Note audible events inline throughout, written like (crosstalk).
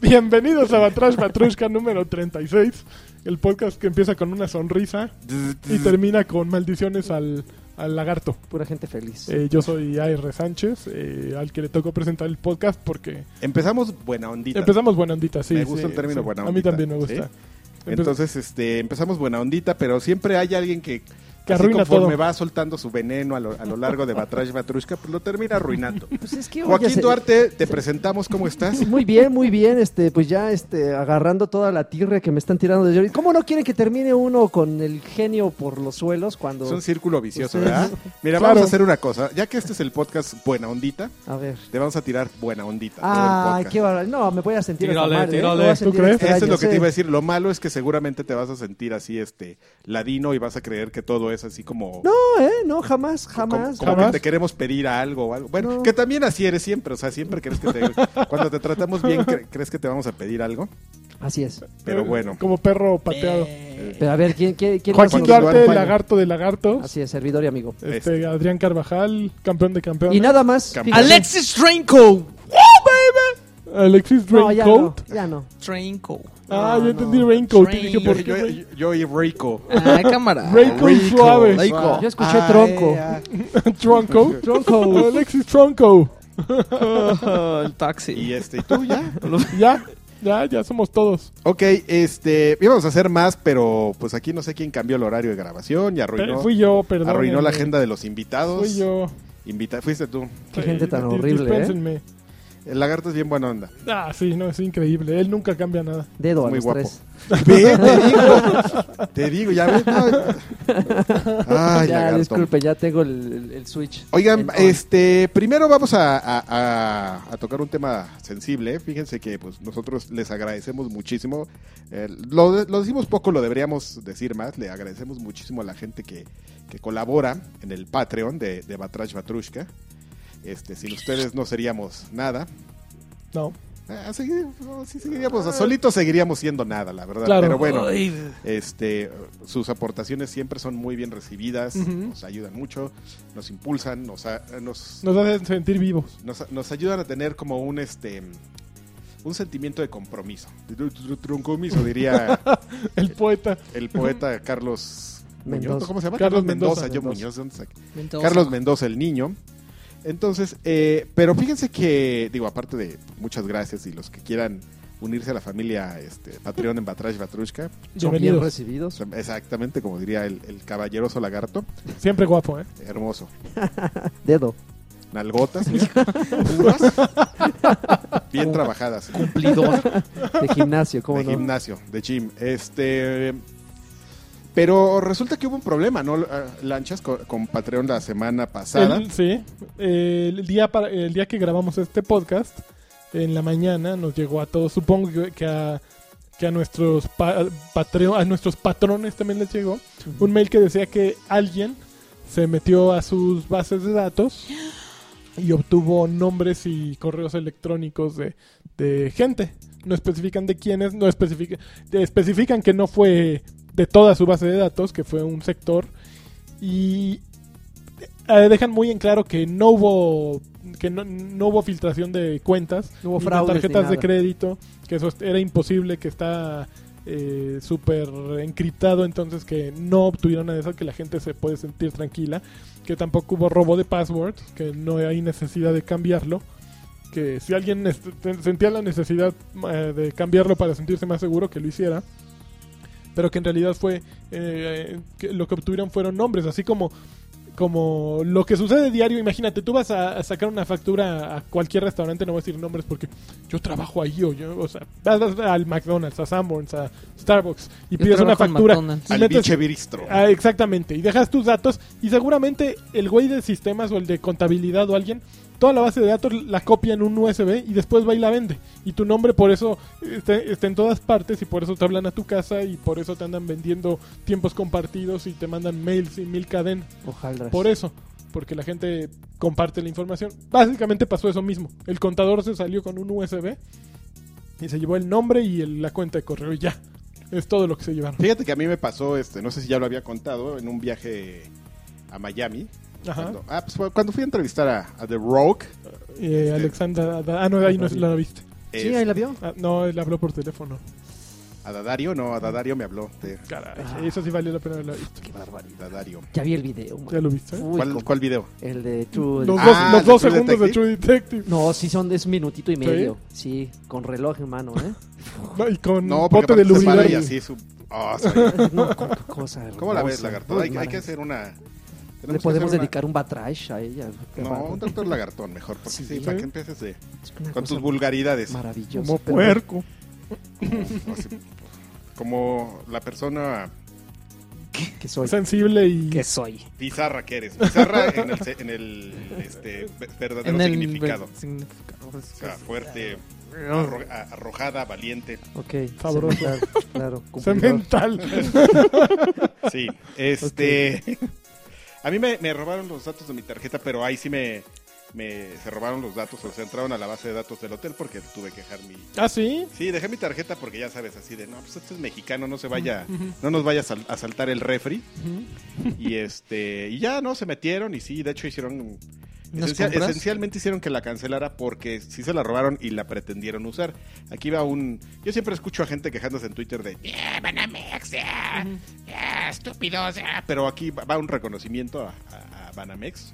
Bienvenidos a Batrash Batrushka número 36, el podcast que empieza con una sonrisa y termina con maldiciones al, al lagarto. Pura gente feliz. Eh, yo soy A.R. Sánchez, eh, al que le tocó presentar el podcast porque Empezamos buena ondita. empezamos buena ondita, sí. Me gusta sí, el término sí. buena A mí ondita, también me gusta. ¿sí? Entonces, este, empezamos buena ondita, pero siempre hay alguien que, Que así arruina conforme todo. va soltando su veneno a lo, a lo largo de Batrash Batrushka, pues lo termina (laughs) arruinando. Pues es que, oye, Joaquín se- Duarte, te presentamos, ¿cómo estás? Muy bien, muy bien, este, pues ya este, agarrando toda la tirre que me están tirando desde ahorita. ¿Cómo no quieren que termine uno con el genio por los suelos cuando... Es un círculo vicioso, Ustedes- ¿verdad? Mira, Claro. vamos a hacer una cosa. Ya que este es el podcast Buena Ondita, A ver. te vamos a tirar Buena Ondita. todo el Ay, podcast. qué barbaridad. No, me voy a sentir hasta Tírale, mal, ¿eh? tírale. Me voy a ¿Tú sentir crees? extraño, Eso es lo que sí. te iba a decir. Lo malo es que seguramente te vas a sentir así, este, ladino y vas a creer que todo es así como... No, ¿eh? No, jamás, como- jamás. como jamás. que te queremos pedir algo o algo. Bueno, No. que también así eres siempre. O sea, siempre crees que te... cuando te tratamos bien, cre- crees que te vamos a pedir algo. Así es. Pero Eh, bueno. Como perro pateado. Eh, Pero a ver, ¿quién, quién, quién Joaquín más? Duarte. Duarte, Duarte. lagarto de lagartos. Así es, servidor y amigo. Este, Este. Adrián Carvajal, campeón de campeón. Y nada más. Campeón. Alexis Trainco. Alexis No, ya no, Raincoat. ya no. Trainco. Ah, No, yo no. entendí Raincoat. Y dije, Rain- ¿por qué? Yo, yo, Rain- yo- yo y Rico. Ah, (laughs) cámara. Raincoat suave. Yo escuché tronco. Tronco. (laughs) Tronco. Alexis Tronco. Oh, El Y taxi. este, y tú (laughs) ya. Ya, ya, ya somos todos. Ok, este, íbamos a hacer más, pero pues aquí no sé quién cambió el horario de grabación y Pe- arruinó, fui yo, perdón. eh. arruinó la agenda de los invitados. Fui yo. Invita- fuiste tú. Qué Sí, gente tan di- horrible, ¿eh? dispénsenme. El lagarto es bien buena onda. Ah, sí, no, es increíble. Él nunca cambia nada. Dedo a Muy los guapo. tres. Ve, te digo. Te digo, ya ves. no. Ay, ya, lagarto. disculpe, ya tengo el, el- el switch. Oigan, En on. este, primero vamos a, a- a- a tocar un tema sensible. Fíjense que pues, nosotros les agradecemos muchísimo. Eh, lo, de- lo decimos poco, lo deberíamos decir más. Le agradecemos muchísimo a la gente que, que colabora en el Patreon de, de Batrash Batrushka. Este, sin ustedes no seríamos nada. No. Ah, segui- no, sí seguiríamos, o sea, solitos seguiríamos siendo nada, la verdad. Ah. Claro. Pero bueno, Ay, este, sus aportaciones siempre son muy bien recibidas, Ujú. nos ayudan mucho, nos impulsan, nos, a- nos, Nos hacen sentir vivos. nos- nos ayudan a tener como un este un sentimiento de compromiso. De tru- tru- Truncomiso, diría El poeta. el poeta Carlos Mendoza. Muñoz. ¿no? ¿Cómo se llama? Carlos Mendoza, Mendoza, yo Mendoza. Muñoz, ¿dónde saqué? Mendoza. Carlos Mendoza, el niño. Entonces, eh, pero fíjense que, digo, aparte de muchas gracias y los que quieran unirse a la familia este, Patreon en Batrash Batrushka, Son bien Bienvenidos. O recibidos. sea, Exactamente, como diría el, el caballeroso lagarto. Siempre guapo, ¿eh? Hermoso. Dedo. Nalgotas, mira. Puras. Bien trabajadas. Cumplidor. De gimnasio, ¿cómo de no? gimnasio, de gym. Este. Pero resulta que hubo un problema, ¿no? Ah, Lanchas con, con Patreon la semana pasada. El- sí. Eh, El día, para, el día que grabamos este podcast, en la mañana nos llegó a todos, supongo que- que a, que a nuestros pa- patreo- a nuestros patrones también les llegó, un mail que decía que alguien se metió a sus bases de datos y obtuvo nombres y correos electrónicos de, de gente. No especifican de quiénes, no especifican, especifican que no fue de toda su base de datos, que fue un sector. Y eh, dejan muy en claro que no hubo que no, no hubo filtración de cuentas, No hubo ni fraudes, ni tarjetas de nada. crédito, que eso era imposible, que está eh, súper encriptado, entonces que no obtuvieron nada de eso, que la gente se puede sentir tranquila, que tampoco hubo robo de passwords, que no hay necesidad de cambiarlo, que si alguien est- sentía la necesidad eh, de cambiarlo para sentirse más seguro, que lo hiciera. Pero que en realidad fue. eh, que lo que obtuvieron fueron nombres, así como como lo que sucede diario. Imagínate, tú vas a, a sacar una factura a cualquier restaurante, no voy a decir nombres porque yo trabajo ahí o yo, o sea, vas, vas al McDonald's, a Sanborns, a Starbucks y Yo pides una trabajo en factura. McDonald's. y al metes- biche viristro. Ah, exactamente, y dejas tus datos y seguramente el güey de sistemas o el de contabilidad o alguien, toda la base de datos la copia en un USB y después va y la vende. Y tu nombre por eso está, está en todas partes y por eso te hablan a tu casa y por eso te andan vendiendo tiempos compartidos y te mandan mails y mil cadenas. Ojalá. Por eso, porque la gente comparte la información. Básicamente pasó eso mismo. El contador se salió con un USB y se llevó el nombre y el- la cuenta de correo y ya. Es todo lo que se llevaron. Fíjate que a mí me pasó, este, no sé si ya lo había contado, en un viaje a Miami. Ajá. Cuando, ah, pues, fue cuando fui a entrevistar a, a The Rock. Este, Eh, Alexandra. Ah, no, ahí no es la viste. Sí, ahí la vio. Ah, no, él habló por teléfono. A Dadario, no, a Dadario me habló. De, Caray, Ah. eso sí valió la pena haberla visto. qué barbaridad, Dadario. Ya vi el video, man. ¿Ya lo viste? ¿eh? Uy, ¿Cuál, cómo- ¿Cuál video? El de True Los Ah, dos, los ¿de dos True segundos de Detective? True Detective. No, sí son, es un minutito y medio. Sí, con reloj en mano, ¿eh? (laughs) No, y con No, porque pote de aparte se para lubricar. y así su... Ah, (laughs) soy- No, co- cosa ¿Cómo la ves, hermosa. lagartón? Uy, Hay, hay que maravilla. hacer una... Le tenemos que podemos hacer una- dedicar un batrash a ella. Qué No, bárbaro. un doctor lagartón mejor, porque Sí. sí, para que empieces de- Es una con cosa tus vulgaridades. maravillosa, Como pero- puerco. (laughs) Así, como la persona Que soy. Sensible y. ¿Qué soy? bizarra que eres. Bizarra en el, se- en el este, ve- verdadero significado. significado. pues, O sea, fuerte, arro- a- arrojada, valiente. Ok. Sabroso. Claro, claro. cumplidor. Semental. Sí, este... (laughs) A mí me, me robaron los datos de mi tarjeta, pero ahí sí me... me- se robaron los datos, o sea, entraron a la base de datos del hotel porque tuve que dejar mi... (laughs) ah, sí. Sí, dejé mi tarjeta porque ya sabes, así de, no, pues este es mexicano, no se vaya, no nos vaya a sal- a saltar el refri. Y este, y ya, ¿no? Se metieron y sí, de hecho hicieron. ¿Unas esencial- compras? esencialmente hicieron que la cancelara porque sí se la robaron y la pretendieron usar. Aquí va un. Yo siempre escucho a gente quejándose en Twitter de. "Eh, "Yeah, Banamex, yeah, yeah, eh, estúpidos, yeah", Pero aquí va va un reconocimiento a, a- a Banamex.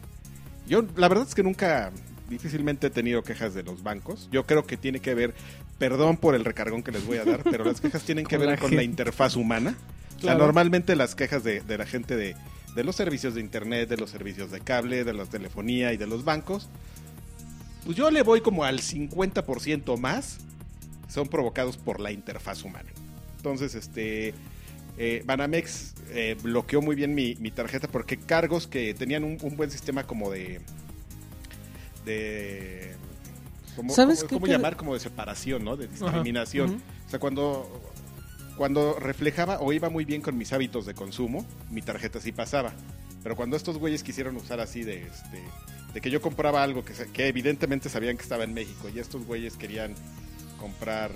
Yo, la verdad es que nunca. Difícilmente he tenido quejas de los bancos. Yo creo que tiene que ver. Perdón por el recargón que les voy a dar, pero las quejas (laughs) tienen que Con ver la con la gente. interfaz humana. O sea, Claro. normalmente las quejas de, de la gente de, de los servicios de internet, de los servicios de cable, de la telefonía y de los bancos, pues yo le voy como al 50% más, son provocados por la interfaz humana. Entonces, este, eh, Banamex eh, bloqueó muy bien mi, mi tarjeta porque cargos que tenían un, un buen sistema como de... de ¿Cómo, ¿Sabes cómo- qué cómo te- llamar? Como de separación, ¿no? De discriminación. Ujú. O sea, cuando, cuando reflejaba o iba muy bien con mis hábitos de consumo, mi tarjeta sí pasaba. Pero cuando estos güeyes quisieron usar así de este de que yo compraba algo que, se- que evidentemente sabían que estaba en México y estos güeyes querían comprar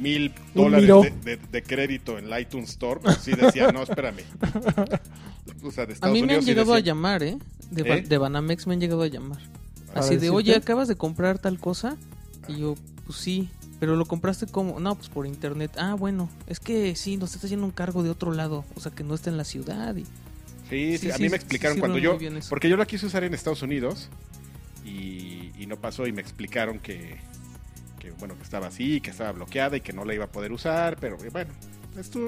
mil Un dólares miro. de, de- de crédito en la iTunes Store, pues sí decían, no, (laughs) espérame. O sea, de A Estados mí me han Unidos sí llegado a decían, llamar, ¿eh? De, ¿Eh? Ba- de Banamex me han llegado a llamar. ¿Para Así de, decirte? oye, acabas de comprar tal cosa. Y yo, pues sí, pero lo compraste como, no, pues por internet. Ah, bueno, es que sí, nos está haciendo un cargo de otro lado, o sea, que no está en la ciudad. Y... Sí, sí, Sí, a sí, mí sí, me explicaron sí, cuando sirve muy yo. bien eso. Porque yo la quise usar en Estados Unidos y, y no pasó y me explicaron que, que, bueno, que estaba así, que estaba bloqueada y que no la iba a poder usar, pero eh, bueno, esto.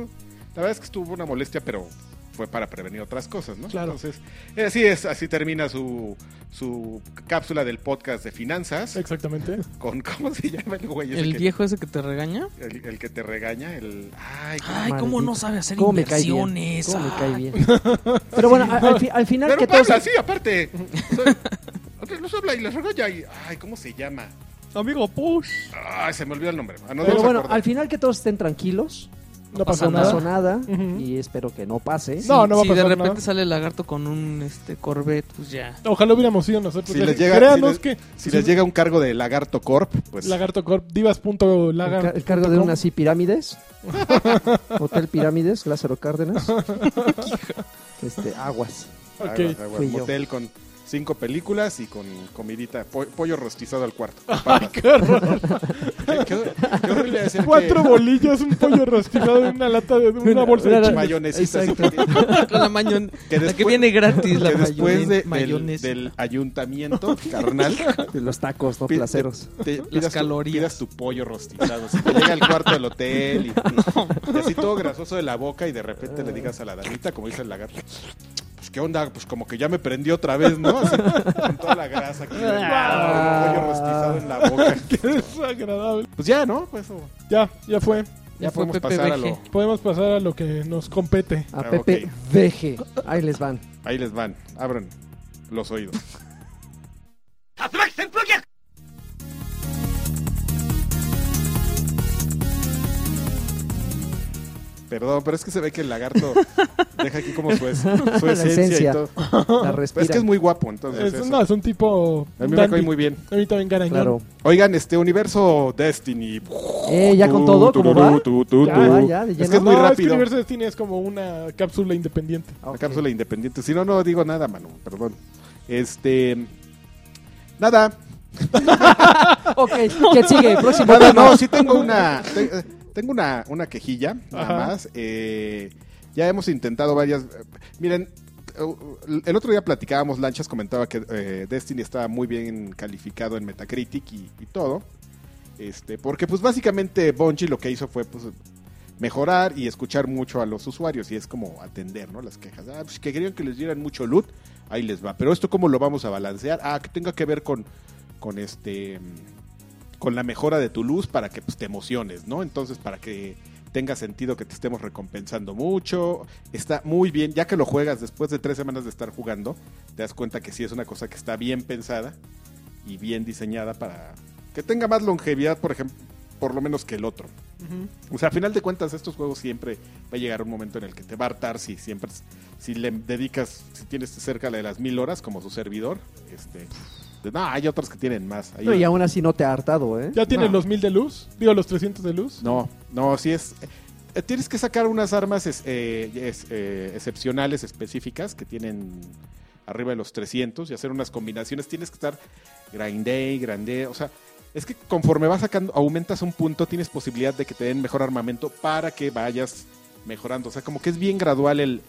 La verdad es que estuvo una molestia, pero fue para prevenir otras cosas, ¿no? Claro. Entonces, eh, así es, así termina su, su cápsula del podcast de finanzas Exactamente. con (laughs) cómo se llama el güey ese ¿El que- viejo ese que te regaña? el, el que te regaña, el ay, Ay, Maldito. cómo no sabe hacer ¿Cómo me cae bien? inversiones. ¿Cómo me ay. cae (laughs) bien? Pero bueno, al, al fi- al final Pero que Pablo, todos... habla, sí, (laughs) aparte. O sea, Los habla y les regaña y. Ay, ¿cómo se llama? Amigo, push. Ay, se me olvidó el nombre. Ah, no, Pero no se bueno, acuerda. al final que todos estén tranquilos. No pasó pasa No pasó nada. nada. Ujú. Y espero que no pase. No. va a si pasar de nada. repente sale el lagarto con un este Corvette, pues (laughs) ya. Ojalá hubiéramos ido nosotros. Si les llega- Créanos si les- que. Si les llega un cargo de Lagarto Corp, pues. Lagarto Corp, divas.lagarto.com. El, ca- el cargo de una así pirámides. Hotel Pirámides, Lázaro Cárdenas. Este, aguas. aguas, Ok. aguas. Fui yo. motel con cinco películas y con comidita. po- pollo rostizado al cuarto. (laughs) Ay, qué (laughs) horror. qué, qué- qué horrible decir que- Cuatro bolillos, un pollo rostilado en una lata de una bolsa de (laughs) Una- chips. mayonesita Exacto. suficiente. Con la, mayon- Que la que después- viene gratis, la Que después mayone- de- del, mayonesa. del ayuntamiento, (laughs) carnal, (laughs) De los tacos, no Pi- placeros. te- pidas tu- calorías. pidas Tu, pollo rostizado. Si te llega al cuarto del (laughs) hotel y, y así todo grasoso de la boca y de repente le digas a la damita, como dice el lagarto, pues qué onda, pues como que ya me prendí otra vez, ¿no? Así, con toda la grasa (laughs) aquí. Ah. pollo rostizado en la boca. Qué desagradable. Pues ya, ¿no? Pues eso. Ya, ya fue. Ya Ya fue podemos pasar a PPVG. lo... Podemos pasar a lo que nos compete. A Ah, Pepe ok. Veje. Ahí les van. Ahí les van. Abran los (laughs) oídos. Perdón, pero es que se ve que el lagarto (laughs) deja aquí como su, es- su La esencia, esencia. y todo. La Pero respira. Pues es que Pues es muy guapo, entonces. Es, eso. no, es un tipo. A mí me dandy. cae muy bien. A mí también garañón. Claro. Oigan, este universo Destiny. Eh, ya con Tu, todo, tu, ¿cómo tu, va? tu, tu, Ya, tu. va, ya, de Es lleno. que es muy no, es que rápido. Universo Destiny es como una cápsula independiente. Ah, ok. La cápsula independiente. Si no, no digo nada, Manu. Perdón. Este. Nada. Ok, ¿qué (laughs) sigue? Próximo Nada, tema. no, sí tengo una. te- eh, Tengo una, una quejilla, nada Ajá. más. Eh, ya hemos intentado varias. eh, Miren, eh, uh, el otro día platicábamos, Lanchas comentaba que eh, Destiny estaba muy bien calificado en Metacritic y, y todo. Este, porque pues básicamente Bungie lo que hizo fue pues mejorar y escuchar mucho a los usuarios y es como atender, ¿no? Las quejas. Ah, pues que querían que les dieran mucho loot, ahí les va. Pero esto cómo lo vamos a balancear? Ah, que tenga que ver con con este mm, con la mejora de tu luz para que pues, te emociones, ¿no? Entonces, para que tenga sentido que te estemos recompensando mucho. Está muy bien, ya que lo juegas después de tres semanas de estar jugando, te das cuenta que sí es una cosa que está bien pensada y bien diseñada para que tenga más longevidad, por ejemplo, por lo menos que el otro. O sea, a final de cuentas, estos juegos siempre va a llegar un momento en el que te va a hartar si siempre, si le dedicas, si tienes cerca de las mil horas como su servidor, este, de- no, hay otros que tienen más. Ahí- No, y aún así no te ha hartado, ¿eh? ¿Ya tienes No. los 1000 de luz? Digo, los 300 de luz. No, no, sí es. eh, Tienes que sacar unas armas es- eh, es- eh, excepcionales, específicas, que tienen arriba de los 300 y hacer unas combinaciones. Tienes que estar grindé, grande. O sea, es que conforme vas sacando, aumentas un punto, tienes posibilidad de que te den mejor armamento para que vayas mejorando. O sea, como que es bien gradual el,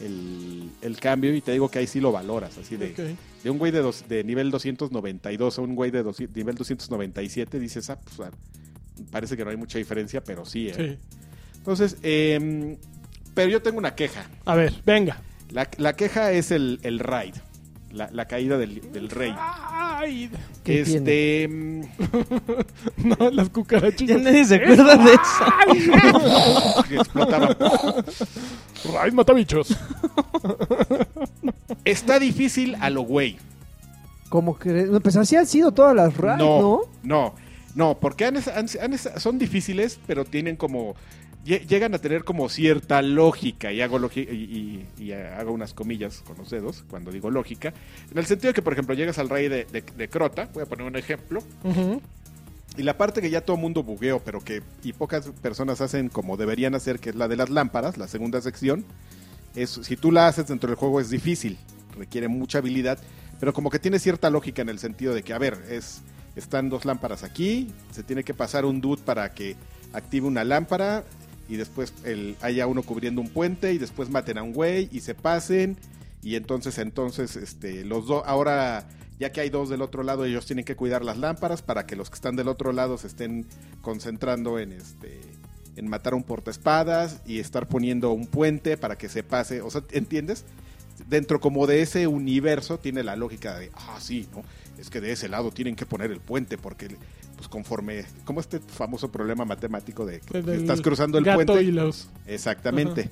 el- el cambio y te digo que ahí sí lo valoras. Así de, Ok. de un güey de, dos- de nivel 292 a un güey de doci- nivel 297, dices, ah, pues ah, parece que no hay mucha diferencia, pero sí. ¿eh?". Sí. Entonces, em, pero yo tengo una queja. A ver, venga. La, la queja es el, el raid, la, la caída del, del rey. Ay, (laughs) ¿Qué este. em, (laughs) no, las Ya cucarachas. nadie se acuerda de eso. que explotaba. Ay, matabichos. Está difícil a lo güey. Como que. no, Pues así han sido todas las raids, ¿no? no, no, no, porque han- han- han- son difíciles, pero tienen como lle- llegan a tener como cierta lógica y hago logi- y, y- y hago unas comillas con los dedos cuando digo lógica, en el sentido de que por ejemplo llegas al rey de, de- de Crota, voy a poner un ejemplo, Ujú. y la parte que ya todo mundo bugueó, pero que y pocas personas hacen como deberían hacer, que es la de las lámparas, la segunda sección, es, si tú la haces dentro del juego es difícil, requiere mucha habilidad, pero como que tiene cierta lógica en el sentido de que, a ver, es están dos lámparas aquí, se tiene que pasar un dude para que active una lámpara y después el, haya uno cubriendo un puente y después maten a un güey y se pasen y entonces entonces este los dos ahora ya que hay dos del otro lado ellos tienen que cuidar las lámparas para que los que están del otro lado se estén concentrando en este en matar a un portaespadas y estar poniendo un puente para que se pase, o sea, ¿entiendes? Dentro como de ese universo tiene la lógica de, ah, sí, ¿no? Es que de ese lado tienen que poner el puente porque pues conforme como este famoso problema matemático de que Desde el estás cruzando el Pues gato puente y los... Exactamente.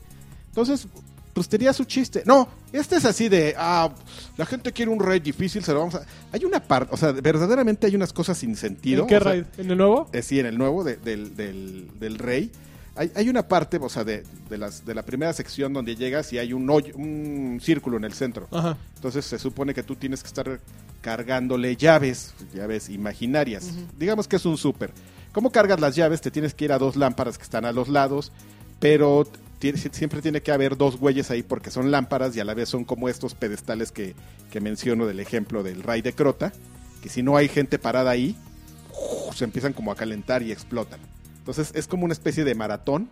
Entonces, pues tenía su chiste. No, este es así de, ah, la gente quiere un raid difícil, se lo vamos a... Hay una parte, o sea, verdaderamente hay unas cosas sin sentido. ¿En qué o sea, raid? ¿En el nuevo? eh, sí, en el nuevo de- del, del- del rey. Hay, hay una parte, o sea, de, de las, de la primera sección donde llegas y hay un, hoyo- un círculo en el centro. Ajá. Entonces se supone que tú tienes que estar cargándole llaves, llaves imaginarias. Digamos que es un súper. ¿Cómo cargas las llaves? Te tienes que ir a dos lámparas que están a los lados, pero ti- siempre tiene que haber dos güeyes ahí porque son lámparas y a la vez son como estos pedestales que, que menciono del ejemplo del Ray de Crota, que si no hay gente parada ahí, se empiezan como a calentar y explotan. Entonces es como una especie de maratón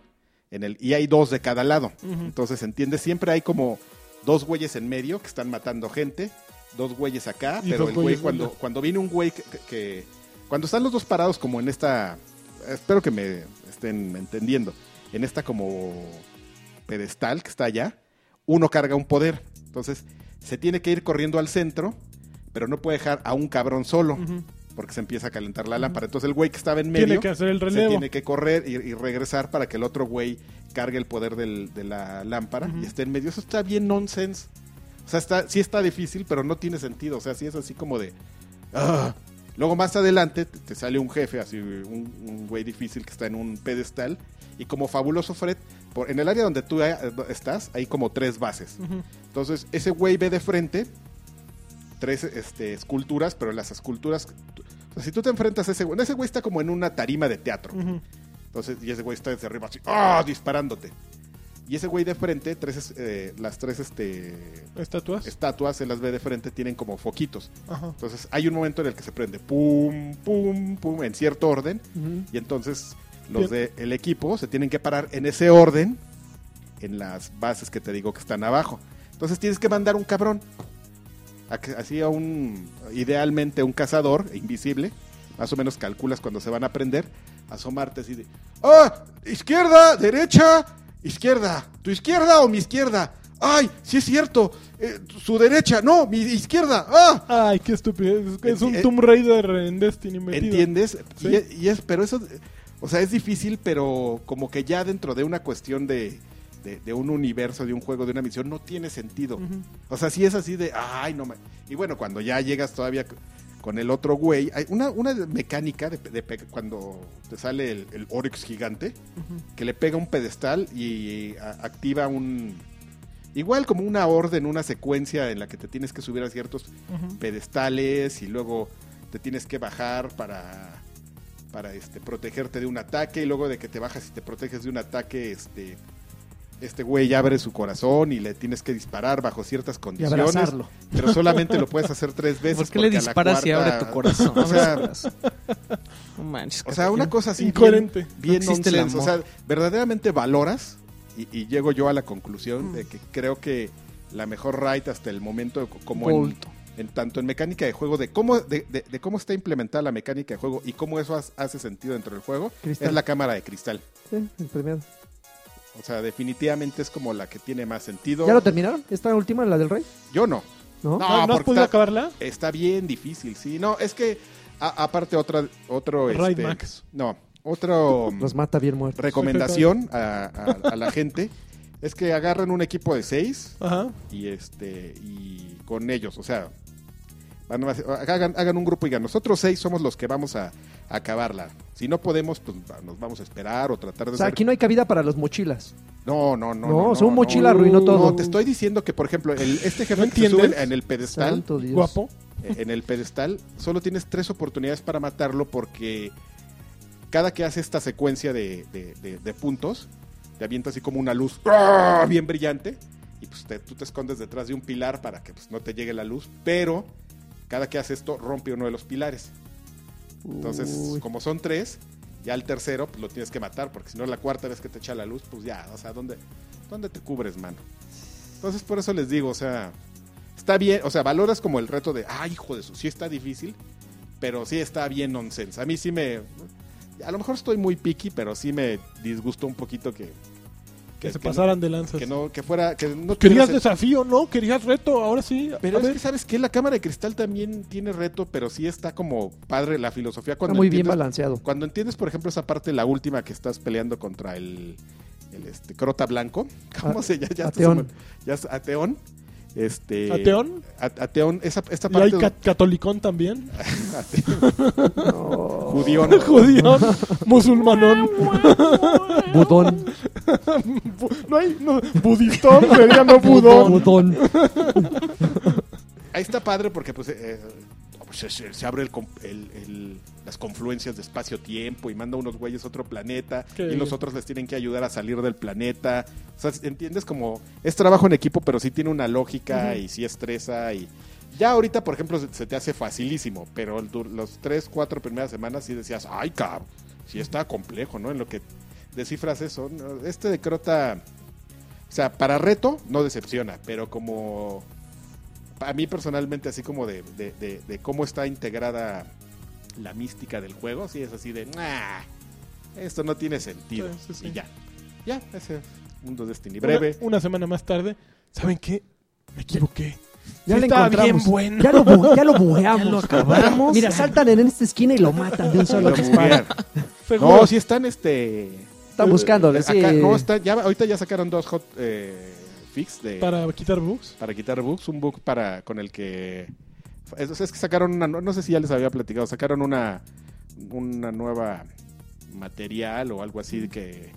en el, y hay dos de cada lado. Entonces, ¿entiendes? Siempre hay como dos güeyes en medio que están matando gente, dos güeyes acá, Y pero dos el güey güeyes cuando, del- cuando viene un güey que, que- Cuando están los dos parados como en esta... Espero que me estén entendiendo. En esta como pedestal que está allá, uno carga un poder. Entonces, se tiene que ir corriendo al centro, pero no puede dejar a un cabrón solo Ujú. porque se empieza a calentar la lámpara. Entonces el güey que estaba en medio Tiene que hacer el se relevo. tiene que correr y, y regresar para que el otro güey cargue el poder del- de la lámpara y esté en medio. Eso está bien nonsense. O sea, está, sí está difícil, pero no tiene sentido. O sea, sí es así como de... "Ah". Luego más adelante te, te sale un jefe, así un, un güey difícil que está en un pedestal. Y como fabuloso Fred, por, en el área donde tú eh, estás hay como tres bases. Ujú. Entonces, ese güey ve de frente tres este, esculturas, pero las esculturas. tú- o sea, si tú te enfrentas a ese güey, ese güey está como en una tarima de teatro. Ujú. Entonces, y ese güey está desde arriba así, ¡ah! disparándote. Y ese güey de frente, tres, eh, las tres este, ¿Estatuas? estatuas, se las ve de frente, tienen como foquitos. Ajá. Entonces hay un momento en el que se prende pum, pum, pum, en cierto orden. Ujú. Y entonces los del equipo se tienen que parar en ese orden, en las bases que te digo que están abajo. Entonces tienes que mandar un cabrón. a que- Así a un, idealmente un cazador invisible, más o menos calculas cuando se van a prender, asomarte así de, ¡ah! Izquierda, derecha, izquierda, tu izquierda o mi izquierda. ¡Ay, sí es cierto! eh, su derecha, no, mi izquierda, ¡ah! Ay, qué estupidez. Es, es un Enti- Tomb Raider en Destiny metido. ¿Entiendes? Sí. Y, es- y es, pero eso, o sea, es difícil, pero como que ya dentro de una cuestión de, de, de un universo, de un juego, de una misión, no tiene sentido. Ujú. O sea, si es así de, ay, no me... Y bueno, cuando ya llegas todavía c- con el otro güey, hay una, una mecánica de, de pe- cuando te sale el, el Oryx gigante, que le pega un pedestal y a- activa un... Igual como una orden, una secuencia en la que te tienes que subir a ciertos Ujú. pedestales y luego te tienes que bajar para para este protegerte de un ataque y luego de que te bajas y te proteges de un ataque este este güey abre su corazón y le tienes que disparar bajo ciertas Y condiciones abrazarlo. pero (laughs) solamente lo puedes hacer tres veces ¿Por qué le porque a la disparas si cuarta- abre tu (laughs) corazón? o sea, (laughs) Abre su corazón. No manches. o sea una Catarina. cosa así bien- Incoherente. bien, No existe el nonsense, o sea verdaderamente valoras y, y llego yo a la conclusión de que creo que la mejor raid hasta el momento como en, Bolt. en tanto en mecánica de juego, de cómo, de, de- de cómo está implementada la mecánica de juego y cómo eso has- hace sentido dentro del juego, Cristal. es la cámara de cristal. Sí, el primero. O sea, definitivamente es como la que tiene más sentido. ¿Ya lo terminaron? ¿Esta última, la del rey? Yo no. ¿No? No. Ah, ¿No has porque podido está- acabarla? Está bien difícil, sí. No, es que a- aparte otra, otro... Raid este, Max. No, otro Los mata bien muertos. recomendación a, a- a la gente es que agarren un equipo de seis Ajá. y este y con ellos, o sea, van a- hagan, hagan un grupo y digan, nosotros seis somos los que vamos a, a acabarla. Si no podemos, pues va- nos vamos a esperar o tratar de O sea, hacer- aquí no hay cabida para los mochilas. No, no, no. No, o sea, un mochila arruinó todo. No, te estoy diciendo que, por ejemplo, el- este jefe ¿No que se sube entiendes? en el pedestal, Santo Dios. Guapo. eh, en el pedestal, solo tienes tres oportunidades para matarlo porque cada que hace esta secuencia de, de- de- de puntos, te avienta así como una luz ¡ah! bien brillante y pues te- tú te escondes detrás de un pilar para que pues, no te llegue la luz, pero cada que hace esto rompe uno de los pilares. Entonces, Uy. como son tres, ya el tercero pues, lo tienes que matar, porque si no la cuarta vez que te echa la luz, pues ya, o sea, ¿dónde, dónde te cubres, mano? Entonces, por eso les digo, o sea, está bien, o sea, valoras como el reto de, ay, hijo de su, sí está difícil, pero sí está bien nonsense. A mí sí me, a lo mejor estoy muy picky, pero sí me disgustó un poquito que... Que se no- pasaran de lanzas. que no, que fuera, que no Querías tuviera- desafío, ¿no? Querías reto, ahora sí. pero a es ver. que sabes que la cámara de cristal también tiene reto, pero sí está como padre la filosofía Está cuando muy bien entiendes- (laughs) balanceado. cuando entiendes, por ejemplo, esa parte, la última que estás peleando contra el, el, este, Crota Blanco, (laughs) ¿cómo A- se llama? Ya, Ah, Ateón. ya es Ateón. Este, Ateón. A- Ateón, esa, esta Y hay parte. ca- catolicón también. (laughs) (laughs) No. (laughs) Judión. (laughs) Judío. Musulmanón. (laughs) Budón. Bu- no hay. No, budistón (laughs) sería no budón. Budón. Ahí está padre porque, pues. eh, pues, se, se abre el com- el- el- las confluencias de espacio-tiempo y manda unos güeyes a otro planeta Qué y bien. los otros les tienen que ayudar a salir del planeta. O sea, entiendes como es trabajo en equipo, pero sí tiene una lógica y sí estresa y ya ahorita, por ejemplo, se, se te hace facilísimo, pero el dur- los tres, cuatro primeras semanas sí decías, ay cabrón, sí está complejo, ¿no? En lo que descifras eso. ¿no? Este de Crota, o sea, para reto no decepciona, pero como a mí personalmente, así como de, de- de- de cómo está integrada la mística del juego, sí es así de, "Nah, esto no tiene sentido. Sí, sí, sí. Y ya, ya, ese mundo Destiny Una- breve. Una, semana más tarde. ¿Saben qué? Me equivoqué. Ya Sí lo estaba bien encontramos. bueno. Ya lo, bu- ya lo bugueamos. Ya lo acabamos. Mira, saltan en esta esquina y lo matan de un solo Lo disparo. buguean. Seguro. No, sí están este. eh, Están buscándole, sí. Acá, no, están- ya, ahorita ya sacaron dos hot eh, fix de, para... Para quitar bugs. quitar bugs. Un bug para con el que. Es, es que sacaron una. No sé si ya les había platicado. Sacaron una. Una nueva material o algo así que.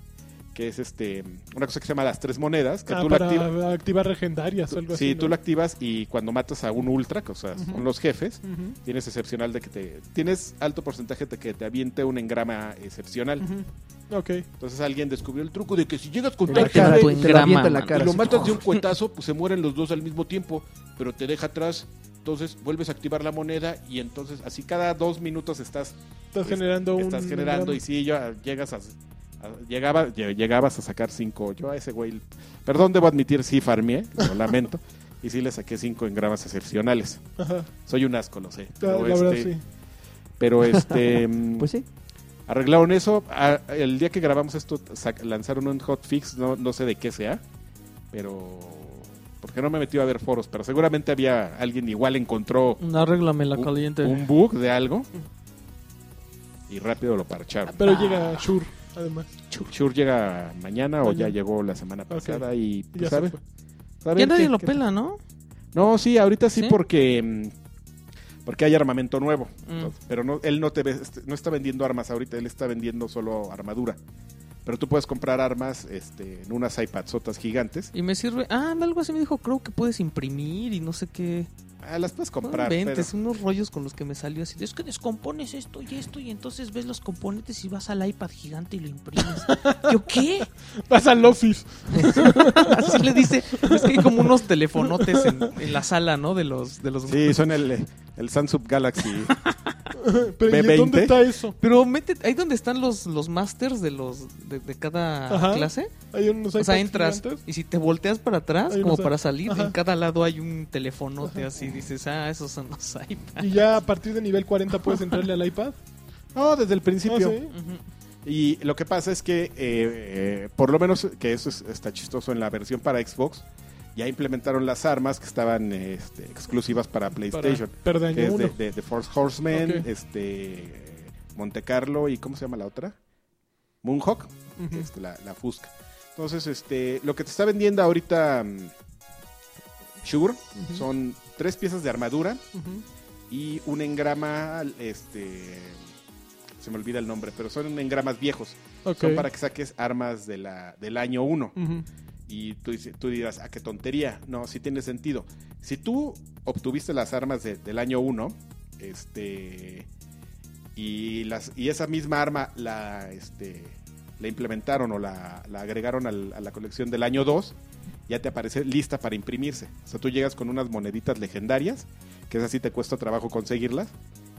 que es este una cosa que se llama las tres monedas, que Ah, tú la para activas. activar legendarias o algo así. Sí, tú ¿no? la activas y cuando matas a un ultra, que, o sea, Ujú. son los jefes, Ujú, tienes excepcional de que te tienes alto porcentaje de que te aviente un engrama excepcional. ujú. Ok. Entonces alguien descubrió el truco de que si llegas con En tu la Ay, qué cara, tu güey, te la engrama, avienta en la mano. cara. y lo así. (laughs) matas de un cuetazo, pues se mueren los dos al mismo tiempo, pero te deja atrás. Entonces vuelves a activar la moneda y entonces así cada dos minutos estás Estás Pues, generando un. estás generando y sí, ya llegas a, a- llegaba, lle- llegabas a sacar cinco. Yo a ese güey, perdón, debo admitir, sí farmié, (laughs) lo lamento. Y sí le saqué cinco engramas excepcionales. (laughs) Ajá. Soy un asco, lo sé. La, Pero Ah, la verdad, este, sí. (laughs) pero este, mm, Pues sí. arreglaron eso. A- el día que grabamos esto sac- lanzaron un hotfix, no, no sé de qué sea, pero... Porque no me metió a ver foros, pero seguramente había alguien igual encontró Arréglame la un- caliente. un bug de algo y rápido lo parcharon. Pero llega Shur, además. Sure llega mañana o ya Mañana. llegó la semana pasada y Y pues, ya ¿sabe? se fue. ¿Sabe Ya nadie qué- lo qué- pela, ¿no? No, sí, ahorita sí, ¿Sí? porque mm, porque hay armamento nuevo. Mm. Entonces, pero no, él no te ve- este, no está vendiendo armas ahorita, él está vendiendo solo armadura. Pero tú puedes comprar armas este, en unas iPadsotas gigantes. Y me sirve. Ah, algo así me dijo, creo que puedes imprimir y no sé qué. Ah, las puedes No comprar. inventes, pero- unos rollos con los que me salió así. de, Es que descompones esto y esto y entonces ves los componentes y vas al iPad gigante y lo imprimes. ¿Yo qué? Vas al office. (laughs) Así le dice. Es que hay como unos telefonotes en, en la sala, ¿no? De los... De los Sí, son el, el Samsung Galaxy. Pero ¿y B20? dónde está eso? Pero mete, ahí donde están los, los masters de los de, de cada Ajá. clase. Hay unos O sea, iPads entras gigantes. y si te volteas para atrás, Hay como unos- para salir, Ajá. en cada lado hay un telefonote así. Dices, ah, esos son los iPads. Y ya a partir de nivel 40 puedes entrarle al iPad. (laughs) no, desde el principio. Ah, ¿sí? Ujú. Y lo que pasa es que, eh, eh, por lo menos que eso es- está chistoso en la versión para Xbox, ya implementaron las armas que estaban eh, este, exclusivas para PlayStation, Para perdaño que es de, uno. de- de Force Horseman, Ok. este, eh, Monte Carlo y ¿cómo se llama la otra? Moonhawk, Ujú. este, la, la Fusca. Entonces, este, lo que te está vendiendo ahorita mm, Shure Ujú. son tres piezas de armadura Ujú. y un engrama, este, se me olvida el nombre, pero son engramas viejos. Ok. Son para que saques armas de la, del año 1. Ujú. Y tú, dices- tú dirás, ah, qué tontería. No, sí tiene sentido. Si tú obtuviste las armas de- del año 1, este. Y, las, y esa misma arma la, este, la implementaron o la, la agregaron al- a la colección del año 2, ya te aparece lista para imprimirse. O sea, tú llegas con unas moneditas legendarias, que es así te cuesta trabajo conseguirlas,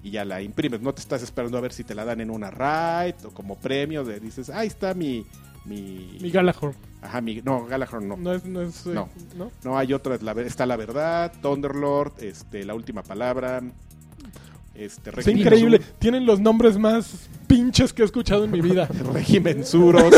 y ya la imprimes. No te estás esperando a ver si te la dan en una raid o como premio. De, dices, ahí está mi. Mi, Mi Galahorn. Ajá, mi- no, Galahorn no. No es. No. Es, eh, No. ¿no? No hay otras, la, ver- está La Verdad, Thunderlord, este, La Última Palabra, este, Es Régimen increíble. Tienen los nombres más pinches que he escuchado en mi (laughs) vida. Sur- Régimen Suros,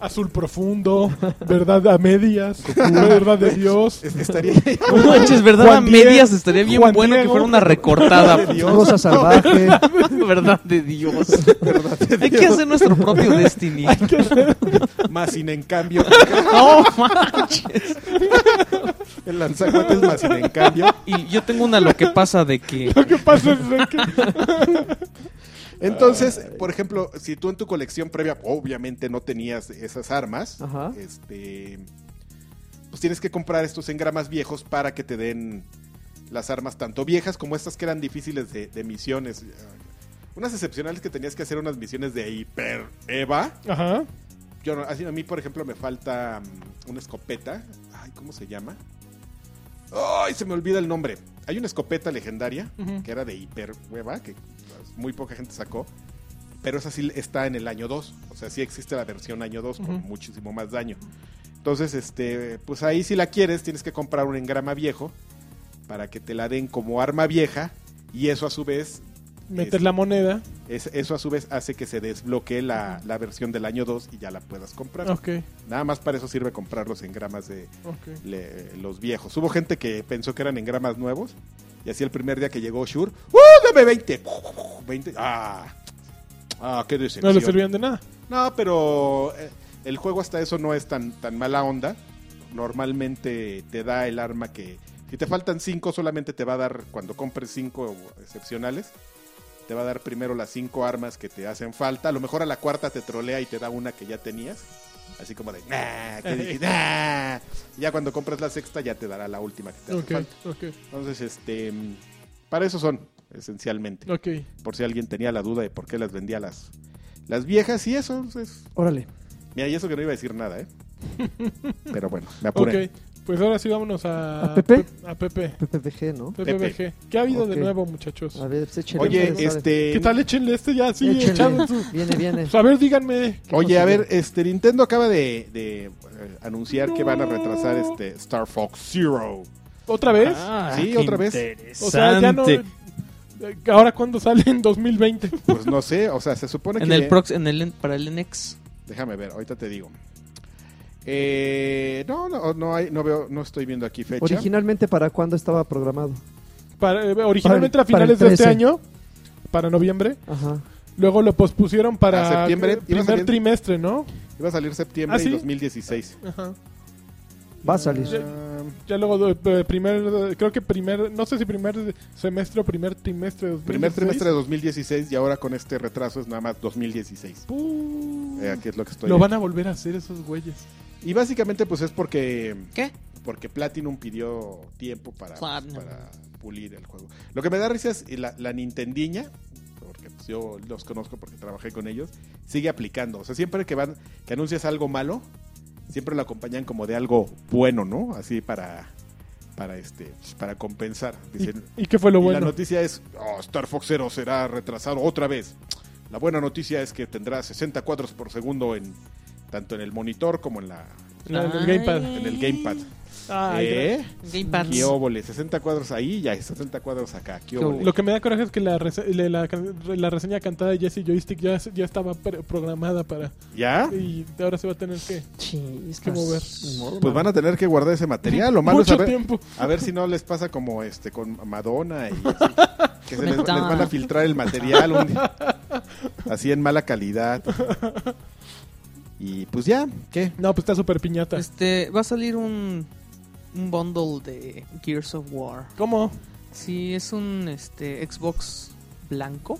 Azul profundo, verdad a medias, verdad de Dios. (laughs) (laughs) es- estaría... No manches, ¿verdad? Juan a medias Diego. estaría bien Juan bueno que Diego. fuera una recortada. De Dios. (laughs) Rosa salvaje. ¿Verdad de Dios? Hay que hacer nuestro propio Destiny. más sin en cambio, No manches. (laughs) el lanzacuetes más sin en cambio. Y yo tengo una lo que pasa de que. Lo que pasa es de que. Entonces, por ejemplo, si tú en tu colección previa obviamente no tenías esas armas, Ajá. este, pues tienes que comprar estos engramas viejos para que te den las armas tanto viejas como estas que eran difíciles de, de misiones. Unas excepcionales que tenías que hacer unas misiones de hiper Eva. Ajá. Yo no- así, a mí, por ejemplo, me falta mm, una escopeta. Ay, ¿cómo se llama? ¡Ay! Se me olvida el nombre. Hay una escopeta legendaria Ujú. que era de hiper hueva, que pues, muy poca gente sacó. Pero esa sí está en el año 2. O sea, sí existe la versión año 2 con Ujú. muchísimo más daño. Entonces, este, pues ahí si la quieres, tienes que comprar un engrama viejo para que te la den como arma vieja. Y eso a su vez Meter la moneda. es- eso a su vez hace que se desbloquee la, la versión del año 2 y ya la puedas comprar. Ok. Nada más para eso sirve comprar los engramas de Ok. le- los viejos. Hubo gente que pensó que eran engramas nuevos y así el primer día que llegó Shure, ¡Uh, dame 20! 20. ¡Ah! ¡Ah, qué No decepción! le servían de nada. No, pero eh, el juego hasta eso no es tan, tan mala onda. Normalmente te da el arma que... Si te faltan cinco, solamente te va a dar cuando compres cinco excepcionales. Te va a dar primero las cinco armas que te hacen falta. A lo mejor a la cuarta te trolea y te da una que ya tenías. Así como de, nah, que dije, nah. Y Ya cuando compras la sexta ya te dará la última que te hace Ok, falta. ok, Entonces, este, mm, para eso son, esencialmente. ok. Por si alguien tenía la duda de por qué las vendía las, las viejas y eso. pues, Es, Órale. mira, y eso que no iba a (laughs) decir nada, ¿eh? Pero bueno, me apuré. Ok, pues ahora sí vámonos a... ¿A Pepe? Pe- A Pepe. PPG, ¿no? PPBG. ¿Qué ha habido Ok. de nuevo, muchachos? A ver, pues échale, Oye, ustedes saben. este... ¿Qué tal? Échenle este ya, sí, Échenle. echado en su- (laughs) Viene, viene. A ver, díganme. ¿Qué Oye, a ver, consiguieron? este Nintendo acaba de, de, eh, anunciar que van a retrasar este Star Fox Zero. ¿Otra vez? Ah, sí, qué otra vez. Interesante. o sea, ya no... eh, ¿Ahora cuándo sale? En 2020. Pues no sé, o sea, se supone que en el prox, en el en- para el NX. déjame ver, ahorita te digo. Eh, no, no, no hay, no veo, no estoy viendo aquí fecha. Originalmente, ¿para cuándo estaba programado? Para- eh, originalmente a Para el- finales de para el este 13. año, para noviembre. Ajá. Luego lo pospusieron para A Ah, septiembre, eh, iba primer saliendo. trimestre, ¿no? Iba a salir septiembre ¿Ah, sí? de 2016. Ajá. Va a salir. Sí. Ah, Ya luego, eh, primer, eh, creo que primer, no sé si primer semestre o primer trimestre. de primer 2016. trimestre de 2016 y ahora con este retraso es nada más 2016. Puh. Eh, aquí es lo que estoy. Lo viendo. van a volver a hacer esos güeyes. Y básicamente pues es porque ¿Qué? porque Platinum pidió tiempo para, pues, Platinum. para pulir el juego. Lo que me da risa es la, la Nintendiña, porque pues, yo los conozco porque trabajé con ellos, sigue aplicando. O sea, siempre que van, que anuncias algo malo, siempre lo acompañan como de algo bueno, ¿no? Así para, para este, para compensar. ¿Y, Dicen, y qué fue lo y bueno? la noticia es, "Oh, Star Fox Zero será retrasado otra vez. La buena noticia es que tendrá 60 cuadros por segundo en tanto en el monitor como en la La- el gamepad. en el gamepad. Ay, ¿Eh? Gamepad. Qué óvole, 60 cuadros ahí y hay 60 cuadros acá. Qué óvole. Lo que me da coraje es que la, rese- le- la, can- la reseña cantada de Jesse Joystick ya, se- ya estaba pre- programada para... ¿Ya? Y ahora se va a tener que... Chis, que mover. Pues van a tener que guardar ese material. Lo malo es Mucho a ver, tiempo. a ver si no les pasa como este con Madonna y (laughs) así, que se les, les van a filtrar el material un día, así en mala calidad. Y pues ya, ¿qué? No, pues está súper piñata. Este, va a salir un, un bundle de Gears of War. ¿Cómo? Sí, es un este Xbox blanco.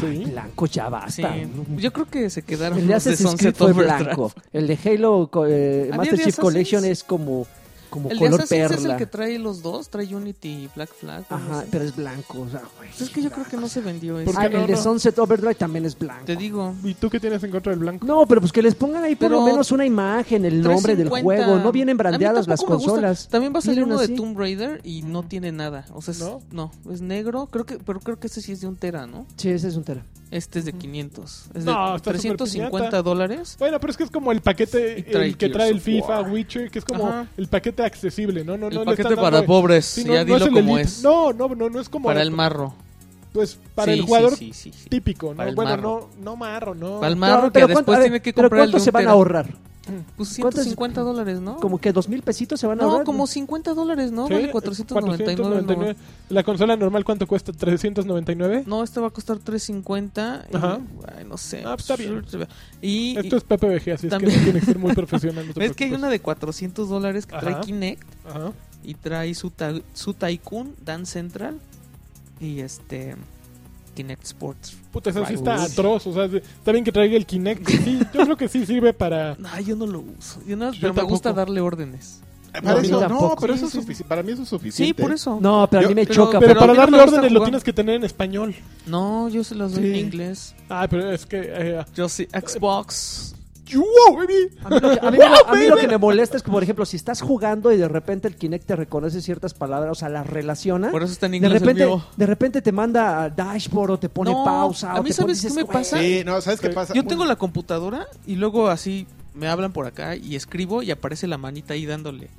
Sí. Blanco ya Sí. basta. Yo creo que se quedaron El de los de Assassin's Creed Sunset fue Overdrive. blanco. El de Halo co- eh, Había Master de Chief Assassin's. Collection es como, como El de color Assassin's perla. es el que trae los dos, trae Unity y Black Flag. o no Ajá, sé. pero es blanco. O sea, güey, Pues es que yo creo que no se vendió ¿Por eso. qué Ah, el no, de no? Sunset Overdrive también es blanco. Te digo, ¿Y tú qué tienes en contra del blanco? No, pero pues que les pongan ahí por lo Pero- menos una imagen, el nombre del 350. juego. No vienen brandeadas A mí las tampoco me gusta. consolas. También va a salir Vienen uno así. de Tomb Raider y no tiene nada. O sea, es- ¿No? ¿No? es negro, creo que, pero creo que este sí es de un tera, ¿no? Sí, ese es un tera. Este es de 500. Es No, de está súper 350 piñata. dólares. Bueno, pero es que es como el paquete Y trae el que Gears trae el of FIFA, War. Witcher, que es como Ajá. el paquete accesible, ¿no? no, no el le están paquete para dando- pobres, Sí, no- ya no dilo el como Elite. es. No, no, no, no es como para el marro. pues para Sí, el sí, jugador sí, sí, sí. típico, ¿no? Para el bueno, marro. no no marro, no. Para el marro No, que pero después ¿cuánto- a ver, tiene que ¿Pero comprar el cuánto de un se van a tera. ahorrar? Pues ¿Cuántos- 150 dólares, ¿no? ¿Como que dos mil pesitos se van a no, ahorrar? como 50 dólares, ¿no? Sí, Vale 499. 499. La consola normal cuánto cuesta? 399. No, este va a costar 350. y, Ajá. ay, no sé. pues, Ah, está bien. Y, y- Esto es PPBG, así es que También. no tiene que ser muy profesional. no te (laughs) es que hay preocupes. una de 400 dólares que trae Ajá. Kinect. Ajá. y trae su, ta- su Tycoon, Dance Central y este Kinect Sports. Puta, esa sí Ay, está uy. atroz, o sea, está bien que traiga el Kinect. Sí, yo creo que sí sirve para No, yo no lo uso. Yo no, Ah. Yo pero me tampoco. gusta darle órdenes. Para No, a mí eso, no, tampoco. pero eso Sí, es sí, sí. sufici- para mí eso es Sí, suficiente. por eso. No, pero a Yo- mí me pero- choca. Pero, Pero para a mí no me darle gusta órdenes lo jugar. tienes que tener en español. No, yo se los doy en Sí. inglés. Ah, pero es que. eh, Yo sí, Xbox. you, baby. A mí, lo que, a mí lo- a mí lo que me molesta es que, por ejemplo, si estás jugando y de repente el Kinect te reconoce ciertas palabras, o sea, las ¿Eh? relaciona. Por eso está en De inglés el repente, mío. de repente te manda a dashboard o te pone No, pausa. a o mí te ¿sabes pone- qué dices, me "Güey". pasa? Sí, no, ¿sabes qué Sí. pasa? Yo tengo la computadora y luego así me hablan por acá y escribo y aparece la manita ahí dándole.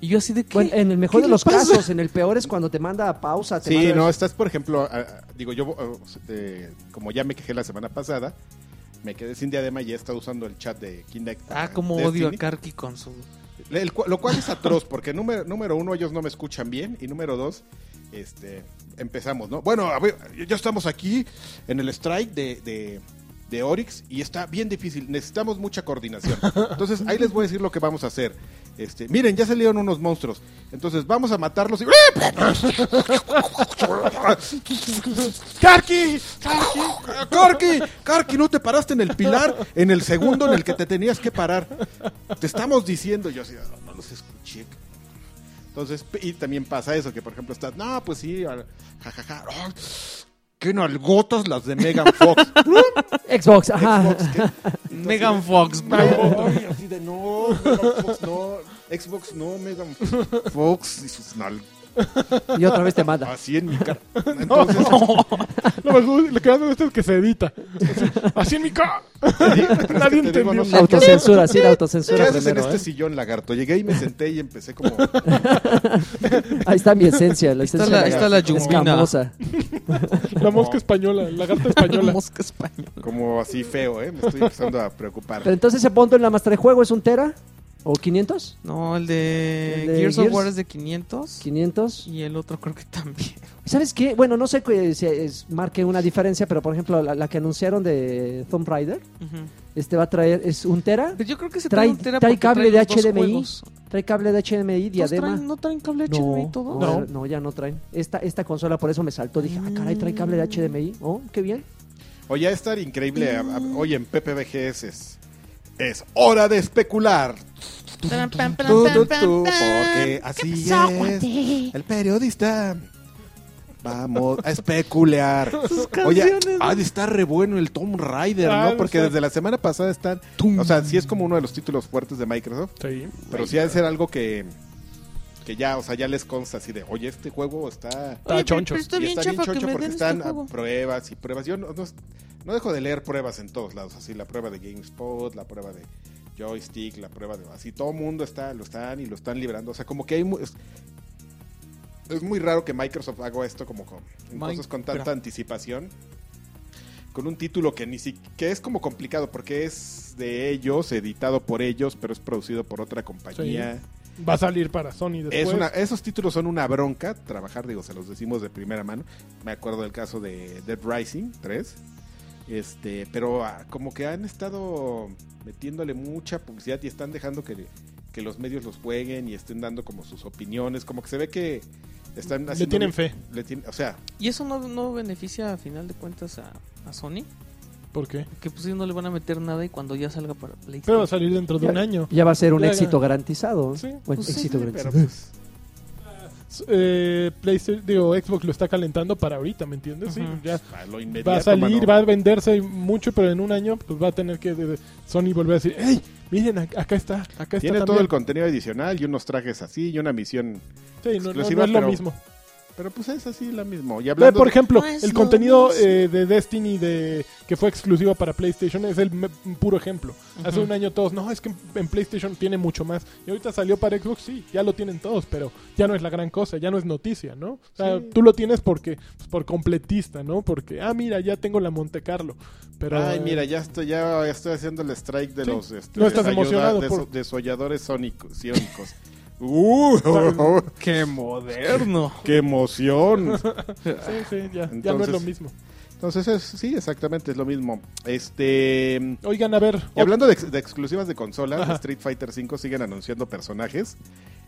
Y yo así de que... Bueno, en el mejor ¿Qué de le los pasa? casos, en el peor es cuando te manda a pausa. Te Sí, manda- no, estás, por ejemplo, a- a- digo, yo, eh, eh, como ya me quejé la semana pasada, me quedé sin diadema y he estado usando el chat de Kinect. Ah, para como Destiny. odio a Karki con su... El cu- lo cual es atroz, porque número, número uno, ellos no me escuchan bien, y número dos, este, empezamos, ¿no? Bueno, a ver, ya estamos aquí en el strike de, de, de Oryx y está bien difícil, necesitamos mucha coordinación. Entonces, ahí les voy a decir lo que vamos a hacer. Este, miren, ya salieron unos monstruos. Entonces vamos a matarlos y. ¡Karki! ¡Karki! ¡Karki! ¡Karki! No te paraste en el pilar en el segundo en el que te tenías que parar. Te estamos diciendo. Yo así, "Ah, "No, no los escuché. Entonces, y también pasa eso, que por ejemplo estás, no, pues sí, al- jajaja, ay, qué nalgotas las de Megan Fox. Xbox, ajá. Xbox, ¿qué? Megan Fox, No, bro. ay, así de, no, Megan Fox no, Xbox no, Megan Fox y sus nalgas (laughs) Y otra vez te (laughs) manda. así en mi cara. Entonces, Lo, mejor- lo que más me gusta es que se edita. Así, así en mi cara. te digo, pero es que Nadie te digo, entendió. no sé, Autocensura, sí, la ¿Qué autocensura haces en primero. este ¿eh? sillón, lagarto? Llegué y me senté y empecé (laughs) como... ¿eh? Ahí está mi esencia, la esencia la- de está la yumbina. escamosa. La mosca española, la lagarta española. (laughs) Mosca española. Como así feo, ¿eh? Me estoy empezando a preocupar. Pero entonces ese punto en la Master de Juego es un tera o 500? No, el de, El de Gears of Gears. War es de 500. 500. Y el otro creo que también. (laughs) ¿Sabes qué? Bueno, no sé que si es- marque una diferencia, pero por ejemplo, la, la que anunciaron de Tomb Raider, Ujú. este va a traer, es un tera, Pero yo creo que se Trae- trae, un tera trae porque cable de los dos HDMI, juegos. trae cable de HDMI, ¿Todos diadema. traen- ¿No traen cable HDMI todos? no, No. no, ya no traen. Esta, esta consola por eso me saltó. Dije, ah, caray, trae cable de Mm. HDMI. Oh, qué bien. Oye, a estar increíble. a- a- Oye, en PPVGS es, es hora de especular. Tú, tú, tú, porque así es. El periodista. Vamos a especular. (laughs) Oye, ah, ha de estar re bueno el Tomb Raider, Ah, ¿no? no Porque sé. desde la semana pasada están. O sea, sí es como uno de los títulos fuertes de Microsoft. Sí. Pero sí ha de ser algo que. Que ya, o sea, ya les consta así de, oye, este juego está. Está choncho. y está bien chocho porque este están a pruebas y pruebas. Yo no, no, no dejo de leer pruebas en todos lados, así la prueba de GameSpot, la prueba de joystick, la prueba de así todo mundo está, lo están y lo están liberando, o sea, como que hay mu- es, es muy raro que Microsoft haga esto como con entonces con tanta Minecraft. anticipación con un título que ni si, que es como complicado porque es de ellos, editado por ellos, pero es producido por otra compañía. Va a salir para Sony después. Es una- esos títulos son una bronca trabajar, digo, se los decimos de primera mano. Me acuerdo del caso de Dead Rising 3. Este, pero ah, como que han estado metiéndole mucha publicidad y están dejando que, que los medios los jueguen y estén dando como sus opiniones. Como que se ve que están Le haciendo- tienen fe. le tienen- o sea, ¿Y eso no, no beneficia a final de cuentas a, a Sony? ¿Por qué? Que pues ellos no le van a meter nada y cuando ya salga para PlayStation. Pero va a salir dentro de un año. Ya va a ser un Ya, ya. éxito garantizado. Sí. Bueno, Pues sí, éxito sí, pero garantizado. pues, Eh, PlayStation, digo, Xbox lo está calentando para ahorita, ¿me entiendes? Sí, Ujú. ya a lo inmediato, va a salir, mano. va a venderse mucho, pero en un año pues va a tener que de- de- Sony volver a decir, hey, miren, ac- acá está, acá está Tiene también". todo el contenido adicional y unos trajes así y una misión. Sí, no- no, no exclusiva, es lo pero mismo. Pero pues es así la mismo. Y Ve, hablando por ejemplo, No es el lo contenido mismo. eh, de Destiny de que fue exclusivo para PlayStation es el me- un puro ejemplo. Hace Ujú. un año todos, no, es que en, en PlayStation tiene mucho más. Y ahorita salió para Xbox, sí, ya lo tienen todos, pero ya no es la gran cosa, ya no es noticia, ¿no? O sea, tú lo tienes porque pues, por completista, ¿no? Porque, ah, mira, ya tengo la Monte Carlo. Pero, Ay, eh, mira, ya estoy, ya estoy haciendo el strike de Sí. los este, No estás desayuda- emocionado deso- por- desolladores (laughs) sónicos, sionicos. ¡Uh! (laughs) ¡Qué moderno! ¡Qué emoción! Sí, sí, ya, ya no es Entonces- lo mismo. Entonces, es- sí, exactamente, es lo mismo. Este. Oigan, a ver, Y hablando de, ex- de exclusivas de consolas, Ajá. Street Fighter V siguen anunciando personajes.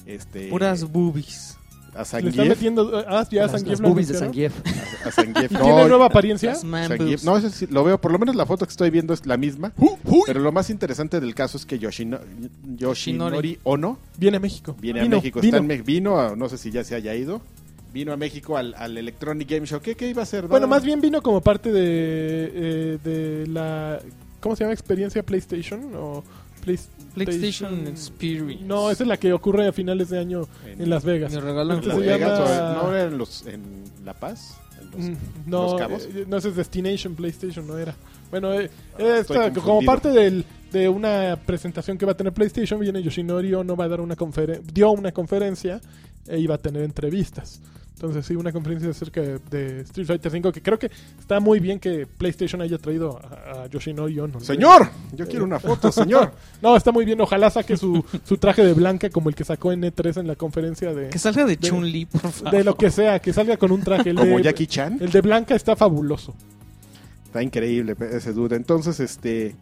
Este, Puras boobies. A le están Zangief. metiendo... eh, Ah, ya Las- Zangief las lo boobies de anunciaron. Zangief. (laughs) A, a Zangief. ¿Y No, tiene nueva apariencia? Las man Zangief. boobs. No, ese sí lo veo. Por lo menos la foto que estoy viendo es la misma. Uy, Pero lo más interesante del caso es que Yoshino- Yoshinori Ono Viene a México. Viene Vino, a México, vino. está en Me- vino, a- no sé si ya se haya ido. Vino a México al, al Electronic Game Show. ¿Qué, qué iba a hacer? Bueno, Va- más bien vino como parte de, eh, de la... ¿Cómo se llama? ¿Experiencia PlayStation? ¿O PlayStation? PlayStation Experience. No, esa es la que ocurre a finales de año en, Las Vegas. Me regalan en Las se Vegas, llama- o- ¿No era en, los, en La Paz? En los- Mm, No, Pues, Los Cabos. eh, no esa es Destination PlayStation, no era. Bueno, eh, Ah, estoy esta- como confundido. parte del- de una presentación que va a tener PlayStation, viene Yoshinori Ono, va a dar una conferen- dio una conferencia e iba a tener entrevistas. Entonces sí, una conferencia acerca de, de Street Fighter 5 que creo que está muy bien que PlayStation haya traído a, a Yoshinori Ono. Señor, yo quiero una (laughs) foto, señor. No, está muy bien. Ojalá saque su, (laughs) su traje de blanca como el que sacó en E3 en la conferencia de, Que salga de De- Chun-Li, por favor. de lo que sea. Que salga con un traje. El Como de, Jackie Chan. el de blanca está fabuloso. Está increíble pe- ese dude. Entonces, este.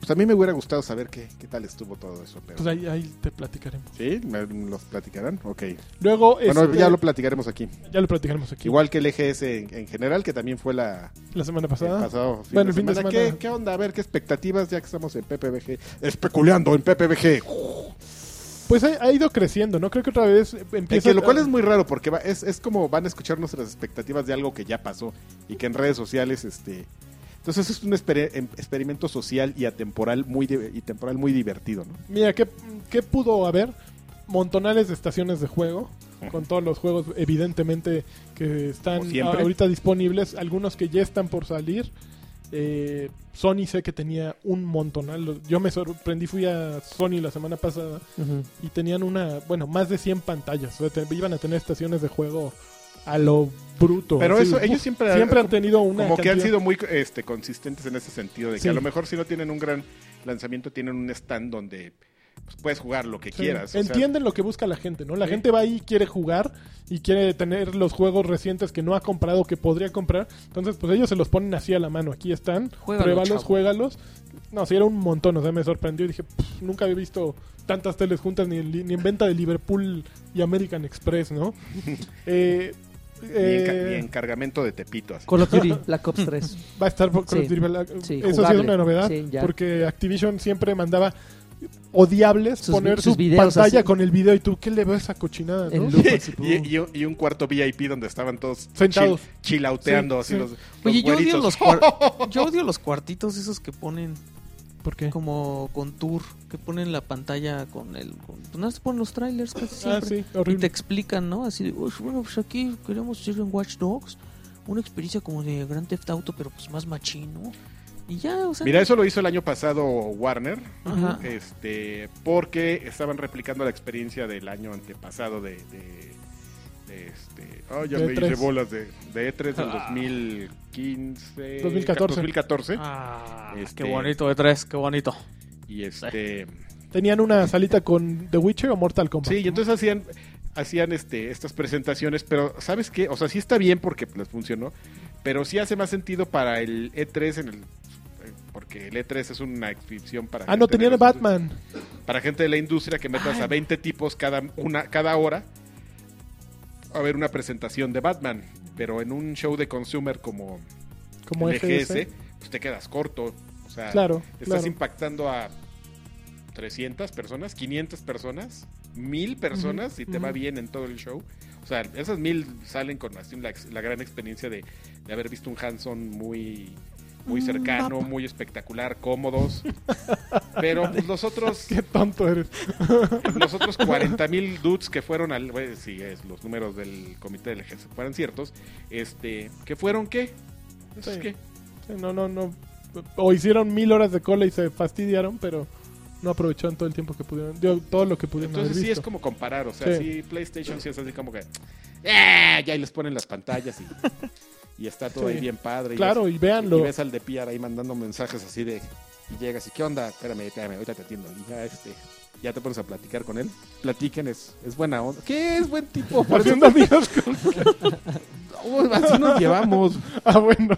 pues a mí me hubiera gustado saber qué, qué tal estuvo todo eso. Pero... Pues ahí, ahí te platicaremos. ¿Sí? ¿Me- ¿Los platicarán? Ok. Luego, Bueno, este, ya lo platicaremos aquí. ya lo platicaremos aquí. Igual que el EGS en, en general, que también fue la La semana el pasada. pasado fin Bueno, de el fin de semana. semana. ¿Qué, qué onda? A ver, ¿qué expectativas ya que estamos en PPBG? Especulando en PPBG. Pues ha, ha ido creciendo, ¿no? Creo que otra vez eh, Eh, empieza. que lo cual es muy raro porque va- es, es como van a escuchar nuestras expectativas de algo que ya pasó y que en redes sociales este entonces es un exper- em- experimento social y atemporal muy di- y temporal muy divertido ¿no? Mira, ¿qué, qué pudo haber? Montonales de estaciones de juego. Ujú. Con todos los juegos, evidentemente, que están Como siempre. ahorita disponibles. Algunos que ya están por salir. Eh, Sony sé que tenía un montonal. Yo me sorprendí, fui a Sony la semana pasada. Ujú. y tenían una, bueno, más de 100 pantallas. O sea, te- iban a tener estaciones de juego a lo bruto. Pero así, eso, uf, ellos siempre- siempre han como- tenido una. como que han cantidad- sido muy este consistentes en ese sentido de que Sí. a lo mejor si no tienen un gran lanzamiento tienen un stand donde pues, puedes jugar lo que Sí. quieras o sea, Entienden lo que busca la gente, ¿no? La Sí. gente va ahí, quiere jugar y quiere tener los juegos recientes que no ha comprado, que podría comprar. Entonces, pues ellos se los ponen así a la mano. Aquí están, Juégalo, pruébalos, chavo. juégalos. No, sí, era un montón, o sea, me sorprendió y dije, "Pff, nunca había visto tantas teles juntas, ni, en li- ni en venta de Liverpool y American Express, (laughs) ¿no? Eh, ni, en ca- eh, ni en cargamento de tepito así. (laughs) Call of Duty, Black (laughs) Ops 3. Va a estar por Call of Sí. Duty Black- Sí, Eso sí jugable. es una novedad. Sí, ya. porque Activision siempre mandaba odiables Sus vi- poner sus su videos pantalla así. con el video y tú, ¿qué le ves a esa cochinada? El no? loop. (laughs) (laughs) y, y un- y un cuarto VIP donde estaban todos Sentados. chil- chilauteando Sí, así sí. los, los Oye, yo odio, güeritos. (laughs) los cuar- yo odio los cuartitos esos que ponen ¿Por qué? como con tour, que ponen la pantalla con el... Con, pues nada, se ponen los trailers casi Ah, siempre. sí, Y te horrible. explican, ¿no? Así de, "Ush, bueno, pues aquí queremos hacer en Watch Dogs una experiencia como de Grand Theft Auto, pero pues más machino. Y ya, o sea... Mira, eso lo hizo el año pasado Warner, Ajá. este, porque estaban replicando la experiencia del año antepasado de, de- de este, ah, ya De E me E3. hice bolas de, de E3 del Ah. 2015, 2014. 2014, Ah, ¿eh? Este- qué bonito de tres, qué bonito. y este, Tenían una salita con The Witcher o Mortal Kombat. sí, y entonces hacían, hacían este, estas presentaciones, pero sabes qué, o sea, sí está bien porque pues, les funcionó, pero sí hace más sentido para el E3 en el porque el E3 es una exhibición para Ah, no, gente de tenían a los- Batman. para gente de la industria que metas Ay. a 20 tipos cada, una, cada hora a ver una presentación de Batman, pero en un show de consumer como, Como el EGS, EGS. pues te quedas corto. O sea, Claro, estás claro. impactando a 300 personas, 500 personas, 1000 personas, si te va ujú. bien en todo el show. O sea, esas 1000 salen con así la, la gran experiencia de, de haber visto un Hanson muy muy Mm, cercano, muy espectacular, (laughs) cómodos. Pero pues, los otros (laughs) Qué tonto eres. los otros 40 mil dudes que fueron al bueno, si es los números del comité del ejército fueran ciertos este que fueron qué Esos Sí. qué Sí, No, no, no. O hicieron mil horas de cola y se fastidiaron, pero no aprovecharon todo el tiempo que pudieron. Dio todo lo que pudieron entonces haber sí es visto. como comparar o sea Sí. sí, PlayStation sí es así como que ¡ah! ya y les ponen las pantallas y, y está todo Sí. ahí bien padre y Claro, ves- y y véanlo. ves al de PR ahí mandando mensajes así de y llegas y qué onda espérame espérame ahorita te atiendo y ya este ya te pones a platicar con él platiquen es, es buena onda qué es buen (laughs) tipo Por eso- Haciendo amigos con- Uy, así nos llevamos (laughs) Ah, bueno.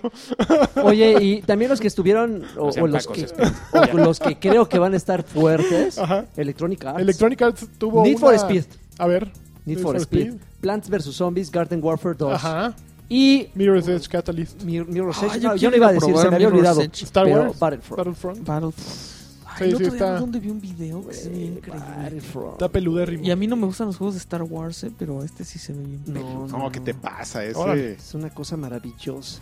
Oye, y también los que estuvieron, o, No sean o los, pacos, que, esperen. (laughs) o los que creo que van a estar fuertes, Ajá. Electronic Arts, Electronic Arts tuvo Ah, Need for una- Speed. A ver. Need for Speed, Plants vs. Zombies, Garden Warfare 2 Ajá. y Mirror's Edge Catalyst. Mir- Mirror's Ah, Edge. yo No, yo quiero no iba a ir a decir, probar se me había Mirror's olvidado. Edge. Star pero Wars. Battlefront. Battlefront. Battle. Sí, Ay, el sí, otro día está- no sé dónde vi un video que se ve Güey, increíble. Battlefront. Está peludérrimo. Y a mí no me gustan los juegos de Star Wars, eh, pero este sí se ve bien. No, no, no qué te no. pasa ese Órale. Es una cosa maravillosa.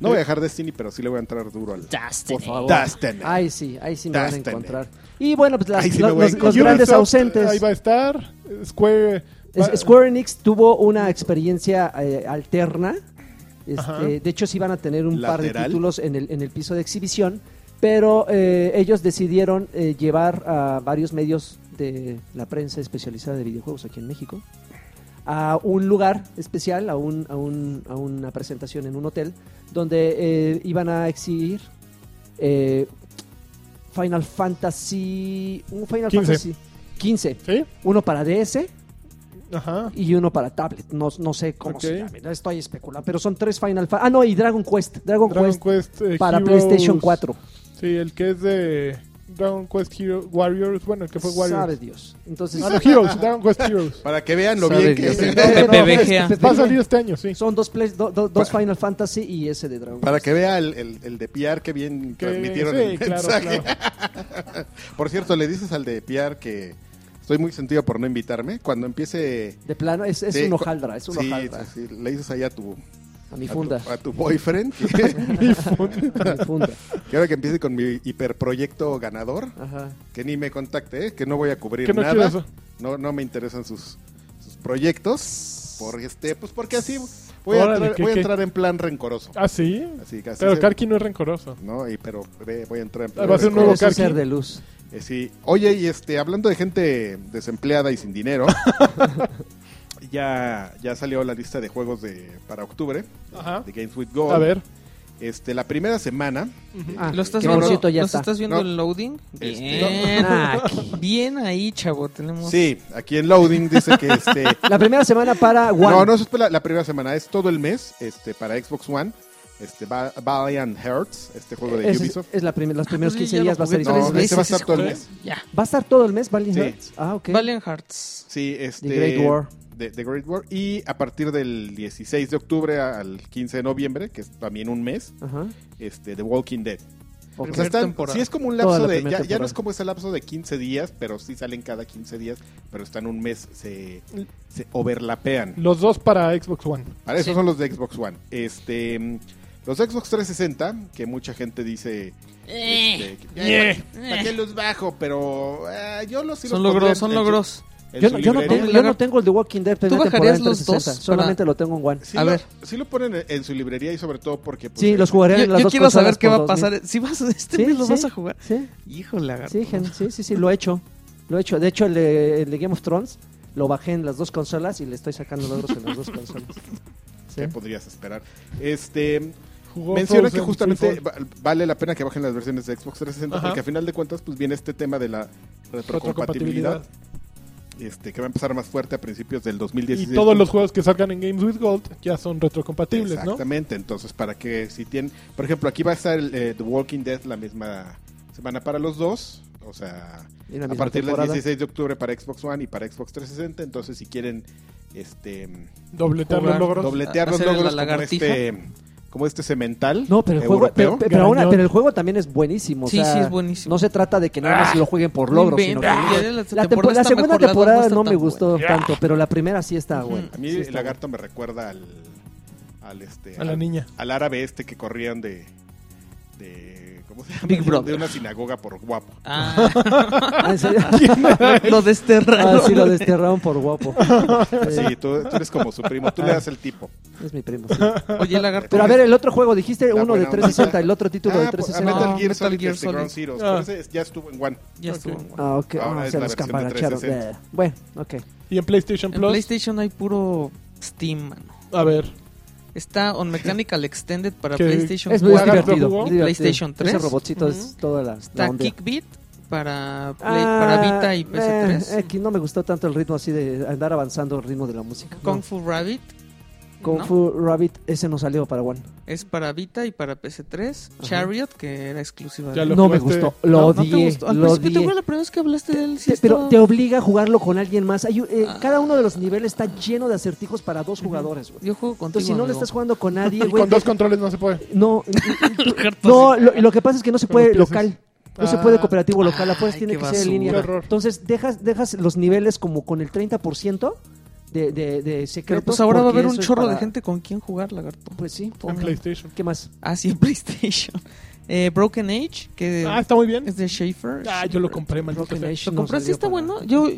No voy a dejar Destiny, pero sí le voy a entrar duro al Por favor. Destiny. Ahí sí, ahí sí me van a Destiny. encontrar. Y bueno, pues las- Ahí sí los, me voy a los- los encontrar. grandes Ubisoft, ausentes. Ahí va a estar. Square. Es- va- Square Enix tuvo una experiencia eh, alterna. Este, Ajá. de hecho, sí van a tener un par de Lateral. títulos en el, en el piso de exhibición, pero eh, ellos decidieron eh, llevar a varios medios de la prensa especializada de videojuegos aquí en México a un lugar especial, a, un- a un- a una presentación en un hotel, donde eh, iban a exhibir eh, Final Fantasy. Un Final 15. Fantasy 15. Sí. Uno para DS, Ajá. y uno para tablet. No, no sé cómo se Ok. llame, no estoy especulando, pero son tres Final Fantasy. Ah, no, y Dragon Quest. Dragon, Dragon Quest, Quest. eh, para Heroes- PlayStation 4. Sí, el que es de Dragon Quest Hero Warriors, bueno, el que fue Sabe Warriors. Dios. Entonces, Ah, no, Heroes, Dragon Quest (laughs) Heroes. Para que vean lo Sabe bien que Dios. es. No, no, no, PPVGA. es- es- Va a salir este año, sí. Pues, Son dos, play- do- do- dos Final Fantasy y ese de Dragon Para Quest. que vea el, el- el de PR que bien Que- transmitieron sí, el claro, mensaje. claro. Por cierto, le dices al de PR que estoy muy sentido por no invitarme. Cuando empiece... De plano, es, es Sí, un cu- hojaldra, es un sí, hojaldra. sí, sí, le dices ahí a tu, A mi a tu- funda. a tu boyfriend (laughs) que, (laughs) Ah, A mi funda. que ahora que empiece con mi hiperproyecto ganador, Ajá. que ni me contacte, ¿eh? que no voy a cubrir Que no nada. quieres- No, no me interesan sus, sus proyectos. Por este, pues porque así voy, Órale, a, entrar, ¿qué- voy a qué? entrar en plan rencoroso. Ah, sí. Así que así Pero se- Karki no es rencoroso. No, y, pero ve, voy a entrar en Ah, va a ser un rencoroso. nuevo Eres un Karki. ser de luz. Eh, sí. Oye, y este, hablando de gente desempleada y sin dinero, (laughs) ya, ya salió la lista de juegos de para octubre Ajá. de Games with Gold. A ver. Este, la primera semana. eh, Ah, ¿Lo estás que no, por viendo, cierto ya ¿lo está. estás viendo No. el loading? Este, Bien. Ah, Bien ahí, chavo. Tenemos. Sí, aquí en Loading dice que este. La primera semana para One. no, no es la, la primera semana, es todo el mes, este, para Xbox One. Este, Va- Valiant Hearts, este juego de es, Ubisoft. es la prim- los primeros Ah, 15 ya lo días va a jugué ser No, tres ese tres va a veces, estar ¿eh? todo el joder. mes. Ya. ¿Va a estar todo el mes Valiant Sí. Hearts? Ah, ok. Valiant Hearts. Sí, este. The Great War. de, de Great War. Y a partir del 16 de octubre al 15 de noviembre, que es también un mes, Ajá. este, The Walking Dead. ok. O sea, Primer están- temporada. sí es como un Toda lapso la de, ya, primera ya no temporada. es como ese lapso de 15 días, pero sí salen cada 15 días, pero están un mes, se, se overlapean. Los dos para Xbox One. Para eso Mm, Sí. son los de Xbox One. Este, mm, los de Xbox 360, que mucha gente dice, Eh. Eh. este, que, "Ay, ¿para- ¿para qué los bajo? Pero ah, yo los sí Son los pondría logros, en- son en su- logros. en Yo su no, yo no librería. tengo, yo no tengo el de Walking Dead primera bajarías temporada en los 360, dos Solamente para- lo tengo en One. Sí A lo, ver. sí lo ponen en- en su librería y sobre todo porque... pues, sí, eh, los jugaré en Yo, las yo dos quiero consolas saber qué va a por 2000. pasar. Si vas a este Sí, mes, lo sí. vas a jugar. Sí, Híjole, lagarto. sí, gen- sí, sí, sí, lo he hecho. Lo he hecho. De hecho, el de, el de Game of Thrones lo bajé en las dos consolas y le estoy sacando logros en las dos (laughs) consolas. Sí. ¿Qué podrías esperar? Este, Jugó Menciona que Frozen justamente Freefall. va- vale la pena que bajen las versiones de Xbox 360 Ajá. porque a final de cuentas pues viene este tema de la retrocompatibilidad Retrocompatibilidad. este que va a empezar más fuerte a principios del 2016. Y todos los juegos que salgan en Games with Gold ya son retrocompatibles, ¿no? Exactamente, entonces para que si tienen, por ejemplo, aquí va a estar el, eh, The Walking Dead la misma semana para los dos, o sea, Y la a misma partir del temporada. 16 de octubre para Xbox One y para Xbox 360, entonces si quieren este Dobletear Jugar, los logros. dobletear los ¿Hacer la logros como lagartija? este como este cemental No, pero el, juego, europeo. pero, pero- pero aún- Gañón. pero el juego también es buenísimo. o Sí, sea, sí, es buenísimo. No se trata de que nada más lo jueguen por logros, Ven, sino que... ven, la, ya la tempo- temporada la está Mm. segunda mejor, las temporada dos no están me gustó buenas. tanto, pero la primera sí está Ujú. (laughs) buena. (laughs) A mí sí el está lagarto me recuerda al, al este A la al- niña. al árabe este que corrían de de ¿cómo se llama? Big De- Brother. De una sinagoga por guapo. (laughs) Ah, buena. Ah, ¿en serio? lo desterraron. Ah, sí, (laughs) lo desterraron por guapo. Sí, Sí, tú, tú eres como su primo, tú le das el tipo. es mi primo. sí. Oye, lagarto. Pero a ver, el otro juego, dijiste La uno de buena 360, onda. el otro título de Ah, pues, a 360. Metal No, Gear Metal Solid, Gear este, Ground Solid. Zeroes. Ah. Pero ese ya estuvo en One. Ya estuvo. Ok. Ah, ok. Ahora Ah, es se la versión los de cambaracharon. 360. Eh, Bueno, ok. Y en PlayStation En Plus, PlayStation hay puro Steam, mano. a ver, Está On Mechanical Extended para Que PlayStation Es muy muy 4. divertido, divertido. jugó? es divertido. PlayStation Ese 3. robotcito es Ujú. toda la, la Está onda. Kickbeat para, Play- Ah, para Vita y eh, PS3. aquí no me gustó tanto el ritmo así de andar avanzando el ritmo de la música. Kung No. Fu Rabbit. Kung ¿no? Fu Rabbit, ese no salió para One. Es para Vita y para PS3. Ajá. Chariot, que era exclusiva Ya de... lo No me jugaste. gustó. Lo No, no te odié. gustó. Al lo principio te odié. acuerdas la primera vez que hablaste de él. sí Ah. Te- pero estaba- te obliga a jugarlo con alguien más. Hay, un- eh, Cada uno de los niveles está lleno de acertijos para dos jugadores, güey. Yo juego contigo, Entonces, Pues si no le amigo. estás jugando con nadie, y (laughs) güey. con dos controles no se puede. No, (laughs) Lagarto, No, Pues sí. lo, lo que pasa es que no se Con los puede pies, local. No se Ah. puede cooperativo local, la Ay, puedes tiene qué que ser en Qué línea. horror. Entonces dejas, dejas los niveles como con el 30% de, de, de Pero secretos. pues ahora va a porque haber un eso es chorro de para- gente con quien jugar, lagarto. (laughs) Pues sí. En PlayStation. ¿Qué más? Ah, sí, en PlayStation. Eh, Broken Age, que Ah, está muy bien. es de Schaefer. Ah, yo lo compré, maldito Broken sea. Age ¿Lo no compraste? salió para- Está bueno. Yo,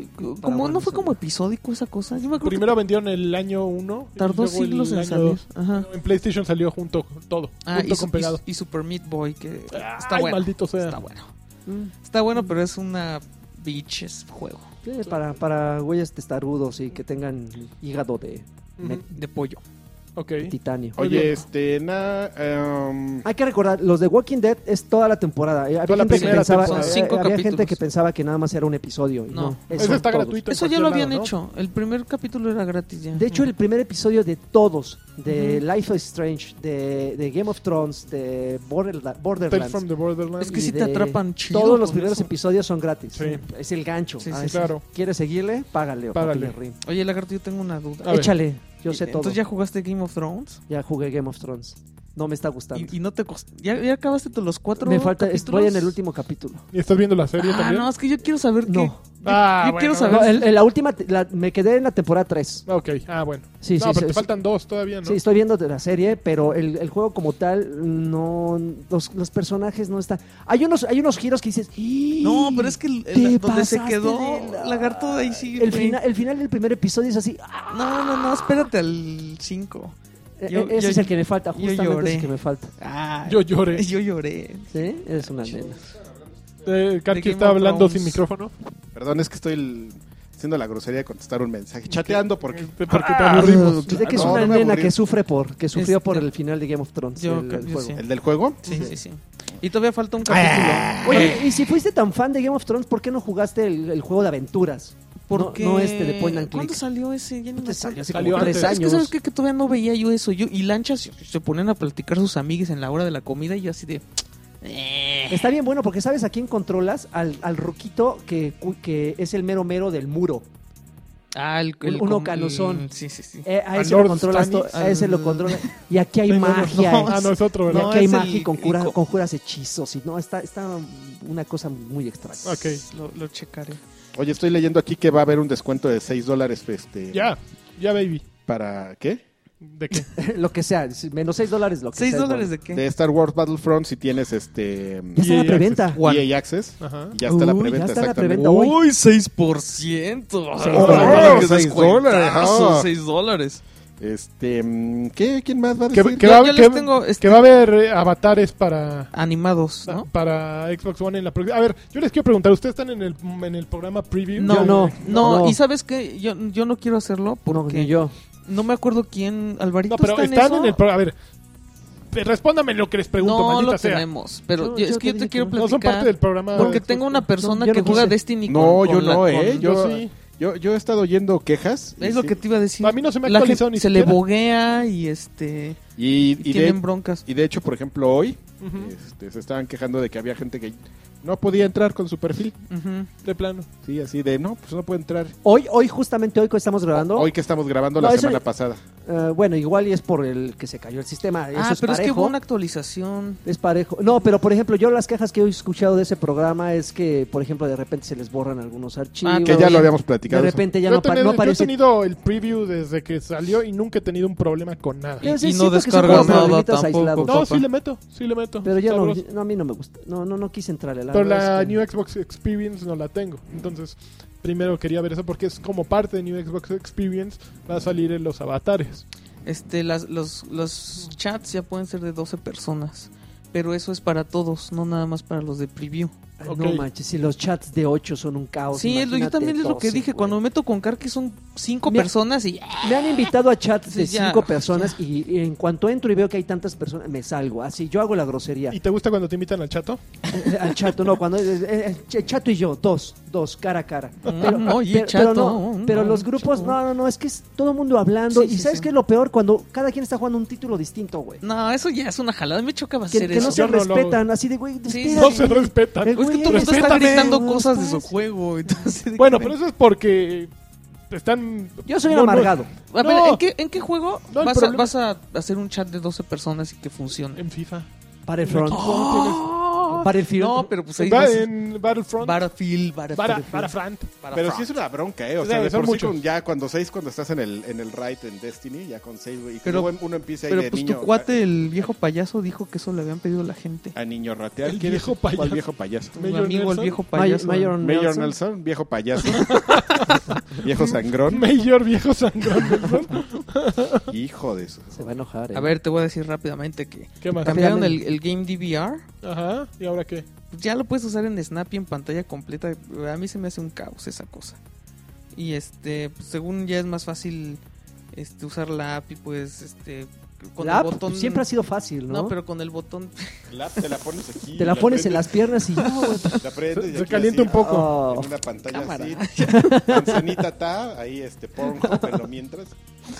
como bueno, no fue sí. como episódico esa cosa. Yo me acuerdo Primero vendieron el año 1. que tardó siglos en salir. Ajá. En PlayStation salió junto con todo. Ah, junto con y, su- pegado. y- y Super Meat Boy, que está Ay, bueno. maldito sea. Está bueno. Mm, Está bueno, pero es una bitches juego sí, para, para güeyes testarudos y que tengan hígado de... Ujú. met- de pollo. Ok. de titanio. Muy Oye, bien. este, na, em, Hay que recordar, los de Walking Dead es toda la temporada. Eh, Había, Toda la gente, que primera pensaba, temporada. eh, Cinco había capítulos. gente que pensaba que nada más era un episodio. y No. no, Eso son está todos. gratuito. en Eso ya cualquier lo habían lado, ¿no? hecho. El primer capítulo era gratis ya. De hecho, el primer episodio de todos, de Ujú. Life is Strange, de, de Game of Thrones, de Borderla- Tales Borderlands, from the Es Borderlands. que y sí te de atrapan chido. todos los con primeros eso. episodios son gratis. Sí. Es el gancho. Sí, Ah, sí, es- claro. ¿Quieres seguirle? Págale. o Págale. papirri. Oye, Lagarto, yo tengo una duda. A ver. Échale, yo sé todo. Entonces Ya... ya jugaste Game of Thrones jugué Game of Thrones. No me está gustando. y, y no te cost- ¿Ya, ya acabaste todos los cuatro. me falta, capítulos? estoy en el último capítulo. ¿Y estás viendo la serie Ah, también? no, es que yo quiero saber qué. No. Ah, yo bueno. quiero saber. No, el- el- la última, te- la- me quedé en la temporada 3. Ah, Ok, ah, bueno. Sí, no, sí, pero sí, te sí. faltan dos todavía, ¿no? Sí, estoy viendo de la serie, pero el, el juego como tal, no. Los, los personajes no están. Hay unos, hay unos giros que dices. "¡Ih!". No, pero es que el- el- Te donde se pasaste quedó de la- Lagarto ahí sí. El, güey. fina- el final del primer episodio es así. "Ah". No, no, no, espérate al 5. E- Yo- ese yo- es el que me falta, yo justamente lloré. es el que me falta. Ah, Yo lloré. (laughs) yo lloré. ¿Sí? Eres una nena. Eh, Karki Game está of hablando Thrones. sin micrófono. perdón, es que estoy el- haciendo la grosería de contestar un mensaje, chateando porque... Este, Porque te Ah, aburrimos. Ah, Dice pues, que Ah, es No, una no me nena aburrí. que sufre por, que sufrió Este- por el final de Game of Thrones. Yo- el- el yo juego. sí. ¿El del juego? Sí, sí, sí. Y todavía falta un capítulo. Ah. Eh. Oye, y si fuiste tan fan de Game of Thrones, ¿por qué no jugaste el, el juego de aventuras? No- porque no, este de point and ¿Cuándo click. salió ese? Ya ni me Te salió acuerdo. hace Salió como tres antes. años. Es que sabes qué? que todavía no veía yo eso. Yo, y lanchas se- se ponían a platicar sus amigues en la hora de la comida y yo así de... eh. Está bien bueno porque sabes a quién controlas, al, al ruquito que, cu- que es el mero mero del muro. Ah, el, el Uno com- canuzón. el- Sí, sí, sí. Eh, a Al ese lo Lord controlas, to- Stannis. a ese lo Al- controlas. Y aquí hay (laughs) No, no, no. magia. eh. Ah, no, es otro, y ¿verdad? No, aquí hay es el- magia y conjura- el co- conjuras hechizos. Y no, está, está una cosa muy extraña. (laughs) Ok. Lo, lo checaré. Oye, estoy leyendo aquí que va a haber un descuento de 6 dólares este, Ya, ya, baby. para... ¿Qué? ¿De qué? lo que sea, si- menos 6 dólares lo que ¿Seis sea, es dólares bueno. de qué? De Star Wars Battlefront si tienes este... Ya está EA la Access. preventa. One. EA E Access. Ajá. Ya está la Uy, preventa, ya está la exactamente. preventa. hoy. Uy, 6%. dólares. ¡Qué Seis descuentazo, dólares, ah. seis dólares. Este, mm, ¿qué? ¿Quién más va a Que, decir? que Yo- va, que- yo les tengo, este- que va a haber eh, avatares para, Animados, Ah, ¿no? para Xbox One en la próxima. A ver, yo les quiero preguntar, ¿ustedes están en el, en el programa preview? No, Ya- no. No, No. y sabes que yo, yo no quiero hacerlo No, porque ni yo. no me acuerdo quién. Alvarito No, pero está en están eso? en el programa. A ver, eh, respóndame lo que les pregunto, no maldita lo sea. tenemos, pero Yo- yo- yo es te que yo dije te quiero que No platicar. son parte del programa. Porque de tengo Xbox una persona No, yo que no juega quise. Destiny. No, yo la- no, ¿eh? Yo Yo- sí. Yo, yo he estado oyendo quejas. y Es lo sí- que te iba a decir. A mí no se me ha La actualizado gente ni se le siquiera. boguea y este Y, y y tienen de, broncas. y de hecho, por ejemplo, hoy Ujú, este, se estaban quejando de que había gente que no podía entrar con su perfil. Ujú. Ah, de plano. Sí, así de, no, pues no puede entrar. Hoy, hoy justamente hoy que estamos grabando. Hoy que estamos grabando No, la eso- semana pasada. eh, bueno, igual y es por el que se cayó el sistema. Eso Ah, es pero es que parejo. hubo una actualización. Es parejo. No, pero por ejemplo, yo las quejas que he escuchado de ese programa es que, por ejemplo, de repente se les borran algunos archivos. Ah, Que ya lo habíamos platicado. De repente ya yo, no, he pa- tenido, no yo he aparece. tenido el preview desde que salió y nunca he tenido un problema con nada. Yo Y- sí y no siento que son descargas como nada problemitas tampoco. aislados. No, papá. sí le meto, sí le meto. Pero ya no, Sabroso. no, a mí no me gusta. No, no, no quise entrarle. La Pero verdad la es que- New Xbox Experience no la tengo. Entonces, primero quería ver eso porque es como parte de New Xbox Experience va a salir en los avatares. Este, las, los, los chats ya pueden ser de 12 personas. Pero eso es para todos, no nada más para los de preview. Ay, Ok. ah, No manches, si los chats de 8 son un caos. sí, es lo- yo Ah, imagínate también es lo que 12, dije. güey. Cuando me meto con Karki son 5 Mira. personas y ya. Me han invitado a chats Sí, de ya, cinco personas y, y en cuanto entro y veo que hay tantas personas, me salgo. Así, yo hago la grosería. ¿Y te gusta cuando te invitan al chato? Eh, al chato, no, cuando. eh, eh, ch- chato y yo, dos, dos, cara a cara. Pero, Mm, oye, pero- chato, pero no, mm, pero no, los grupos, chato. no, no, no, es que es todo el mundo hablando. Sí, y sí, sabes sí. que es lo peor cuando cada quien está jugando un título distinto, güey. No, eso ya es una jalada. Me chocaba Que, hacer que no eso. se Yo no lo respetan, así de, güey, Sí, espérate, No se respetan. el Es que güey, todo el mundo está respétame. gritando No, cosas de su estás- juego. (laughs) entonces- Bueno, pero eso es porque están... Yo soy un no, no, amargado. A ver, no. ¿en, qué, en qué juego No, el vas, a, problema- vas a hacer un chat de 12 personas y que funcione? en FIFA. Para el front. Oh. Para el field. No, pero pues ahí Va vas- en Battlefront. Battlefield, Battlefield. Bara- Battlefront. Pero sí es una bronca, ¿eh? O Sí, sea, de son por sí muchos. con- ya cuando seis, cuando estás en el, en el raid en Destiny, ya con seis, güey. Y que Pero- luego uno empieza ahí Pero de pues niño eh. tu cuate, el viejo payaso, dijo que eso le habían pedido la gente. a, a niño ratear. El ¿Quién es- viejo ¿Cuál payaso. viejo payaso? Tu Mayor amigo, el Nelson. viejo Mayor, payaso. Mayor Mayor Nelson. Nelson, viejo (laughs) payaso. viejo sangrón. Mayor viejo (laughs) sangrón. Hijo de eso. Se va a enojar. eh. A ver, te voy a decir rápidamente que ¿Qué más? cambiaron el, el Game DVR. Ajá. ¿Y ahora qué? Ya lo puedes usar en Snap y en pantalla completa. A mí se me hace un caos esa cosa. Y este, pues, según ya es más fácil este, usar la API, pues, este, con La el app botón. siempre ha sido fácil, ¿no? No, pero con el botón. (laughs) La app te la pones aquí. Te la pones en las prendes, piernas y ya, güey. La prendes y Se aquí calienta así, un poco. ah, Oh. en una pantalla Cámara. (laughs) así. Manzanita está, ahí este Pornhub en lo mientras.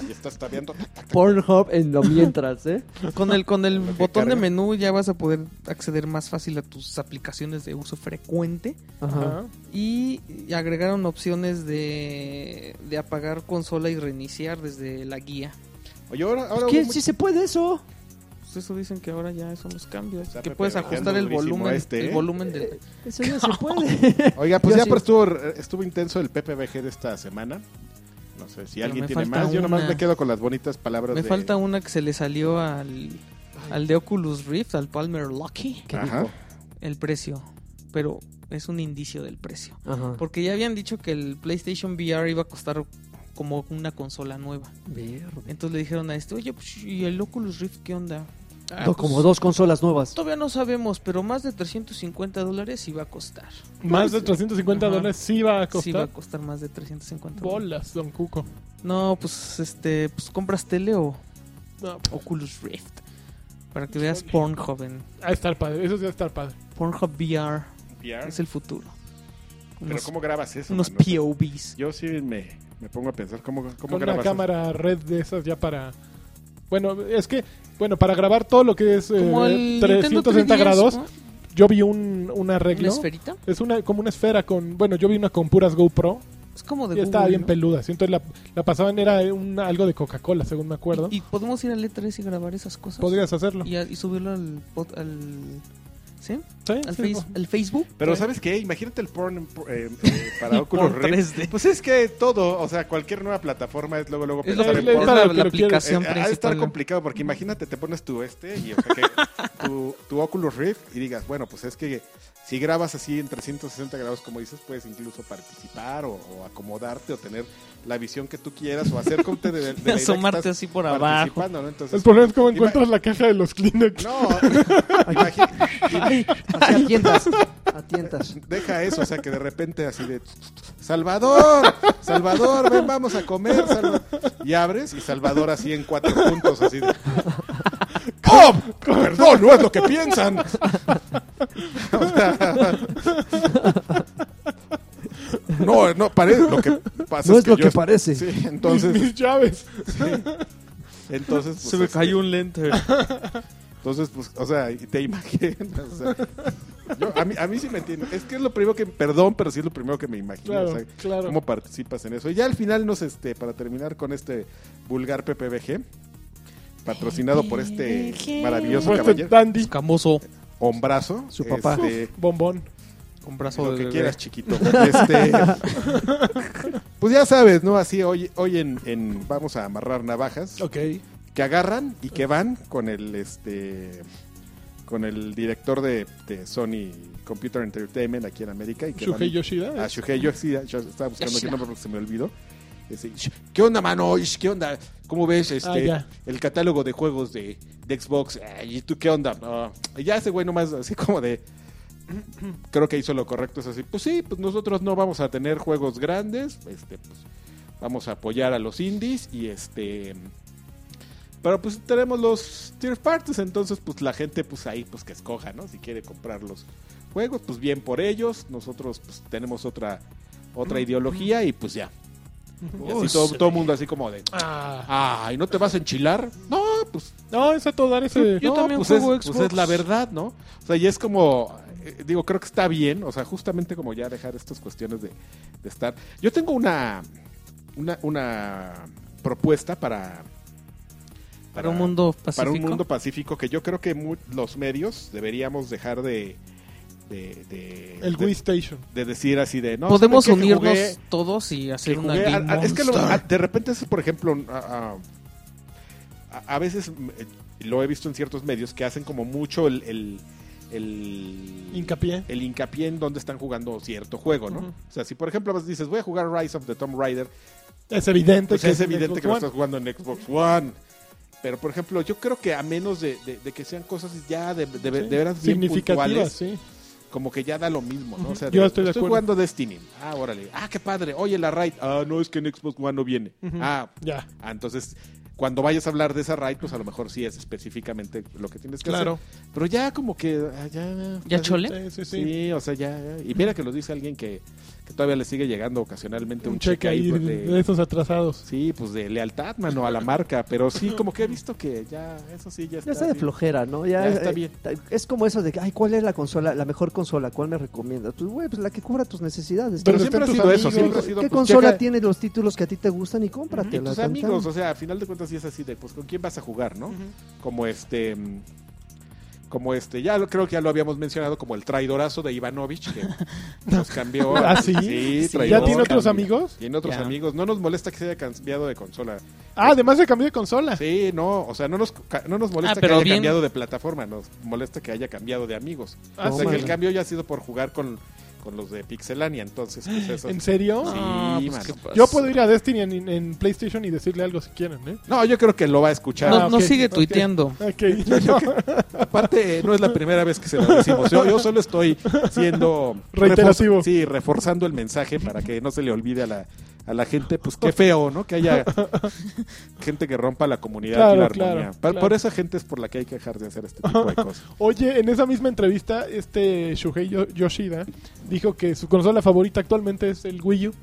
Y estás tabeando. Pornhub en lo mientras, ¿eh? Con (laughs) el, con el Lo que botón carga. de menú ya vas a poder acceder más fácil a tus aplicaciones de uso frecuente. Ajá. Ajá. Y agregaron opciones de, de apagar consola y reiniciar desde la guía. Oye, ahora, ahora ¿Qué? hubo Si mucho- se puede eso. Pues eso dicen que ahora ya son los cambios. Está que puedes repercutando ajustar el durísimo volumen, este, ¿eh? el volumen del... Eso ya (laughs) se puede. Oiga, pues Yo ya sí. pero estuvo, estuvo intenso el PPBG de esta semana. No sé si Pero alguien me tiene falta más. Yo nomás una. me quedo con las bonitas palabras Me de. falta una que se le salió al, al de Oculus Rift, al Palmer Lucky, ¿Qué Ajá. dijo? el precio. Pero es un indicio del precio. Ajá. Porque ya habían dicho que el PlayStation VR iba a costar como una consola nueva. Verde. Entonces le dijeron a este, oye, pues, ¿y el Oculus Rift qué onda? Ah, Do- pues, como dos consolas nuevas. (laughs) Todavía no sabemos, pero más de 350 dólares iba a costar. Más de 350 Ajá. dólares sí va a Sí, va a costar. costar más de 350 dólares. Bolas, don Cuco. No, pues este, pues compras tele o No, Oculus Rift. Para que veas Pornhub en a estar padre, eso sí va a estar padre. Pornhub VR VR. es el futuro. Ah. Pero Unos, ¿cómo grabas eso? unos mano? Eh, POVs. Yo sí me, me pongo a pensar cómo, cómo Con una grabas. cámara red de esas ya para... Bueno, es que, bueno, para grabar todo lo que es eh, Como el 360 Nintendo 3DS, grados, ¿no? yo vi un, un Una arreglo. esferita. es una como una esfera con... Bueno, yo vi una con puras GoPro. Es como de Y estaba Google, bien ¿no? peluda. sí, Entonces la, la pasaban, era un, algo de Coca-Cola, según me acuerdo. Y, y podemos ir al E3 y grabar esas cosas. Podrías hacerlo. Y, a- y subirlo al, pod- al, ¿sí? Sí, al, sí, face- bueno. al Facebook. Pero ¿sabes qué? Imagínate el porn eh, eh, (laughs) para Oculus Por Rift. 3D. Pues es que todo, o sea, cualquier nueva plataforma es luego luego Es, lo pensar que- en es porn. para la, lo que la lo quieres. aplicación Eh, ha de principal. estar complicado porque imagínate, te pones tu este y o sea, que tu, tu Oculus Rift y digas, bueno, pues es que si grabas así en 360 grados, como dices, puedes incluso participar o, o acomodarte o tener la visión que tú quieras o hacer de, de la idea que Asomarte estás así por abajo. participando, ¿no? El Entonces, problema es cómo Ima- encuentras la caja de los Kleenex. no, (laughs) imagi- Así a tientas. A tientas. (laughs) deja eso, o sea, que de repente así de Salvador, Salvador, ven, vamos a comer, Salva-". y abres y Salvador así en cuatro puntos, así de ¡Oh! Perdón, no es lo que piensan. (laughs) O sea, no, no, parece lo que pasa. No es lo yo que est- parece. Sí, Mis, (laughs) entonces, mis llaves. entonces pues, este, un lente. (laughs) Entonces, pues, o sea, y te imaginas. o sea, yo- a, mí, a mí sí me entiendo. Es que es lo primero que, perdón, pero sí es lo primero que me imagino. Claro, o sea, claro. cómo participas en eso. Y ya al final nos, este, para terminar con este vulgar PPBG, patrocinado por este maravilloso Pues, caballero, dandy, Escamoso. hombrazo. Su papá. este, bombón. Con brazo lo de que bebé. quieras, chiquito. Este, (laughs) pues ya sabes, ¿no? Así hoy, hoy en, en vamos a amarrar navajas. Ok. que agarran y que van con el este con el director de, de Sony Computer Entertainment aquí en América y que Shuhei van- Yoshida. ¿eh? a Shuhei Yoshida, yo estaba buscando qué Yoshida. nombre porque se me olvidó. Ese, "Sh, ¿Qué onda, mano? Ish, ¿Qué onda? ¿Cómo ves este, Ah, ya. el catálogo de juegos de, de Xbox? Ah, ¿Y tú qué onda? No. Y ya ese güey nomás así como de... (clears throat) Creo que hizo lo correcto, es así. Pues sí, pues nosotros no vamos a tener juegos grandes. Este, pues, vamos a apoyar a los indies y este... Pero pues tenemos los tier parties, entonces pues la gente pues ahí pues que escoja, ¿no? Si quiere comprar los juegos, pues bien por ellos. Nosotros pues tenemos otra Mm, otra ideología y pues (laughs) ya. Y así todo todo el mundo así como de, Ah. ay, ¿no te vas a enchilar? No, pues No, es a todo dar ese. Yo no, también pues juego es, pues, Xbox. es la verdad, ¿no? O sea, y es como, eh, digo, creo que está bien, o sea, justamente como ya dejar estas cuestiones de, de estar. Yo tengo una, una, una propuesta para... Para un mundo pacífico. Para un mundo pacífico que yo creo que mu- los medios deberíamos dejar de... de, de- El de- Wii Station. de decir así de... No, Podemos ¿saben qué? Que unirnos jugué- todos y que hacer una jugué- Game a- a- es que lo- Monster. a- de repente es, por ejemplo, a, a- a veces mm, eh, lo he visto en ciertos medios que hacen como mucho el, el, el- Hincapié. el hincapié en donde están jugando cierto juego, ¿no? Ujú. O sea, si por ejemplo vas- dices, voy a jugar Rise of the Tomb Raider, Es evidente pues que es evidente Xbox que lo One. estás jugando en Xbox One. Pero por ejemplo, yo creo que a menos de, de- de que sean cosas ya de, de- de Sí. veras bien Significativas, puntuales, sí. como que ya da lo mismo, ¿no? O sea, Yo de- estoy de acuerdo. jugando Destiny. Ah, órale. Ah, qué padre. Oye, la raid. Ah, no, es que en Xbox One no viene. Ah, Ya. Ah, entonces, cuando vayas a hablar de esa raid, pues a lo mejor sí es específicamente lo que tienes que Claro. hacer. Pero ya como que... ah, Ya, ¿Ya chole? Sí, sí, sí. Sí, o sea, ya... ya. Y mira que lo dice alguien que, que todavía le sigue llegando ocasionalmente Un, un, cheque ahí pues, de, de- de esos atrasados. Sí, pues de lealtad, mano, a la marca. Pero sí, como que he visto que ya... Eso sí, ya está. Ya está de bien. flojera, ¿no? Ya, Ya está eh, bien. ta- Es como eso de, que, ay, ¿cuál es la consola, la mejor consola? ¿Cuál me recomiendas? Pues, güey, pues la que cubra tus necesidades. Pero Pero siempre ha están sido tus eso, amigos. siempre ha sido... ¿Qué pues, consola checa- tiene los títulos que a ti te gustan y cómpratela? Y tus tan, amigos, tan. o sea, a final de cuentas sí es así de, pues, ¿con quién vas a jugar, no? Como este... mm, Como este, ya lo, creo que ya lo habíamos mencionado, como el traidorazo de Ivanovich, que nos cambió. a- ¿Ah, sí? Sí. traidor, ¿Ya tiene otros cambió. amigos? Tiene otros Ya. amigos. No nos molesta que se haya cambiado de consola. Ah, además se cambió de consola. Sí, no, o sea, no nos, ca- no nos molesta Ah, pero que haya bien. cambiado de plataforma, nos molesta que haya cambiado de amigos. Ah, o sea, que el Tómala. cambio ya ha sido por jugar con, con los de Pixelania, entonces, pues eso. ¿En serio? Sí, Ah, pues, mano. ¿qué pasa? Yo puedo ir a Destiny en, en PlayStation y decirle algo si quieren, ¿eh? No, yo creo que lo va a escuchar. No, Ah, no ok, sigue ok. tuiteando. Ok. (laughs) Aparte, eh, no es la primera vez que se lo decimos. Yo, yo solo estoy siendo... (laughs) Reiterativo. refor- Sí, reforzando el mensaje para que no se le olvide a la, a la gente. Pues qué feo, ¿no? Que (laughs) haya gente que rompa la comunidad y la Claro, claro, armonía. Pa- claro. Por esa gente es por la que hay que dejar de hacer este tipo (laughs) de cosas. Oye, en esa misma entrevista, este Shuhei Yo- Yoshida dijo que su consola favorita actualmente es el Wii U.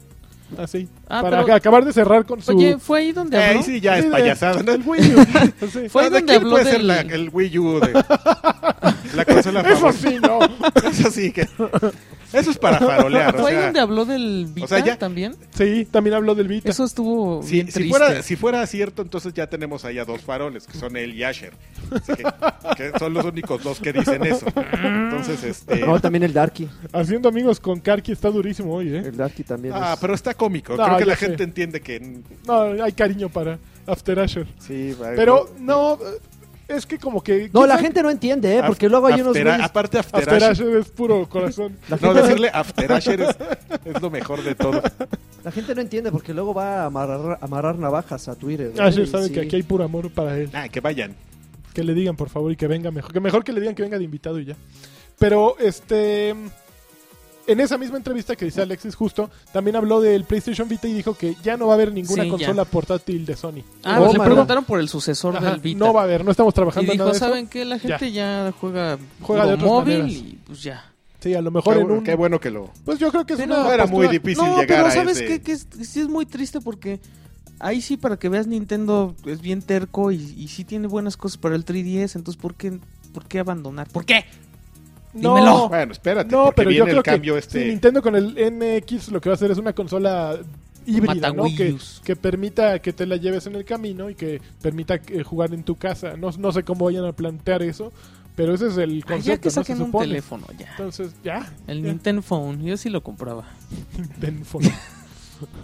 Así. Ah, para pero- acabar de cerrar con su. Eh, Oye, ¿fue ahí donde habló? Ahí sí ya es Sí, de- payasada. ¿no? El Wii U. (laughs) Sí. Fue ahí No, Ah, ¿de donde quién habló puede ser del- la- el Wii U de la consola Eso favorita? Pues sí, no. (laughs) Eso sí que eso es para farolear, o ¿Fue ahí sea, donde habló del Vita o sea, ya- también? Sí, también habló del Vita. Eso estuvo si, bien si triste. fuera si fuera cierto, entonces ya tenemos ahí a dos faroles que son él y Asher, Así que, que son los únicos dos que dicen eso. Entonces, este, No, también el Darky. Haciendo amigos con Karki está durísimo hoy, ¿eh? El Darky también. ah, es- pero está cómico. No, Creo que ya la sé. gente entiende que mm, No, hay cariño para After Asher. sí, va- Pero no, es que como que. No, ¿quién la sabe? gente no entiende, ¿eh? Ah, Porque luego hay After- unos güeyes- aparte After, After Asher- Asher es puro corazón. La No, gente, decirle After Asher es, es lo mejor de todo. la gente no entiende porque luego va a amarrar, amarrar navajas a Twitter. güey. Asher sabe Sí. Ah, que aquí hay puro amor para él. Nah, que vayan. Que le digan, por favor, y que venga mejor. Que mejor que le digan que venga de invitado y ya. Pero, este. En esa misma entrevista que dice Alexis justo, también habló del PlayStation Vita y dijo que ya no va a haber ninguna Sí, ya. consola portátil de Sony. Ah, pues le Tómala. preguntaron por el sucesor Ajá, del Vita. no va a haber, no estamos y trabajando en nada dijo, de eso. ¿saben qué? La gente ya, juega, Juega puro de otras móvil maneras. y pues ya. Sí, a lo Qué, mejor en bu- un... qué bueno que lo Pues yo creo que es Pero- una No era muy postura- difícil no, llegar pero a ¿sabes ese- qué? Que es, sí es muy triste porque ahí sí, para que veas, Nintendo es bien terco y, y sí tiene buenas cosas para el 3DS. Entonces, ¿por qué, por qué abandonar? ¿Por qué? Dímelo. No, Bueno, espérate, no, porque pero yo viene creo el cambio que sí, este. Nintendo con el NX lo que va a hacer es una consola híbrida, Mata ¿no? Wii Que, Us. que permita que te la lleves en el camino y que permita eh, jugar en tu casa. No, no sé cómo vayan a plantear eso, pero ese es el Ay, concepto, ya que ¿no? saquen Se un supone. teléfono ya. Entonces, ya. (laughs) El ya. Nintendo Phone, yo sí lo compraba. Nintendo (laughs) Phone.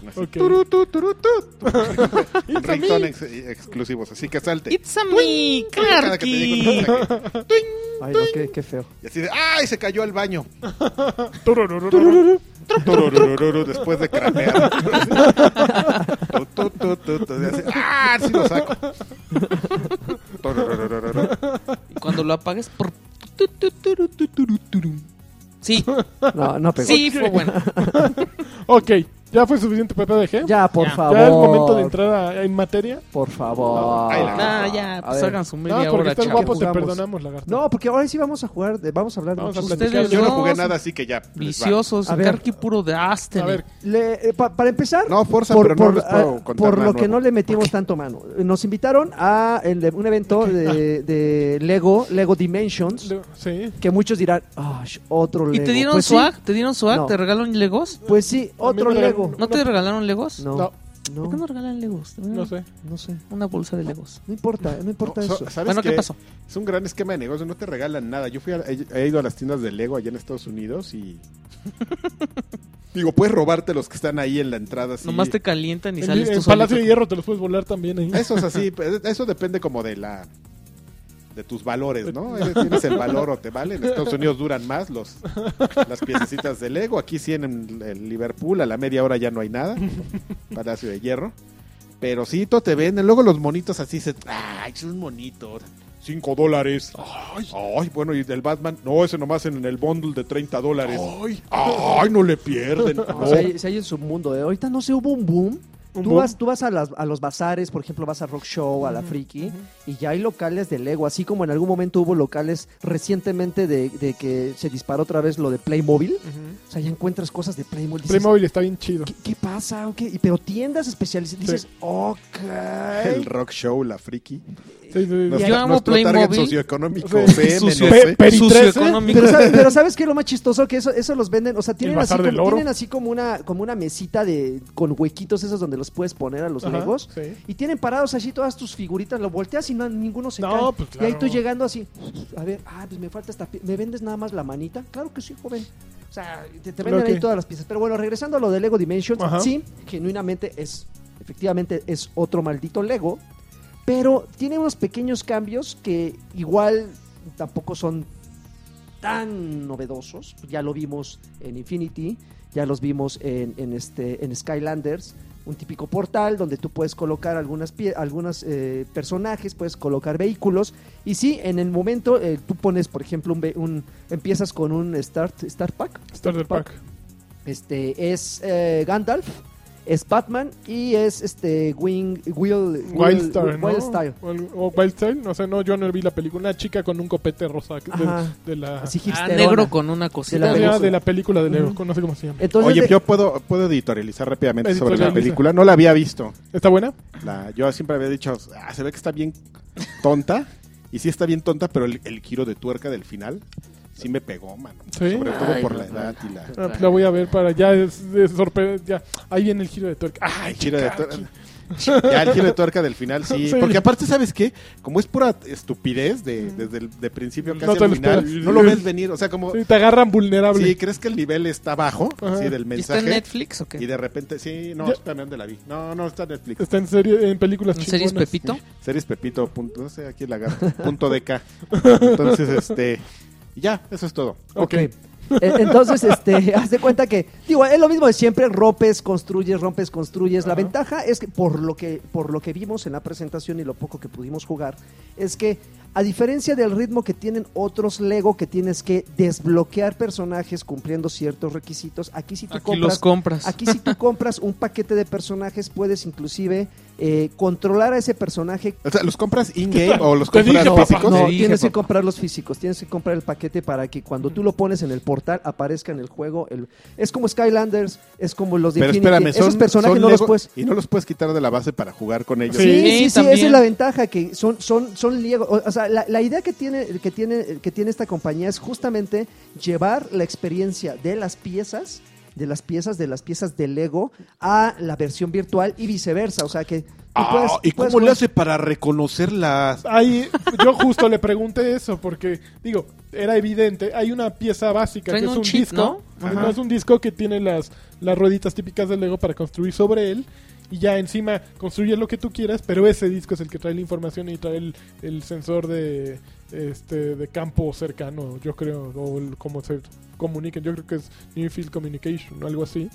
así, Ok. turu, tu, (laughs) turu, tu. It's a Ringtone me. ex- exclusivos, así que salte. It's a me, Cada que te llegue un Clarky. mensaje. Ay, no, qué, qué feo. Y así de, ¡ay! Se cayó (laughs) al baño. Tururururu. Turururururu, Después de crapear. Tu, tu, tu, tu, tu, y así, ¡Ah! Sí lo saco. Turururururu. Y cuando lo apagues. prr, tu, tu, tu, tu, tu, tu, tu, tu. Sí, No, (laughs) no (laughs) pegó. sí, (laughs) fue bueno. ok, ya fue suficiente PPDG. Ya, por Ya. favor. Ya es momento de entrar a- en materia. Por favor. Ahí la- Ah, A ya, pues ver. hagan su media No, porque hora, estás chavos. guapo, te Jugamos. perdonamos, lagarto. No, porque ahora sí vamos a jugar, de- vamos a hablar de Vamos a muchos- platicar. Ustedes Yo no dos, jugué nada, así que ya. les va. Viciosos, A ver. Karki puro de Asteni. A ver, Le- eh, pa- para empezar, No, Forza, por, pero no por, les puedo ah, contar por nada lo que nuevo. no le metimos tanto mano. Nos invitaron a el- un evento de, de Lego, Lego Dimensions, lo- sí. que muchos dirán, "Ah, sh- otro ¿Y Lego. te dieron pues swag? Sí, ¿Te dieron swag? No. ¿Te regalaron legos? pues sí, otro me regalaron Lego. ¿No te regalaron legos? No, No, no, ¿Por no, qué no regalan legos? no sé. sé. Una bolsa de legos. No importa, no No, importa so- eso. ¿sabes Bueno, ¿qué qué? pasó? Es un gran esquema de negocio, no te regalan nada. Yo fui a- he, he ido a las tiendas de Lego allá en Estados Unidos (laughs) y... Digo, puedes robarte los que están ahí en la entrada. Así. Nomás te calientan y En, sales en tú Palacio de solito. Ah, Hierro te los puedes volar también ahí. Eso es así, pues, eso depende como de la... De tus valores, ¿no? Tienes el valor o te vale. En Estados Unidos duran más los, las piececitas de Lego. Aquí sí en, en Liverpool a la media hora ya no hay nada. Palacio de Hierro. Pero sí, todo te venden. Luego los monitos así se... ¡Ay, son monitos! 5 dólares. Ay. bueno, y del Batman, no, ese nomás en el bundle de 30 dólares. Ay, no le (laughs) pierden. (laughs) O sea, hay- sí hay en su mundo. ¿eh? Ahorita no se hubo un boom. Un tú, boom. Vas, tú vas a, las- a los bazares, por ejemplo, vas a Rock Show, a la Friki, y ya hay locales de Lego, así como en algún momento hubo locales recientemente de, de que se disparó otra vez lo de Playmobil. O sea, ya encuentras cosas de Playmobil. dices, Playmobil está bien chido. ¿Qué, qué pasa? ¿O qué? Y- Pero tiendas especializadas, dices, Sí. ok. El rock show, la friki. Sí, sí, sí. Yo amo target Playmobil. socioeconómico, Sí. PM, Socio- no sé. Pe- Peri socioeconómico. (laughs) Pero, ¿sabes, pero ¿sabes qué es lo más chistoso? Que eso, eso los venden, o sea, tienen, así Bazar del como, Oro. tienen así como una, como una mesita de, con huequitos esos donde los puedes poner a los Ajá, legos. sí. Y tienen parados así todas tus figuritas, lo volteas y no, ninguno se No, cae. pues, Y ahí claro. tú llegando así, a ver, ah, pues me falta esta pie- ¿Me vendes nada más la manita? Claro que sí, joven. O sea, te, te venden Creo que- ahí todas las piezas. Pero bueno, regresando a lo de Lego Dimensions, Ajá. sí, genuinamente es, efectivamente es otro maldito Lego, pero tiene unos pequeños cambios que igual tampoco son tan novedosos. Ya lo vimos en Infinity, ya los vimos en, en este, en Skylanders. Un típico portal donde tú puedes colocar algunas pie- algunos eh, personajes, puedes colocar vehículos. Y sí, en el momento eh, tú pones, por ejemplo, un, ve- un- empiezas con un Start, start Pack. Starter Pack. Este, es eh, Gandalf, es Batman y es este Wing, Will, Wildstar, ¿no? Wildstyle. O algo- o Wildstyle, no sé, no, yo no vi la película. Una chica con un copete rosa que- de, Ajá. de la... Así Ah, hipsterona. negro con una ¿Cómo cosita. se llama? película. de la película de Lego, Ujú. no sé cómo se llama. Entonces, Oye, de- yo puedo, puedo editorializar rápidamente sobre la Editorializa. película. No la había visto. ¿Está buena? Ah, La, yo siempre había dicho, "Ah, se ve que está bien tonta. Y sí está bien tonta, pero el, el giro de tuerca del final sí me pegó, mano. Sí. Sobre todo Ay, por no, la no. edad y la... Ah, pues la voy a ver para ya es- es sorpre- ya. Ahí viene el giro de tuerca. Ah, Ay, El giro de caqui. tuerca. (laughs) Ya, el giro de tuerca del final, sí. Sí. Porque aparte, ¿sabes qué? Como es pura estupidez Mm. de, desde el de principio No casi te al lo final, esperas. no lo ves venir. O sea, como... Sí, te agarran vulnerable. Oh. Sí, ¿crees que el nivel está bajo? Ajá. Sí, del ¿Y ¿Está en mensaje. Netflix o Y qué? de repente, sí, no, Ya- espérame, ¿dónde la vi? No, no, está en Netflix. Está en serie, en películas ¿En series chingonas. Pepito? Series Pepito, punto, no sé, aquí la (laughs) agarro, punto DK. Entonces, este, y ya, eso es todo. Ok. Ok. (laughs) Eh, Entonces, este, (laughs) haz de cuenta que, digo, es lo mismo de siempre, rompes, construyes, rompes, construyes. La Ajá. ventaja es que por lo que, por lo que vimos en la presentación y lo poco que pudimos jugar, es que a diferencia del ritmo que tienen otros Lego que tienes que desbloquear personajes cumpliendo ciertos requisitos, aquí si tú Aquí compras los compras. Aquí si tú compras un paquete de personajes puedes inclusive eh, controlar a ese personaje O sea, ¿los compras in-game o los Te compras dije, papá. físicos? no, Te dije, tienes que papá. comprar los físicos, tienes que comprar el paquete para que cuando tú lo pones en el portal aparezca en el juego. el- Es como Skylanders, es como los de Pero Infinity. espérame, son, Esos personajes son no los Lego puedes. Y no los puedes quitar de la base para jugar con ellos. Sí, sí, sí, esa es también. la ventaja, que son, son, son Lego. O o sea, la, la idea que tiene, que, tiene, que tiene esta compañía es justamente llevar la experiencia de las piezas, de las piezas, de las piezas de Lego a la versión virtual y viceversa. O sea que. tú puedes- Ah, ¿Y puedes cómo le jugar- hace para reconocer las...? Ahí, yo justo le pregunté eso porque, digo, era evidente. Hay una pieza básica Traen que es un un chip, disco. ¿no? Ajá. Ajá. Es un disco que tiene las, las rueditas típicas del Lego para construir sobre él. Y ya encima construyes lo que tú quieras, pero ese disco es el que trae la información y trae el, el sensor de este de campo cercano, yo creo, o el- cómo se comuniquen. Yo creo que es New Field Communication o algo así.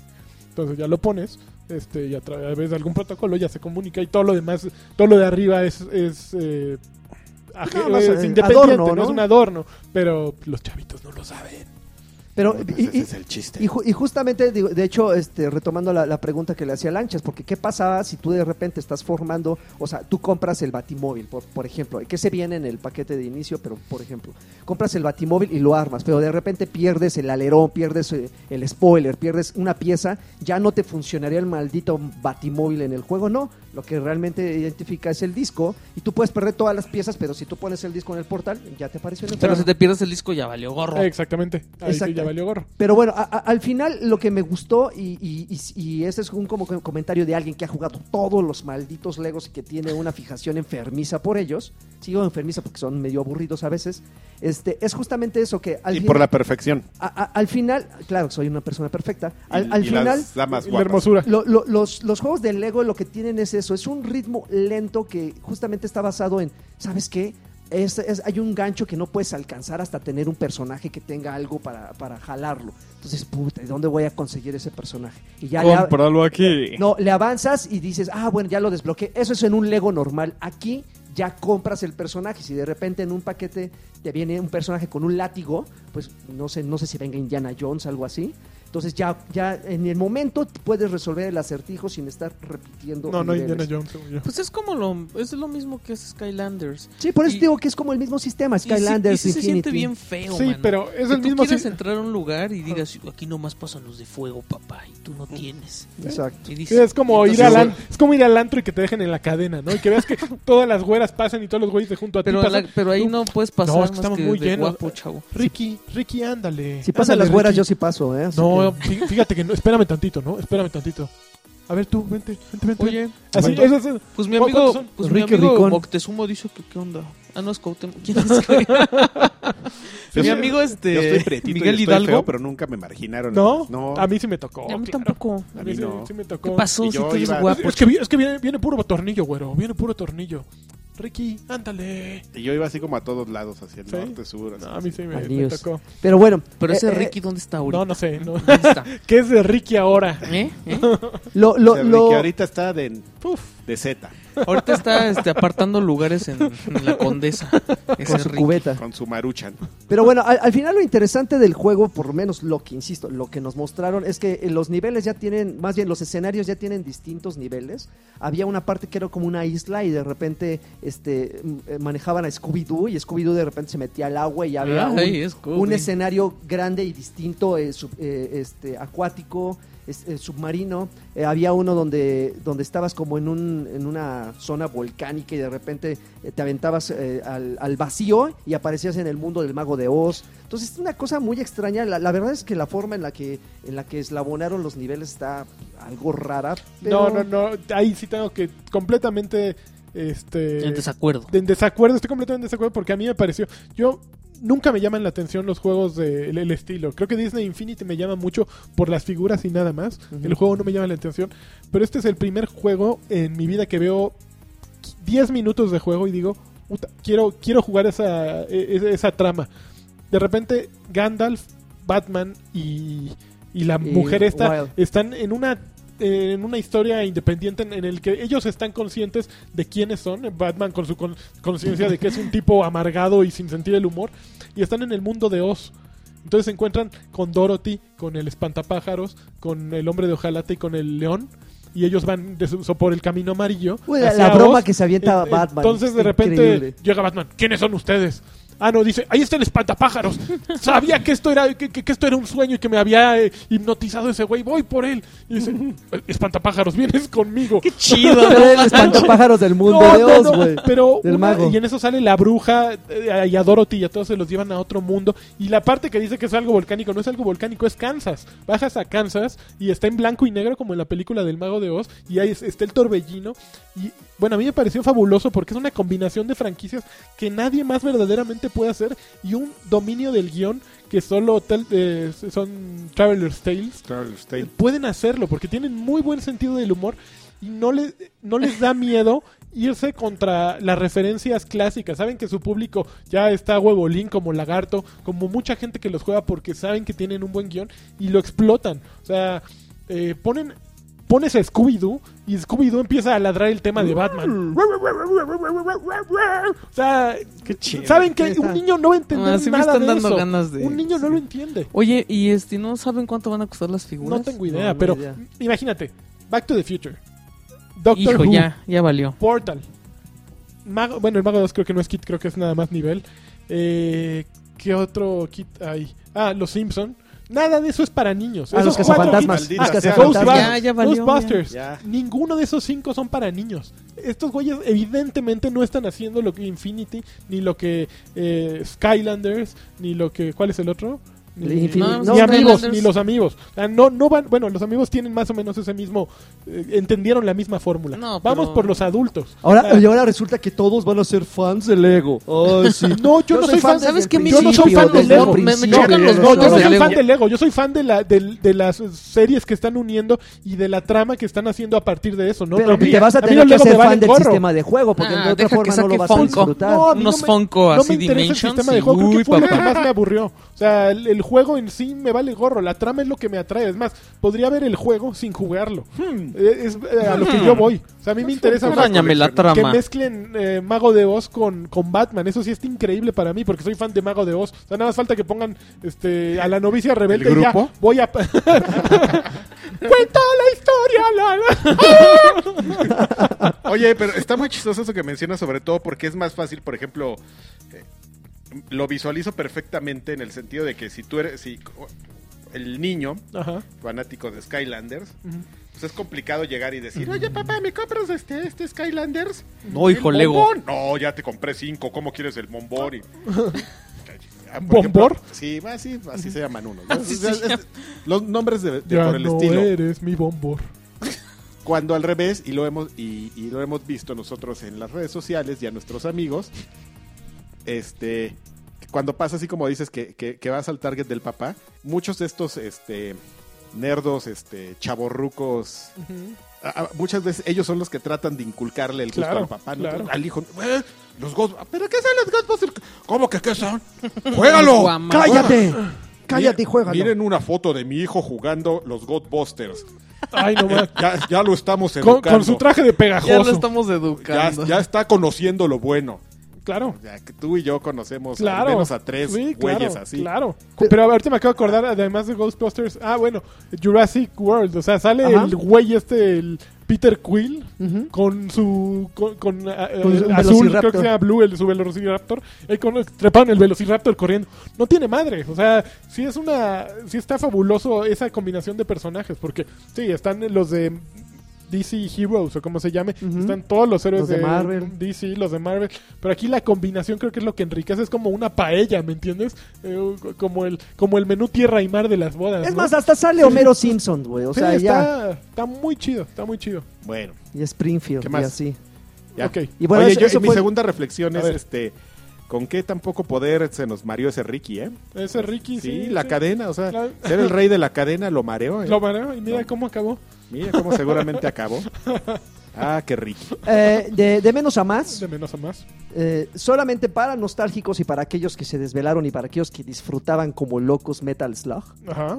Entonces ya lo pones este, y a través de algún protocolo ya se comunica y todo lo demás, todo lo de arriba es, es, eh, aje- No, no es sé, eh, independiente, adorno, ¿no? ¿no? es un adorno, pero los chavitos no lo saben. Pero, y- pues Ese y- es el chiste. Y, ju- y justamente, digo, de hecho, este, retomando la, la pregunta que le hacía Lanchas, porque ¿qué pasaba si tú de repente estás formando, o sea, tú compras el batimóvil, por, por ejemplo, que se viene en el paquete de inicio, pero por ejemplo, compras el batimóvil y lo armas, pero de repente pierdes el alerón, pierdes eh, el spoiler, pierdes una pieza, ya no te funcionaría el maldito batimóvil en el juego, no. Lo que realmente identifica es el disco y tú puedes perder todas las piezas, pero si tú pones el disco en el portal, ya te apareció en el Pero juego. si te pierdes el disco ya valió gorro. Exactamente. Ahí sí Exacto. ya valió gorro. Pero bueno, a- a- al final lo que me gustó, y, y, y- y ese es un como que comentario de alguien que ha jugado todos los malditos Legos y que tiene una fijación enfermiza por ellos, sigo enfermiza porque son medio aburridos a veces, este, es justamente eso que al, Y fin- por la perfección. a- a- al final, claro, soy una persona perfecta, al, Y- al y final... las damas Y la guapas. hermosura. Lo- lo- los, los juegos de Lego lo que tienen es eso, es un ritmo lento que justamente está basado en, ¿sabes qué? Es, es- hay un gancho que no puedes alcanzar hasta tener un personaje que tenga algo para, para jalarlo. Entonces, puta, ¿y dónde voy a conseguir ese personaje? Y ya le ab- Cómpralo aquí. no, le avanzas y dices, ah, bueno, ya lo desbloqueé. Eso es en un Lego normal. Aquí ya compras el personaje. Si de repente en un paquete te viene un personaje con un látigo, pues no sé, no sé si venga Indiana Jones, algo así. Entonces ya, ya en el momento puedes resolver el acertijo sin estar repitiendo. No, no hay niveles. Indiana Jones, según yo. Pues es como lo, es lo mismo que hace Skylanders. Sí, por eso Y- digo que es como el mismo sistema, Skylanders, y sí- y sí se siente Infinity. bien feo, Sí, mano. pero es Que el tú mismo quieras si- entrar a un lugar y digas, aquí nomás pasan los de fuego, papá, y tú no tienes. Exacto. Sí, Y dices- es como entonces- ir al an- es como ir al antro y que te dejen en la cadena, ¿no? Y que veas que todas las güeras pasan y todos los güeyes de junto a ti Pero, a la- pasan. pero ahí no puedes pasar No, es más que que estamos muy de llenos. guapo, chavo. Ricky, Ricky, ándale. Si pasan Ándale, las güeras, Ricky. yo sí paso, ¿eh? Así No, que- fí- fíjate que no, espérame tantito, ¿no? Espérame tantito. A ver tú, vente, vente, vente. Oye, Así, ¿cuánto? eso es- pues mi ¿cu- cuántos amigo, son? pues mi Enrique amigo Ricón. Moctezuma dice que qué onda. Ah, no es (laughs) Cuauhtémoc. ¿Quién es? (laughs) mi amigo este Yo estoy pretito Miguel y estoy Hidalgo. feo, pero nunca me marginaron. ¿No? No. a mí sí me tocó. a mí claro. tampoco. A A mí mí sí, no. sí me ¿Qué tocó. pasó Y si yo tú eres iba- Es, guapo? es que, vi- es que viene, viene puro tornillo, güero. Viene puro tornillo. Ricky, ándale. Y yo iba así como a todos lados, hacia el Sí. norte, sur. así. No, a mí sí me, me Adiós. tocó. Pero bueno. Pero ese eh, eh, Ricky, ¿dónde está ahorita? No, no sé. No. (laughs) ¿Dónde está? ¿Qué es de Ricky ahora? ¿Eh? ¿Eh? Lo, O lo, sea, lo- que ahorita está de, Uf. de Z, Ahorita está este, apartando lugares en, en la Condesa. Ese con su Ricky. cubeta. con su maruchan. Pero bueno, al, al final lo interesante del juego, por lo menos lo que, insisto, lo que nos mostraron es que eh, los niveles ya tienen, más bien los escenarios ya tienen distintos niveles. Había una parte que era como una isla y de repente este, m- eh, manejaban a Scooby-Doo y Scooby-Doo de repente se metía al agua y había un, Ay, es Scooby. un escenario grande y distinto, eh, sub- eh, este, acuático, es- eh, submarino. Eh, había uno donde, donde estabas como en, un, en una zona volcánica y de repente eh, te aventabas eh, al, al vacío y aparecías en el mundo del mago de Oz. Entonces es una cosa muy extraña. La, la verdad es que la forma en la que, en la que eslabonaron los niveles está algo rara. pero- No, no, no. Ahí sí tengo que completamente. Este, En desacuerdo. en desacuerdo, estoy completamente en desacuerdo porque a mí me pareció. Yo nunca me llaman la atención los juegos del el estilo. Creo que Disney Infinity me llama mucho por las figuras y nada más. Ujú. El juego no me llama la atención. Pero este es el primer juego en mi vida que veo 10 minutos de juego y digo, "Puta, quiero, quiero jugar esa, e- e- esa trama. De repente, Gandalf, Batman y, y la Y mujer esta Wild. están en una eh, en una historia independiente en, en el que ellos están conscientes de quiénes son, Batman con su con- conciencia de que es un (laughs) tipo amargado y sin sentir el humor, y están en el mundo de Oz. Entonces se encuentran con Dorothy, con el espantapájaros, con el hombre de ojalate y con el león, y ellos van de su- so- por el camino amarillo. Uy, la- hacia la broma Oz. que se avienta En- Batman. Eh, Entonces de Está repente increíble. (laughs) llega Batman, ¿quiénes son ustedes? Ah, no, dice, ahí está el espantapájaros. Sabía que esto era que, que- que esto era un sueño y que me había eh, hipnotizado ese güey. Voy por él. Y dice, "Eh, espantapájaros, (laughs) vienes conmigo. Qué chido. Pero era el espantapájaros del mundo (laughs) No, de no, Oz, no, güey. Pero Del una- mago. y en eso sale la bruja eh, y a Dorothy y a todos se los llevan a otro mundo. Y la parte que dice que es algo volcánico, no es algo volcánico, es Kansas. Bajas a Kansas y está en blanco y negro como en la película del mago de Oz y ahí es- está el torbellino. Y bueno, a mí me pareció fabuloso porque es una combinación de franquicias que nadie más verdaderamente puede hacer y un dominio del guión que solo tel- eh, son Traveler's Tales pueden hacerlo porque tienen muy buen sentido del humor y no les, no les da miedo irse contra las referencias clásicas. Saben que su público ya está huevolín como lagarto, como mucha gente que los juega porque saben que tienen un buen guión y lo explotan. O sea, eh, ponen... Pones a Scooby-Doo y Scooby-Doo empieza a ladrar el tema de Batman. O sea, saben que Está. un niño no va a entender Ah, sí me nada están de dando eso. ganas de- Un niño no lo entiende. Oye, ¿y este, no saben cuánto van a costar las figuras? No tengo No, idea, ni pero idea. imagínate. Back to the Future. Doctor Hijo, Who. ya, ya valió. Portal. Mago- bueno, el Mago 2 creo que no es kit, creo que es nada más nivel. Eh, ¿Qué otro kit hay? Ah, Los Simpson. Nada de eso es para niños. A Ah, los Esos cuatro cazafantasmas. kits- kits. Los Maldita sea. cazafantasmas. Ya, ya valió. Ghostbusters. ya. Ya. Ninguno de esos cinco son para niños. Estos güeyes evidentemente no están haciendo lo que Infinity, ni lo que eh, Skylanders, ni lo que... ¿Cuál es el otro? El Ni- Infinity- No, ni no, amigos, Skylanders. ni los amigos. O sea, no, no van, bueno, los amigos tienen más o menos ese mismo, eh, entendieron la misma fórmula. No, pero- Vamos por los adultos. Ahora, Ah. y ahora resulta que todos van a ser fans de Lego. Ay, sí. No, (laughs) yo, no soy fan. ¿Sabes desde qué? el Me Yo no soy principio, fan de desde el Lego. Me- me principio. chocan los no, yo bonos no de soy Lego. fan de Lego, yo soy fan de, la, del- de, las series que están uniendo y de la trama que están haciendo a partir de eso, ¿no? Pero A mí- te vas a mí tener los Lego que ser me valen fan del gorro. sistema de juego, porque Ah, de otra deja que forma no saque lo vas a Funko. disfrutar. No, a mí Unos me- Funko no así me interesa el Dimensions sistema de y juego, creo que uy, fue lo que papá. más me aburrió. O sea, el, el juego en sí me vale gorro, la trama es lo que me atrae. Es más, podría ver el juego sin jugarlo. Hmm. Eh, Es eh, a lo que yo voy. O sea, a mí Pues me interesa más Arañame la que trama. mezclen eh, Mago de Oz con, con Batman. Eso sí está increíble para mí porque soy fan de Mago de Oz. O sea, nada más falta que pongan este, a la novicia rebelde ¿El y ya grupo? voy a... (laughs) Cuento la historia, la, la. Oye, pero está muy chistoso eso que mencionas, sobre todo porque es más fácil, por ejemplo, eh, lo visualizo perfectamente en el sentido de que si tú eres, si el niño Ajá. fanático de Skylanders, Ujú. pues es complicado llegar y decir, oye papá, ¿me compras este, este Skylanders? No, hijo, ¿El Lego. bombón? No, ya te compré cinco, ¿cómo quieres el bombón? (laughs) Y- Ah, por ¿Bombor? ejemplo, Sí, así, así se llaman unos. ¿no? Así O sea, se llama. los nombres de, de Ya por el no estilo. eres mi bombor. cuando al revés y lo hemos y, y lo hemos visto nosotros en las redes sociales y a nuestros amigos este cuando pasa así como dices que, que- que vas al target del papá muchos de estos este nerdos este chavorrucos a- a- muchas veces ellos son los que tratan de inculcarle el gusto Claro, al papá ¿no? claro. al hijo "Eh, los Ghost pero qué son los Ghostbusters cómo que qué (laughs) son juégalo Guama- ¡Cállate! ¡Cállate y Miren- juégalo! miren una foto de mi hijo jugando los Ghostbusters Ay, (laughs) no más. (laughs) ya, ya lo estamos Con, educando con su traje de pegajoso. Ya lo estamos ya, educando. ya está conociendo lo bueno. Claro. Ya que tú y yo conocemos Claro. al menos a tres Sí, güeyes claro, así. Claro. Pero ahorita me acabo de acordar, además de Ghostbusters, ah, bueno, Jurassic World. O sea, sale Ajá. el güey este, el Peter Quill, Ujú. con su. con, con, ah, eh, Con un azul, velociraptor. creo que se llama Blue, el, su Velociraptor. Eh, con, treparon el Velociraptor corriendo. No tiene madre. O sea, sí es una. Sí está fabuloso esa combinación de personajes, porque sí, están los de. DC Heroes o como se llame, Ujú. están todos los héroes Los de Marvel. DC, los de Marvel, pero aquí la combinación creo que es lo que enriquece, es como una paella, ¿me entiendes? Eh, como el como el menú tierra y mar de las bodas. Es ¿no? más, hasta sale Homero Simpson, güey. O Sí, sea, ya. está, está muy chido, está muy chido. Bueno, Y Springfield ¿Qué y más? así. ya. Ok. Y bueno, Oye, eso- yo- eso mi fue- segunda reflexión A es ver. este con qué tan poco poder se nos mareó ese Ricky, ¿eh? Ese Ricky Sí, sí, la sí. cadena, o sea, Claro. ser el rey de la cadena lo mareó. ¿eh? Lo mareó y mira cómo acabó. Mira cómo seguramente (laughs) acabó. Ah, qué Ricky. Eh, de, de menos a más, De menos a más. eh, solamente para nostálgicos y para aquellos que se desvelaron y para aquellos que disfrutaban como locos Metal Slug. Ajá.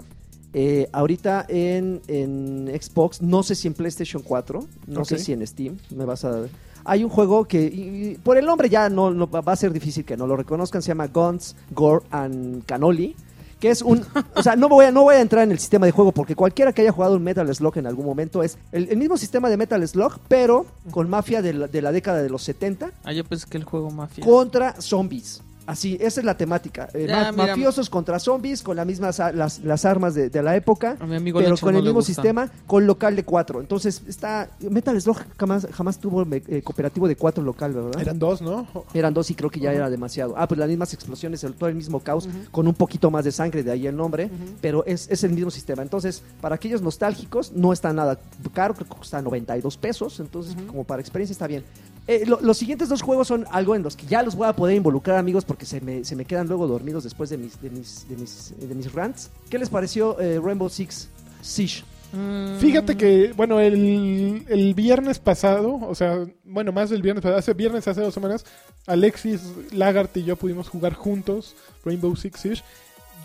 Eh, ahorita en, en Xbox, no sé si en PlayStation 4, no Ok. sé si en Steam, me vas a... Hay un juego que, y- y por el nombre ya no, no- va a ser difícil que no lo reconozcan, se llama Guns, Gore and Cannoli, que es un... O sea, no voy, a, no voy a entrar en el sistema de juego porque cualquiera que haya jugado un Metal Slug en algún momento es el, el mismo sistema de Metal Slug, pero con mafia de la, de la década de los 70 Ah, yo pensé que el juego mafia. contra zombies. Así, esa es la temática. Eh, Ya, ma- mira. mafiosos contra zombies con las mismas a- las, las armas de, de la época A mi amigo pero Lecho con no el le mismo gustan. sistema, con local de cuatro. Entonces, está Metal Slug jamás, jamás tuvo me- eh, cooperativo de cuatro local, ¿verdad? Eran dos, ¿no? Eran dos y creo que ya era demasiado. Ah, pues las mismas explosiones, el, todo el mismo caos, con un poquito más de sangre, de ahí el nombre, pero es, es el mismo sistema. Entonces, para aquellos nostálgicos, no está nada caro, creo que cuesta 92 pesos, entonces como para experiencia está bien. Eh, lo- los siguientes dos juegos son algo en los que ya los voy a poder involucrar, amigos, porque se me, se me quedan luego dormidos después de mis, de mis, de mis, de mis rants. ¿Qué les pareció eh, Rainbow Six Siege? Mm. Fíjate que, bueno, el, el viernes pasado, o sea, bueno, más del viernes pasado, hace viernes, hace dos semanas, Alexis, Lagart y yo pudimos jugar juntos Rainbow Six Siege.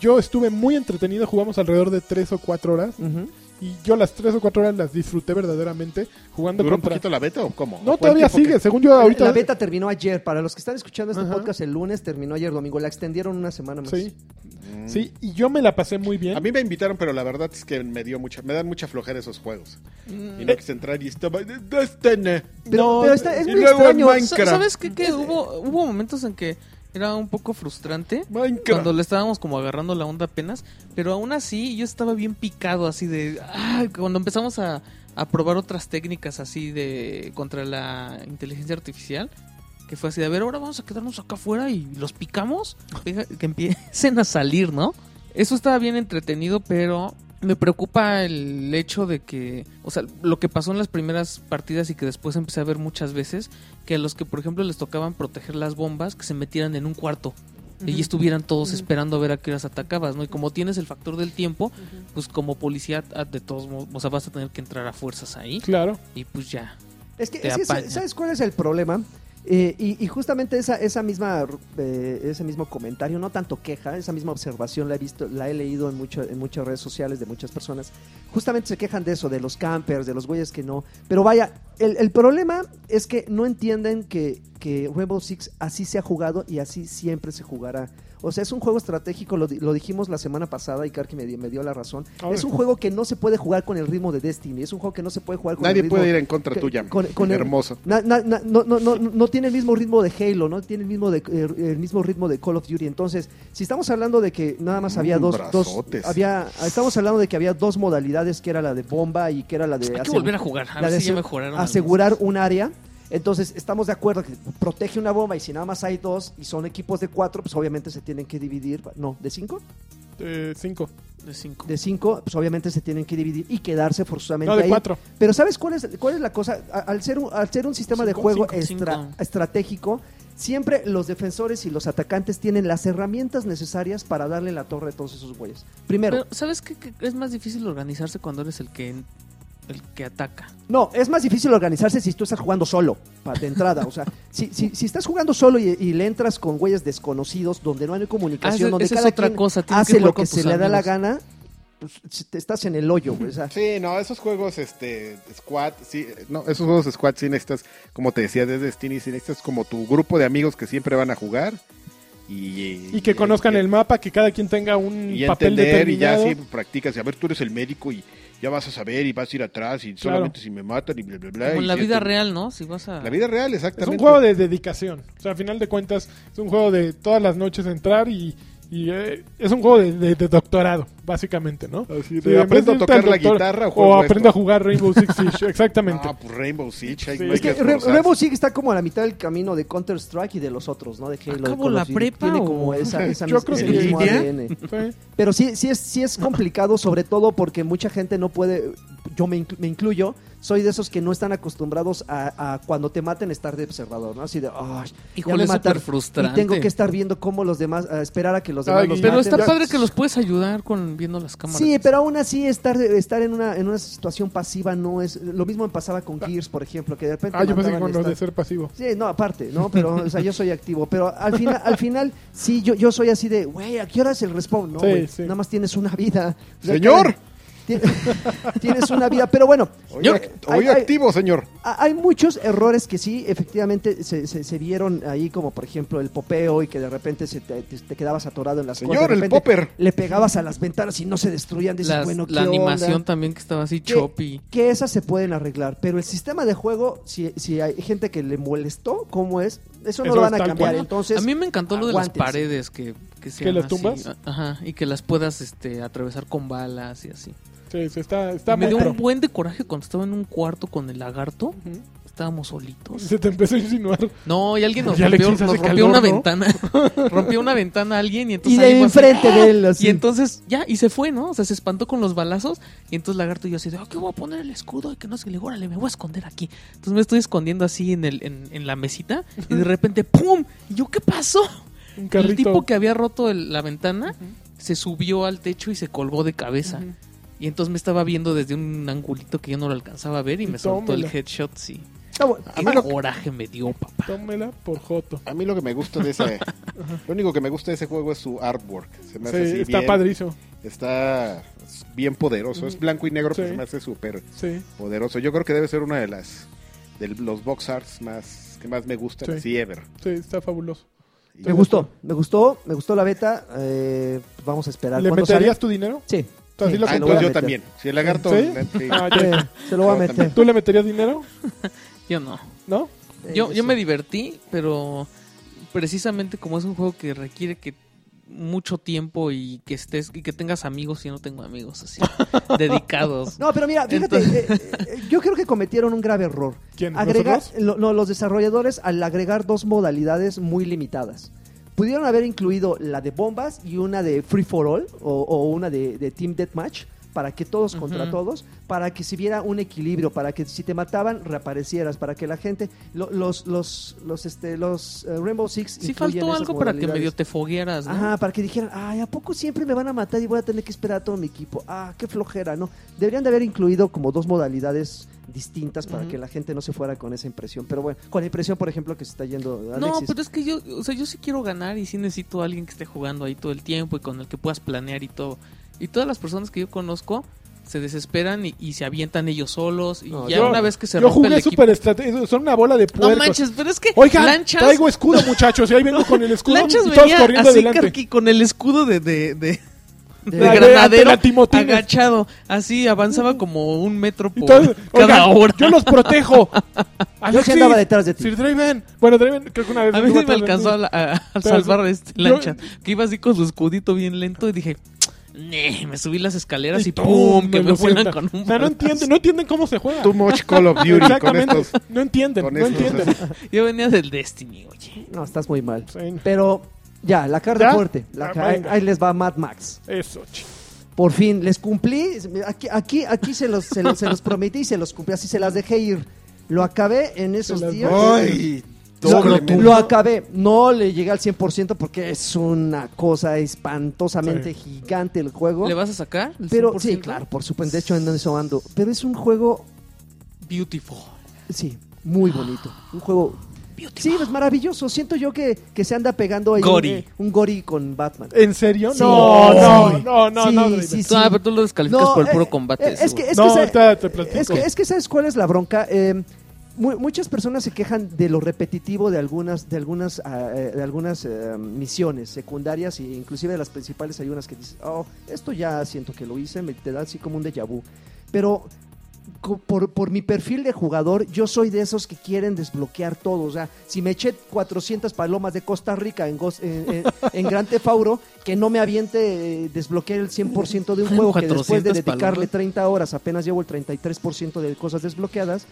Yo estuve muy entretenido, jugamos alrededor de tres o cuatro horas. Y yo las tres o cuatro horas las disfruté verdaderamente jugando ¿Duró un contra- poquito la beta o cómo? ¿O No, fue todavía el tiempo sigue, que- según yo ahorita... La beta terminó ayer. Para los que están escuchando este Ajá. podcast el lunes, terminó ayer domingo. La extendieron una semana más. Sí, sí, y yo me la pasé muy bien. Mm. A mí me invitaron, pero la verdad es que me dio mucha, me dan mucha flojera esos juegos. mm. Y no quise entrar y estaba Destiny. Pero, No, pero está- es eh, y muy luego en extraño. Minecraft. Sa- ¿Sabes qué? qué? Hubo, hubo momentos en que era un poco frustrante. Cuando le estábamos como agarrando la onda apenas. Pero aún así yo estaba bien picado así de... "Ay", cuando empezamos a, a probar otras técnicas así de... Contra la inteligencia artificial. Que fue así de, a ver, ahora vamos a quedarnos acá afuera y los picamos. Deja Que empiecen a salir, ¿no? Eso estaba bien entretenido, pero me preocupa el hecho de que, o sea, lo que pasó en las primeras partidas y que después empecé a ver muchas veces, que a los que, por ejemplo, les tocaban proteger las bombas, que se metieran en un cuarto y estuvieran todos esperando a ver a qué horas atacabas, ¿no? Y como tienes el factor del tiempo, pues como policía, ah, de todos modos, o sea, vas a tener que entrar a fuerzas ahí Claro. y pues ya. Es que, Te es que, apaña. ¿sabes cuál es el problema? Eh, y, y justamente esa, esa misma, eh, ese mismo comentario, no tanto queja, esa misma observación la he visto, la he leído en, mucho, en muchas redes sociales de muchas personas. Justamente se quejan de eso, de los campers, de los güeyes que no. Pero vaya, el, el problema es que no entienden que, que Rainbow Six así se ha jugado y así siempre se jugará. O sea, es un juego estratégico, lo, di- lo dijimos la semana pasada y Karki me, di- me dio la razón. Ahora. Es un juego que no se puede jugar con el ritmo de Destiny, es un juego que no se puede jugar con el Nadie ritmo puede ir en contra que- tuya. con- con el- Hermoso. Na- na- na- no, no, no, no tiene el mismo ritmo de Halo, no tiene el mismo, de, eh, el mismo ritmo de Call of Duty. Entonces, si estamos hablando de que nada más había Mm, dos, dos brazotes. había, estamos hablando de que había dos modalidades, que era la de bomba y que era la de Hay que asegu- volver a jugar. A la de ver si ya ase- mejoraron. asegurar un área. Entonces, estamos de acuerdo que protege una bomba y si nada más hay dos y son equipos de cuatro, pues obviamente se tienen que dividir. No, de cinco. Eh, cinco. algunos De cinco. De cinco, pues obviamente se tienen que dividir y quedarse forzosamente No, de ahí. cuatro. Pero ¿sabes cuál es, cuál es la cosa? A- Al ser un, al ser un sistema de Cinco, juego cinco, estra- cinco. estratégico, siempre los defensores y los atacantes tienen las herramientas necesarias para darle la torre a todos esos güeyes. Primero, Pero, ¿sabes qué? Que Es más difícil organizarse cuando eres el que, el que ataca. no, es más difícil organizarse si tú estás jugando solo, pa- de entrada. o (laughs) sea, si, si, si estás jugando solo y, y le entras con güeyes desconocidos, donde no hay Ah, comunicación, esa- donde esa cada es otra quien cosa. tienes hace jugar lo con que se tus le da la amigos. gana, pues, te estás en el hoyo, güey. O sea, Sí, no, esos juegos, este, squad, sí, no, esos juegos squad sí necesitas, como te decía desde Destiny, sí necesitas como tu grupo de amigos que siempre van a jugar y... Y que conozcan el mapa, que cada quien tenga un y papel entender y ya determinado. sí practicas. Y a ver, tú eres el médico y ya vas a saber y vas a ir atrás y Claro. solamente si me matan y bla, bla, bla. Como y en la si vida esto- real, ¿no? Si vas a. La vida real, Es exactamente. un juego de dedicación. O sea, a final de cuentas, es un juego de todas las noches entrar y, y, eh, es un juego de, de- de doctorado, básicamente, ¿no? Así de, Sí, en vez aprendo de a irte tocar al la doctor- guitarra o o juego aprendo a esto. jugar Rainbow Six (laughs) Siege, exactamente. Ah, pues Rainbow Six. ahí Sí. no hay Hay Es que que Re- esforzarse. Rainbow Six está como a la mitad del camino de Counter Strike y de los otros, ¿no? De Halo. de ¿Acabo Call of Ah, la Duty. prepa Tiene o- como (laughs) esa, esa Yo mis- creo el que- mismo ¿Línea? ADN. Sí. pues, Pero sí, sí es, sí es complicado, sobre todo porque mucha gente no puede. Yo me, inclu- me incluyo, soy de esos que no están acostumbrados a, a cuando te maten estar de observador, ¿no? Así de, "Ay, ya Híjole, me es súper mataron". frustrante. Y tengo que estar viendo cómo los demás, a esperar a que los Ay, demás los pero Pero maten. está Ya- padre que los puedes ayudar con viendo las cámaras. Sí, pero aún así estar, estar en, una, en una situación pasiva no es... Lo mismo me pasaba con Gears, por ejemplo, que de repente... pues, Ah, yo pensé que mataban con lo esta- de ser pasivo. Sí, no, aparte, ¿no? Pero, o sea, yo soy activo. Pero al final, al final sí, yo, yo soy así de, güey, ¿a qué hora es el respawn? No, Sí, güey, sí. nada más tienes una vida. O sea, ¡Señor! Tien- (laughs) Tienes una vida, pero bueno. Hoy, eh, act- hoy hay- hay- activo, señor. Ah, Hay muchos errores que sí, efectivamente, se, se- se vieron ahí, como por ejemplo el popeo y que de repente se te, te- te quedabas atorado en las cosas. Señor, De el repente popper. Le pegabas a las ventanas y no se destruían. Dices, Las- bueno, ¿qué la animación onda? también que estaba así ¿Qué? choppy. Que esas se pueden arreglar, pero el sistema de juego, si, si hay gente que le molestó, ¿cómo es? Eso no Eso lo es van a tal cambiar. cual. Entonces, A mí me encantó lo de las aguántense. paredes que, que sean las así. tumbas? Ajá, y que las puedas este, atravesar con balas y así. Sí, sí, está, está me muy dio pro. un buen de coraje cuando estaba en un cuarto con el lagarto. Ujú. Estábamos solitos. Se te empezó a insinuar. No, y alguien nos Ya le rompió, quise hacer nos rompió calor, una ¿no? ventana. (laughs) rompió una ventana a alguien y y entonces de salimos así, enfrente de él, Y así. entonces ya, y se fue, ¿no? O sea, se espantó con los balazos. Y entonces Lagarto y yo así de, ah, que voy a poner el escudo y que no sé, qué". le digo, órale, me voy a esconder aquí. Entonces me estoy escondiendo así en, el, en, en la mesita y de repente, ¡pum! Y yo, ¿qué pasó? Un El carrito. tipo que había roto el- la ventana se subió al techo y se colgó de cabeza. Ujú. Y entonces me estaba viendo desde un angulito que yo no lo alcanzaba a ver y me soltó el Tómala. headshot, sí. Está Ah, bueno. A Qué mí lo- coraje me dio, papá. Tómela por Joto. A mí lo que me gusta de ese... lo único que me gusta de ese juego es su artwork. Se me Sí, hace así está bien- padrísimo. Está bien poderoso. Es blanco y negro, pero Sí. se me hace súper Sí. poderoso. Yo creo que debe ser una de las... De los box arts más que más me gustan, Sí. así ever. Sí, está fabuloso. Y- Me gustó, me gustó, me gustó la beta. eh, vamos a esperar. ¿Le ¿Cuándo meterías sale? tu dinero? Sí. sea, sí Sí, lo Ah, se que voy a entonces yo meter. también. Si el lagarto... ¿Sí? sí. Ah, Sí, ya. se lo voy a Yo meter. ¿Tú le meterías dinero? Yo no. ¿No? Yo, Eh, sí. yo me divertí, pero precisamente como es un juego que requiere que mucho tiempo y que estés y que tengas amigos y yo no tengo (laughs) amigos así dedicados. No, pues, pero mira, fíjate, eh, eh, yo creo que cometieron un grave error. ¿Quién? Agregar, ¿Nosotros? lo- no, los desarrolladores al agregar dos modalidades muy limitadas. Pudieron haber incluido la de bombas y una de free for all o, o una de, de team deathmatch, para que todos contra Ujú. todos, para que si viera un equilibrio, para que si te mataban reaparecieras, para que la gente, lo- los, los, los, este, los eh, Rainbow Six. Sí incluyen faltó esas algo para que modalidades. medio te foguearas, ¿no? Ajá, para que dijeran, ay, ¿a poco siempre me van a matar y voy a tener que esperar a todo mi equipo? Ah, qué flojera, ¿no? Deberían de haber incluido como dos modalidades distintas para Ujú. que la gente no se fuera con esa impresión. Pero bueno, con la impresión, por ejemplo, que se está yendo No, Alexis. pues, pero es que yo, o sea, yo sí quiero ganar y sí necesito a alguien que esté jugando ahí todo el tiempo y con el que puedas planear y todo. Y todas las personas que yo conozco se desesperan y, y se avientan ellos solos. Y No, ya yo- una vez que se Yo rompe el jugué equipo. super estrategia. Son una bola de No puercos. manches, pero es que Oigan, lanchas, traigo escudo, muchachos. Y ahí vengo (laughs) con el escudo. lanchas y todos venía corriendo así adelante. carqui, con el escudo de, de, de, de La- de- granadero ante la Timotines. agachado. Así avanzaba como un metro Y por todos, cada "Oigan, hora. Yo los (laughs) protejo. Yo sí Alexis, andaba detrás de ti. Sir Draven. Bueno, Draven, creo que una vez. A mí estuvo sí me atrás de alcanzó a, mí. la- a- a Pero salvar este yo- lancha. Que iba así con su escudito bien lento y dije, "Nee", me subí las escaleras y, ¡pum! ¡pum! Que me, lo vuelan sienta. con un O sea, no balazo. entienden, no entienden cómo se juega. Too much Call of Duty con Exactamente. estos. No entienden, con no estos, (laughs) entienden. Yo venía del Destiny, oye. No, estás muy mal. Sí, Pero ya, la carne ¿Ya? fuerte. La Ah, ca- ahí, venga. ahí les va Mad Max. Eso, ch- Por fin, les cumplí. Aquí, aquí, aquí se, los, se, (laughs) los, se los prometí y se los cumplí. Así se las dejé ir. Lo acabé en esos las días. ¡Ay! Lo, doblemente. lo acabé, no le llegué al 100% porque es una cosa espantosamente gigante el juego. ¿Le vas a sacar? el Pero 100%? sí, claro, por supuesto, de hecho en eso ando. Pero es un juego, Beautiful. sí, muy bonito. Un juego, Ah. Beautiful. sí, es maravilloso. Siento yo que, que se anda pegando ahí un- Gori. eh, un, gori con Batman. ¿En serio? Sí. No, no, Sí. no, Eh, no, Sí, no. sí, Draven. sí. No, ah, pero tú lo descalificas No, por el eh, puro combate. eh, es, seguro. que, es, No, que, sa- ahorita te platico. es, que, es que sabes cuál es la bronca. Eh, mu- muchas personas se quejan de lo repetitivo de algunas, de algunas, ah, eh, de algunas eh, misiones secundarias e inclusive de las principales hay unas que dices, oh, esto ya siento que lo hice, me te da así como un déjà vu. Pero co- por, por mi perfil de jugador, yo soy de esos que quieren desbloquear todo. O sea, si me eché 400 palomas de Costa Rica en, Ghost- en, en- en Gran Tefauro, que no me aviente eh, desbloquear el 100% de un juego que después de 400 dedicarle palomas. 30 horas apenas llevo el 33% de cosas desbloqueadas.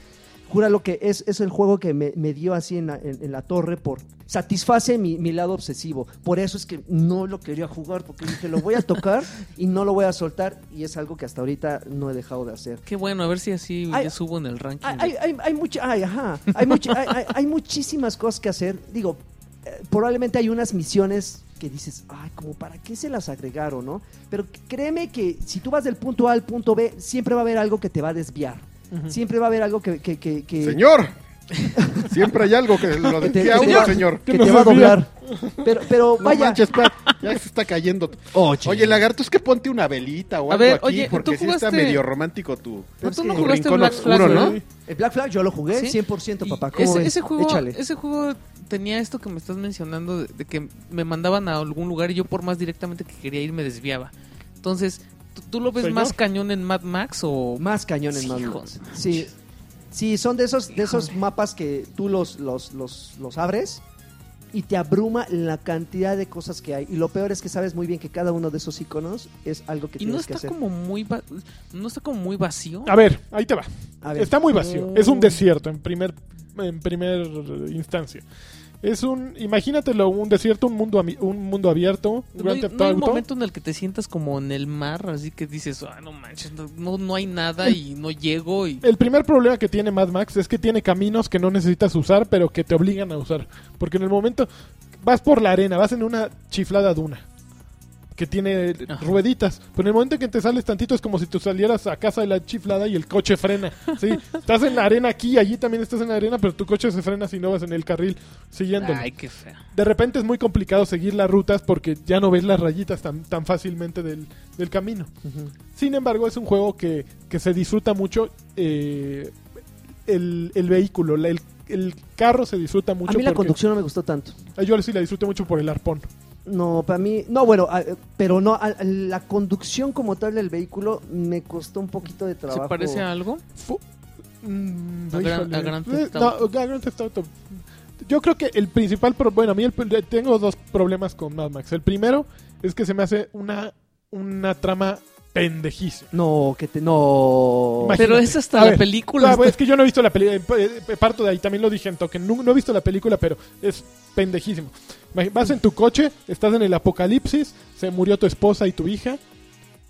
Júralo que es, es el juego que me, me dio así en la, en- en la torre por... Satisface mi, mi lado obsesivo. Por eso es que no lo quería jugar, porque dije, lo voy a (laughs) tocar y no lo voy a soltar. Y es algo que hasta ahorita no he dejado de hacer. Qué bueno, a ver si así Ay, yo subo en el ranking. Ah, Hay, hay, hay, hay mucha- ay, ajá. Hay, mucha- hay- hay- hay muchísimas cosas que hacer. Digo, eh, probablemente hay unas misiones que dices, ay, como para qué se las agregaron, ¿no? Pero créeme que si tú vas del punto A al punto B, siempre va a haber algo que te va a desviar. Siempre va a haber algo que, que, que, que- Señor, siempre hay algo que lo que te, desvía a que te uno, va- señor. que ¿Qué te nos va a olvida? doblar. Pero, pero No vaya. manches, Plat, ya se está cayendo. Oye, lagarto, es que ponte una velita o A algo ver, aquí, oye, porque ¿tú sí está jugaste- medio romántico tú. No, tú no Tu jugaste rincón Black Flag, oscuro, ¿verdad? ¿no? El Black Flag yo lo jugué ¿Sí? 100%, papá. Y ¿Cómo ese, ves? ese juego, Échale. ese juego tenía esto que me estás mencionando, de, de que me mandaban a algún lugar y yo por más directamente que quería ir me desviaba. Entonces, ¿tú, tú lo ves Señor. más cañón en Mad Max o...? Más cañón en Sí, Mad hijo Max. de Sí. Sí, son de esos, de esos mapas que tú los, los, los, los abres y te abruma la cantidad de cosas que hay. Y lo peor es que sabes muy bien que cada uno de esos iconos es algo que y no tienes que está hacer. como muy va- no está como muy vacío. A ver, ahí te va. A ver. Está muy vacío. Es Mm. un desierto en primer en primer instancia. Es un imagínatelo un desierto, un mundo ami- un mundo abierto, No Grand hay, Theft no hay un Auto. momento en el que te sientas como en el mar, así que dices, ah, no manches, no, no, no hay nada y no llego y... El primer problema que tiene Mad Max es que tiene caminos que no necesitas usar, pero que te obligan a usar. Porque en el momento vas por la arena, vas en una chiflada duna que tiene Ajá. rueditas. Pero en el momento en que te sales tantito es como si tú salieras a casa de la chiflada y el coche frena. ¿sí? estás en la arena aquí, allí también estás en la arena, pero tu coche se frena si no vas en el carril siguiéndolo. Ay, qué feo. De repente es muy complicado seguir las rutas porque ya no ves las rayitas tan, tan fácilmente del, del camino. Sin embargo, es un juego que, que se disfruta mucho eh, el, el vehículo, la- el, el carro se disfruta mucho. A mí la porque- conducción no me gustó tanto. Ah, Yo sí la disfruté mucho por el arpón. No, para mí. No, bueno, ah, eh, pero no. ah, La conducción como tal del vehículo me costó un poquito de ¿Se trabajo. parece a algo? Fu- mm, A Gran- híjole. a Grand Eh, Theft no, Auto. a Grand Theft Auto. Yo creo que el principal. pro- bueno, a mí el pr- eh, tengo dos problemas con Mad Max. El primero es que se me hace una, una trama pendejísima. No, que te. No. Imagínate. Pero es hasta A la ver, película. Ah, hasta- bueno, es que yo no he visto la película. eh, Parto de ahí, también lo dije en token. No, no he visto la película, pero es pendejísimo. Imag- Vas en tu coche, estás en el apocalipsis, se murió tu esposa y tu hija.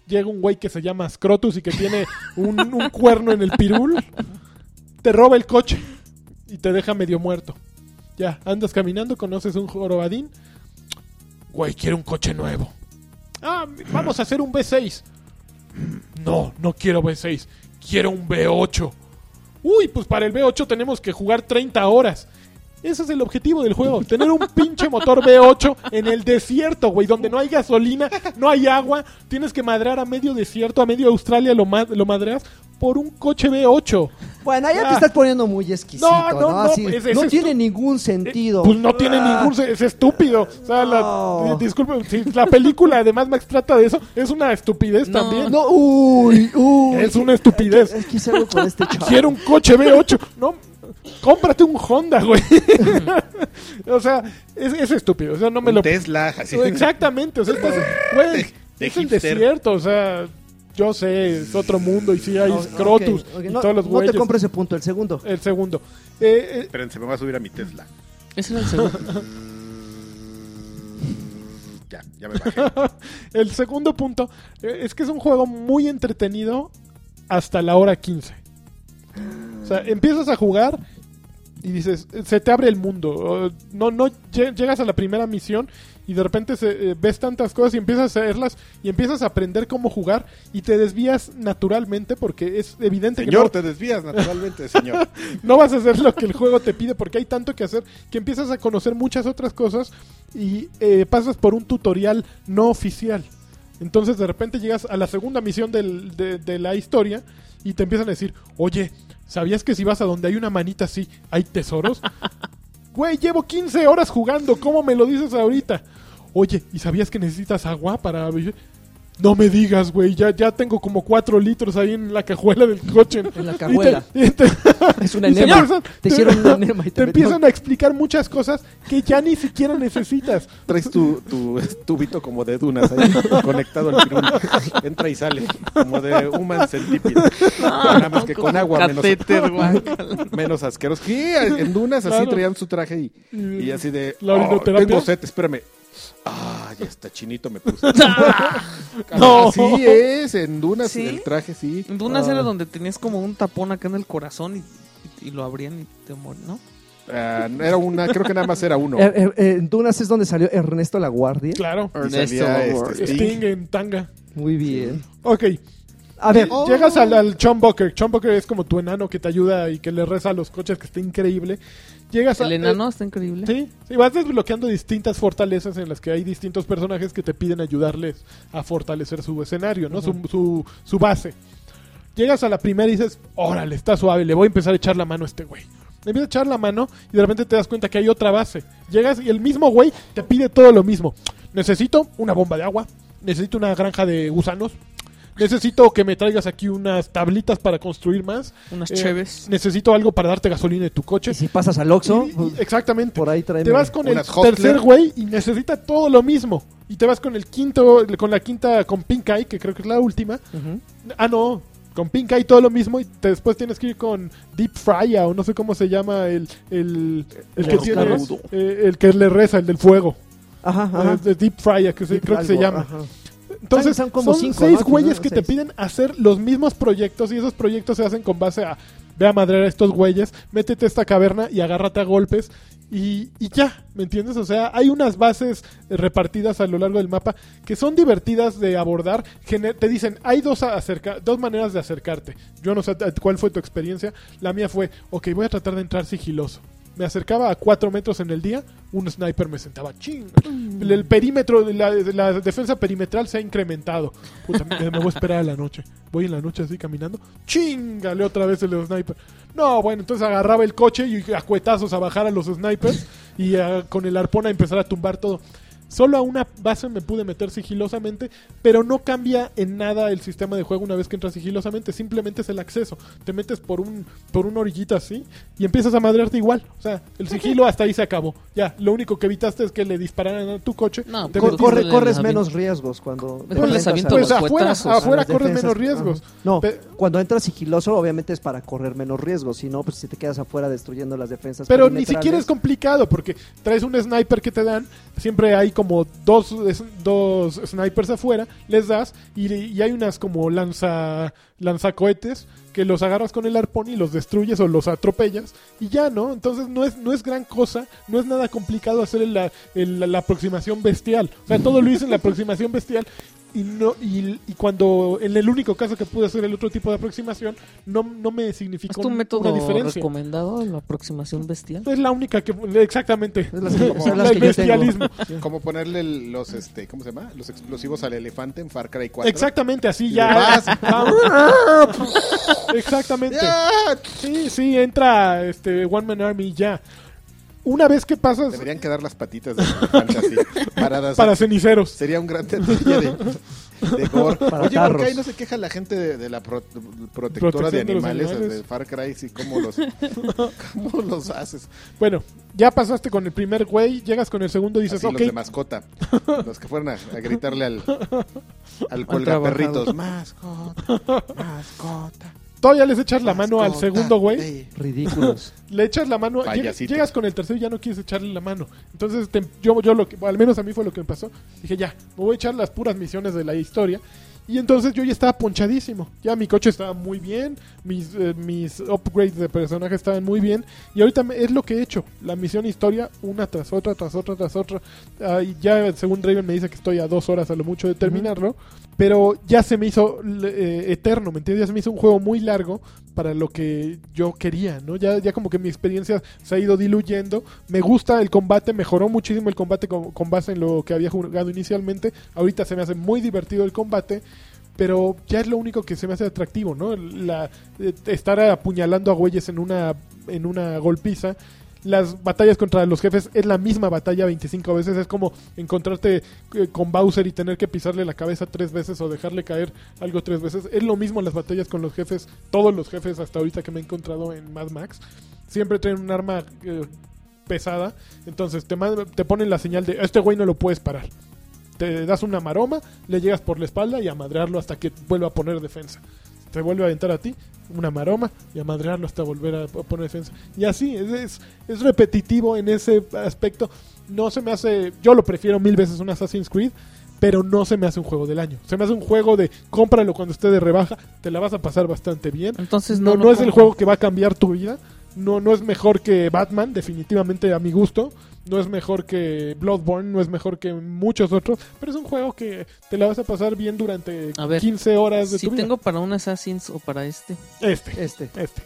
llega un güey que se llama Scrotus y que tiene un, un cuerno en el pirul, te roba el coche y te deja medio muerto. Ya, andas caminando, conoces un jorobadín. Güey, quiero un coche nuevo. Ah, vamos a hacer un V6. No, no quiero V6. Quiero un V8. Uy, pues para el V8 tenemos que jugar 30 horas. Ese es el objetivo del juego. Tener un pinche motor V8 en el desierto, güey. Donde no hay gasolina, no hay agua. Tienes que madrar a medio desierto, a medio Australia lo, ma- lo madreas por un coche V8. Bueno, ya Ah. te estás poniendo muy exquisito, No, ¿no? no, no, Así, es- es no tiene estu- ningún Eh, sentido. Ah. Pues no tiene ningún... se- Es estúpido. O sea, la- No. eh, disculpe, si la película además Max trata de eso, es una estupidez No. también. No, uy, uy. Es una estupidez. Es que hice algo con este (laughs) chaval. Quiero un coche V8. No, cómprate un Honda, güey. (laughs) o sea, es, es estúpido. O sea, no me Un lo... Tesla, (laughs) así. (laughs) Exactamente, o sea, estás- güey, de es el hipster. desierto, o sea, yo sé, es otro mundo y sí hay No, Scrotus ok, ok, y no, todos los no güeyes. te compro ese punto, el (laughs) segundo. el segundo. Eh, eh, Espérense, me voy a subir a mi Tesla. Ese era el segundo. Ya, ya me (laughs) bajé. el segundo punto eh, es que es un juego muy entretenido hasta la hora 15. O sea, empiezas a jugar y dices, eh, se te abre el mundo. o, No, no lle- llegas a la primera misión y de repente se- eh, ves tantas cosas y empiezas a hacerlas y empiezas a aprender cómo jugar y te desvías naturalmente porque es evidente que no- Señor, te desvías naturalmente, señor. no vas a hacer lo que el juego te pide porque hay tanto que hacer que empiezas a conocer muchas otras cosas y eh, pasas por un tutorial no oficial. Entonces de repente llegas a la segunda misión del- de, de la historia y te empiezan a decir, oye, ¿sabías que si vas a donde hay una manita así, hay tesoros? (laughs) Güey, llevo 15 horas jugando, ¿cómo me lo dices ahorita? Oye, ¿y sabías que necesitas agua para... vivir?" No me digas, güey, ya, ya tengo como 4 litros ahí en la cajuela del coche. En la Y te- cajuela. y te- Es una y se enema. empiezan- Te hicieron una enema (laughs) te y (laughs) te empiezan a explicar muchas cosas que ya ni siquiera necesitas. (laughs) Traes tu, tu tubito como de dunas ahí, (laughs) conectado al pirul. Entra y sale, como de Human Centipede. Nada más que con agua menos, Catéter, güey. (laughs) menos asqueroso. Sí, en dunas así Claro. traían su traje y, y así de... La "Oh, orinoterapia". tengo sed, espérame. Ah, ya está chinito me puse. (laughs) Ah, No. Así es, en dunas ¿Sí? el traje sí. En Dunas era Ah. donde tenías como un tapón acá en el corazón y, y lo abrían y te morían, ¿no? Ah, era una, creo que nada más (laughs) era uno. Eh, eh, eh, en Dunas es donde salió Ernesto La Guardia. (laughs) Claro. Y salía, este, Sting. Sting en tanga. Muy bien. Ok, eh, A ver, llegas al, al Chumbucker. Chumbucker es como tu enano que te ayuda y que le reza a los coches, que está increíble. Llegas a- El enano está increíble. eh, Sí, sí, vas desbloqueando distintas fortalezas en las que hay distintos personajes que te piden ayudarles a fortalecer su escenario, ¿no? Su- su, su base. Llegas a la primera y dices, órale, está suave, le voy a empezar a echar la mano a este güey. Le empiezas a echar la mano y de repente te das cuenta que hay otra base. Llegas y el mismo güey te pide todo lo mismo. Necesito una bomba de agua, necesito una granja de gusanos, necesito que me traigas aquí unas tablitas para construir más. Unas eh, cheves. Necesito algo para darte gasolina de tu coche. y si pasas al Oxxo, pues, Y- y- exactamente. por ahí traen. Te vas con el Unas Hostler. tercer güey y necesita todo lo mismo. Y te vas con el quinto, con la quinta, con Pink Eye, que creo que es la última. Ujú. Ah, no, con Pink Eye todo lo mismo. Y te- después tienes que ir con Deep Frya o no sé cómo se llama el, el, el que Los tiene, carros. eh, el que le reza, el del fuego. Ajá, Eh, ajá. de Deep Frya, que se- creo que se Algo, llama. ajá. Entonces Son- son como son cinco, seis ¿no? güeyes Primero, que te seis. piden hacer los mismos proyectos y esos proyectos se hacen con base a ve a madrear a estos güeyes, métete a esta caverna y agárrate a golpes y, y ya, ¿me entiendes? O sea, hay unas bases repartidas a lo largo del mapa que son divertidas de abordar. Gene- Te dicen, hay dos, a- acerca dos maneras de acercarte. Yo no sé t- cuál fue tu experiencia. La mía fue, ok, voy a tratar de entrar sigiloso. Me acercaba a 4 metros en el día, un sniper me sentaba ching. El, el perímetro, la, la defensa perimetral se ha incrementado. Puta, me, me voy a esperar a la noche. Voy en la noche así caminando, chingale otra vez el sniper. No, bueno, entonces agarraba el coche y a cuetazos a bajar a los snipers y a- con el arpón a empezar a tumbar todo. Solo a una base me pude meter sigilosamente, pero no cambia en nada el sistema de juego una vez que entras sigilosamente, simplemente es el acceso. Te metes por un por una orillita así y empiezas a madrearte igual. O sea, el sigilo hasta ahí se acabó. Ya, lo único que evitaste es que le dispararan a tu coche. No, Te pues, metiste- Corre- Mejor corres les menos riesgos cuando. Mejor enfrentas les aviento a- pues los afuera, cuetazos. afuera a las corres menos defensas. riesgos. Ajá. No, Pe- cuando entras sigiloso, obviamente es para correr menos riesgos. Si no, pues si te quedas afuera destruyendo las defensas. Pero ni siquiera perimetrales. es complicado porque traes un sniper que te dan, siempre hay como dos, es- dos snipers afuera, les das y, y hay unas como lanza lanzacohetes que los agarras con el arpón y los destruyes o los atropellas y ya, ¿no? Entonces no es, no es gran cosa, no es nada complicado hacer el- la, el- la- la aproximación bestial. O sea, todo lo hice en la aproximación bestial y no y, y cuando en el único caso que pude hacer el otro tipo de aproximación no, no me ¿Es significó tu un- método una diferencia. recomendado, la aproximación bestial? Es la única que exactamente. Es las que- (laughs) son El las que yo bestialismo. Como ponerle el- los, este, ¿cómo se llama? Los explosivos al elefante en Far Cry 4. Exactamente así Y ya. le (laughs) vas. Va- exactamente. ¡Ah! Sí, sí, entra este One Man Army ya. Una vez que pasas Deberían quedar las patitas del elefante así, paradas. para ceniceros. Sería un gran tendería de, de gore. (laughs) Para Oye, ¿por tarros. qué ahí no se queja la gente de, de la pro- protectora Protección de de los animales, animales. de Far Cry? Y (laughs) ¿Cómo los, cómo los haces? Bueno, ya pasaste con el primer güey, llegas con el segundo y dices, Así ok, los de mascota. Los que fueron a, a gritarle al, al colgaperritos. Mascota, mascota. todavía les echas la mano al mascota, segundo güey, sí. (laughs) Ridículos. le echas la mano, lleg- Payasito. llegas con el tercero y ya no quieres echarle la mano. Entonces te- yo, yo lo que, al menos a mí fue lo que me pasó, dije ya, me voy a echar las puras misiones de la historia. Y entonces yo ya estaba ponchadísimo. Ya mi coche estaba muy bien. Mis, eh, mis upgrades de personaje estaban muy bien. Y ahorita me- es lo que he hecho. La misión historia, una tras otra, tras otra, tras otra. Ah, y ya según Raven me dice que estoy a dos horas a lo mucho de terminarlo. Pero ya se me hizo eh, eterno, ¿me entiendes? Ya se me hizo un juego muy largo para lo que yo quería, ¿no? Ya, ya como que mi experiencia se ha ido diluyendo. Me gusta el combate, mejoró muchísimo el combate con, con base en lo que había jugado inicialmente. Ahorita se me hace muy divertido el combate. Pero ya es lo único que se me hace atractivo, ¿no? La, eh, estar apuñalando a güeyes en una, en una golpiza. Las batallas contra los jefes es la misma batalla 25 veces. Es como encontrarte eh, con Bowser y tener que pisarle la cabeza tres veces o dejarle caer algo tres veces. Es lo mismo las batallas con los jefes, todos los jefes hasta ahorita que me he encontrado en Mad Max. Siempre traen un arma eh, pesada, entonces te, mand- te ponen la señal de este güey no lo puedes parar. Te das una maroma, le llegas por la espalda y a madrearlo hasta que vuelva a poner defensa. Te vuelve a aventar a ti una maroma y a madrearlo hasta volver a a poner defensa. Y así, es- es, es repetitivo en ese aspecto. No se me hace. Yo lo prefiero mil veces un Assassin's Creed, pero no se me hace un juego del año. Se me hace un juego de cómpralo cuando esté de rebaja, te la vas a pasar bastante bien. Entonces no, no, no es el juego que va a cambiar tu vida. No, no es mejor que Batman, definitivamente a mi gusto. No es mejor que Bloodborne, no es mejor que muchos otros. Pero es un juego que te la vas a pasar bien durante A ver, 15 horas de Si tu tengo para un Assassin's o para este. vida. Este, Este. este.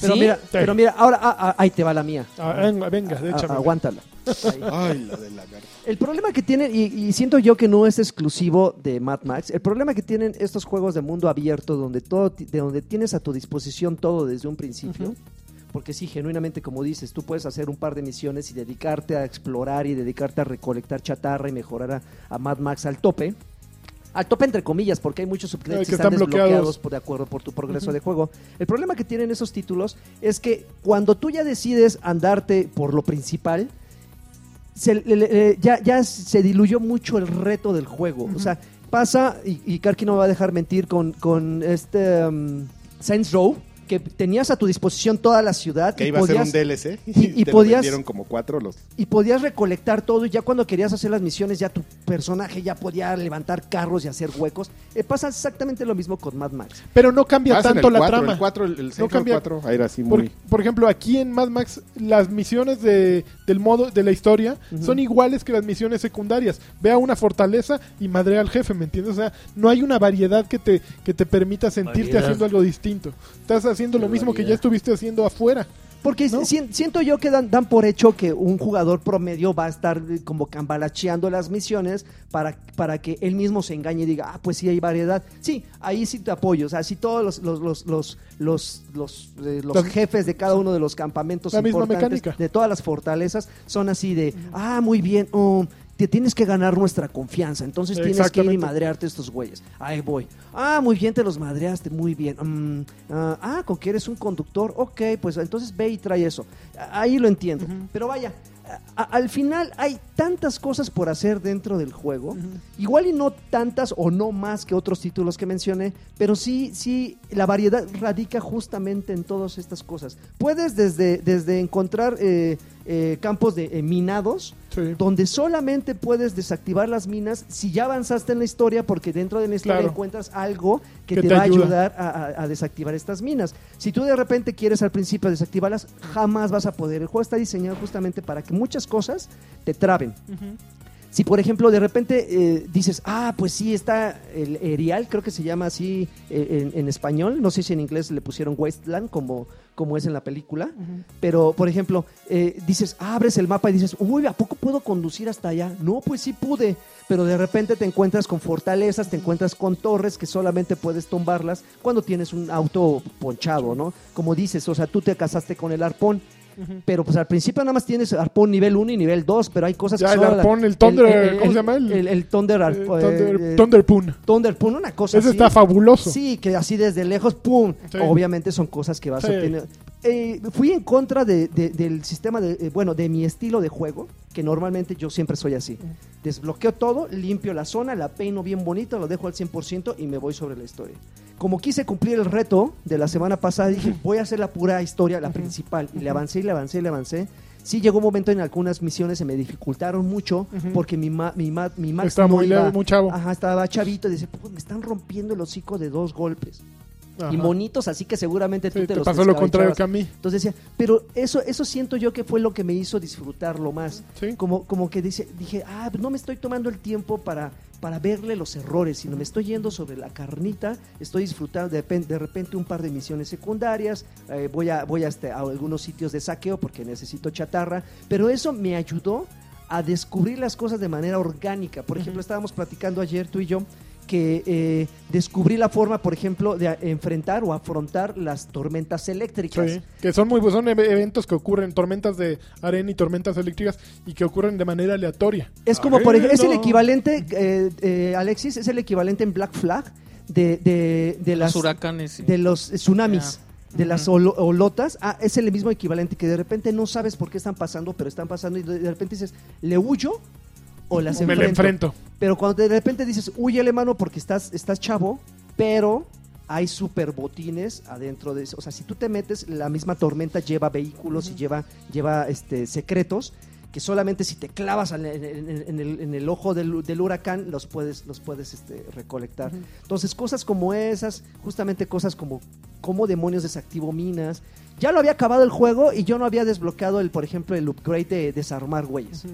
Pero ¿Sí? mira, pero mira, ahora ah, ah, ahí te va la mía. Ah, venga, venga, A- échame. aguántala. Ahí. Ay, la de la garra. El problema que tienen, y, y siento yo que no es exclusivo de Mad Max, el problema que tienen estos juegos de mundo abierto, donde todo, ti- de donde tienes a tu disposición todo desde un principio, porque sí, genuinamente, como dices, tú puedes hacer un par de misiones y dedicarte a explorar y dedicarte a recolectar chatarra y mejorar a, a Mad Max al tope. Al tope entre comillas, porque hay muchos Ay, subcredits que que están, están bloqueados. desbloqueados por- de acuerdo por tu progreso de juego. El problema que tienen esos títulos es que cuando tú ya decides andarte por lo principal, se- le- le- ya, ya se diluyó mucho el reto del juego. O sea, pasa, y, y Karki no me va a dejar mentir, con, con este um, Saints Row, que tenías a tu disposición toda la ciudad. Que y iba a ser podías- un DLC. y- y te lo podías- vendieron como cuatro los. y podías recolectar todo y ya cuando querías hacer las misiones ya tu personaje ya podía levantar carros y hacer huecos. Eh, pasa exactamente lo mismo con Mad Max. Pero no cambia Vas en tanto el la cuatro, trama. El 4, el 6, cambia- 4. Ahí era así Por, muy. por ejemplo, aquí en Mad Max, las misiones de, del modo de la historia Ujú. son iguales que las misiones secundarias. Ve a una fortaleza y madre al jefe, ¿me entiendes? O sea, no hay una variedad que te, que te permita sentirte Variedad. haciendo algo distinto. Estás haciendo lo Qué mismo que variedad. ya estuviste haciendo afuera. Porque ¿No? si- siento yo que dan, dan por hecho que un jugador promedio va a estar eh, como cambalacheando las misiones para, para que él mismo se engañe y diga, ah, pues sí hay variedad. Sí, ahí sí te apoyo. O sea, sí todos los, los, los, los, los, los, eh, los La- jefes de cada uno de los campamentos La misma importantes mecánica. de todas las fortalezas son así de, ah, muy bien, oh, te tienes que ganar nuestra confianza. Entonces tienes que ir y Exactamente. madrearte a estos güeyes. Ahí voy. Ah, muy bien, te los madreaste, muy bien. Mm, ah, ah, con que eres un conductor. Ok, pues entonces ve y trae eso. A- Ahí lo entiendo. Pero vaya, a- a- al final hay tantas cosas por hacer dentro del juego. Igual y no tantas o no más que otros títulos que mencioné, pero sí, sí, la variedad radica justamente en todas estas cosas. Puedes desde, desde encontrar eh, eh, campos de eh, minados, Sí. donde solamente puedes desactivar las minas si ya avanzaste en la historia, porque dentro de la historia Claro. encuentras algo que, Que te, te va a ayuda. ayudar a, a- a desactivar estas minas. Si tú de repente quieres al principio desactivarlas, jamás vas a poder. El juego está diseñado justamente para que muchas cosas te traben. Si, por ejemplo, de repente eh, dices, ah, pues sí, está el Erial, creo que se llama así eh, en, en español. No sé si en inglés le pusieron Wasteland, como, como es en la película. Pero, por ejemplo, eh, dices, abres el mapa y dices, uy, ¿a poco puedo conducir hasta allá? No, pues sí pude. Pero de repente te encuentras con fortalezas, te encuentras con torres que solamente puedes tumbarlas cuando tienes un auto ponchado, ¿no? Como dices, o sea, tú te casaste con el arpón. Pero pues al principio nada más tienes arpón nivel 1 y nivel 2, pero hay cosas Ya, que el solo- arpón, el Thunder, ¿cómo se llama? El, El- el Thunder Eh, arpón. Thunder, eh, Thunder Poon. Thunder Pun, una cosa Ese así. está fabuloso. Sí, que así desde lejos, ¡pum! Sí. Obviamente son cosas que vas Sí. a obtener. Eh, fui en contra de- de- del sistema, de, eh, bueno, de mi estilo de juego, que normalmente yo siempre soy así. Desbloqueo todo, limpio la zona, la peino bien bonito, lo dejo al 100% y me voy sobre la historia. Como quise cumplir el reto de la semana pasada, dije, voy a hacer la pura historia, la principal. Y le avancé y le avancé y le avancé. Sí llegó un momento en algunas misiones se me dificultaron mucho Ujú. porque mi, ma- mi, ma- mi Max Está no muy iba- leve, muy chavo. Ajá, estaba chavito y dice, "Pues, me están rompiendo el hocico de dos golpes. Ajá. Y monitos, así que seguramente tú Sí, te, te los pasó lo contrario descabenchabas". que a mí. Entonces decía, pero eso, eso siento yo que fue lo que me hizo disfrutarlo más. Sí. Como, como que dice, dije, ah, no me estoy tomando el tiempo para, para verle los errores, sino me estoy yendo sobre la carnita, estoy disfrutando de, repen- de repente un par de misiones secundarias, eh, voy, a, voy a, este, a algunos sitios de saqueo porque necesito chatarra, pero eso me ayudó a descubrir las cosas de manera orgánica. Por ejemplo, estábamos platicando ayer tú y yo que eh, descubrí la forma, por ejemplo, de a- enfrentar o afrontar las tormentas eléctricas. Sí, que son muy pues son ev- eventos que ocurren, tormentas de arena y tormentas eléctricas y que ocurren de manera aleatoria. Es como, Ay, por ejemplo, es el no. equivalente, eh, eh, Alexis, es el equivalente en Black Flag de, de, de las, Los huracanes. sí. de los tsunamis. Ya. De las olo- olotas, ah, es el mismo equivalente que de repente no sabes por qué están pasando, pero están pasando y de de repente dices, ¿le huyo o las Me la enfrento. Pero cuando de repente dices, huyele mano porque estás, estás chavo, pero hay super botines adentro de eso. O sea, si tú te metes, la misma tormenta lleva vehículos y lleva, lleva este, secretos que solamente si te clavas al- en, en- en el, en el ojo del, del huracán los puedes, los puedes este, recolectar. Entonces, cosas como esas, justamente cosas como cómo demonios desactivo minas. Ya lo había acabado el juego y yo no había desbloqueado, el por ejemplo, el upgrade de desarmar güeyes.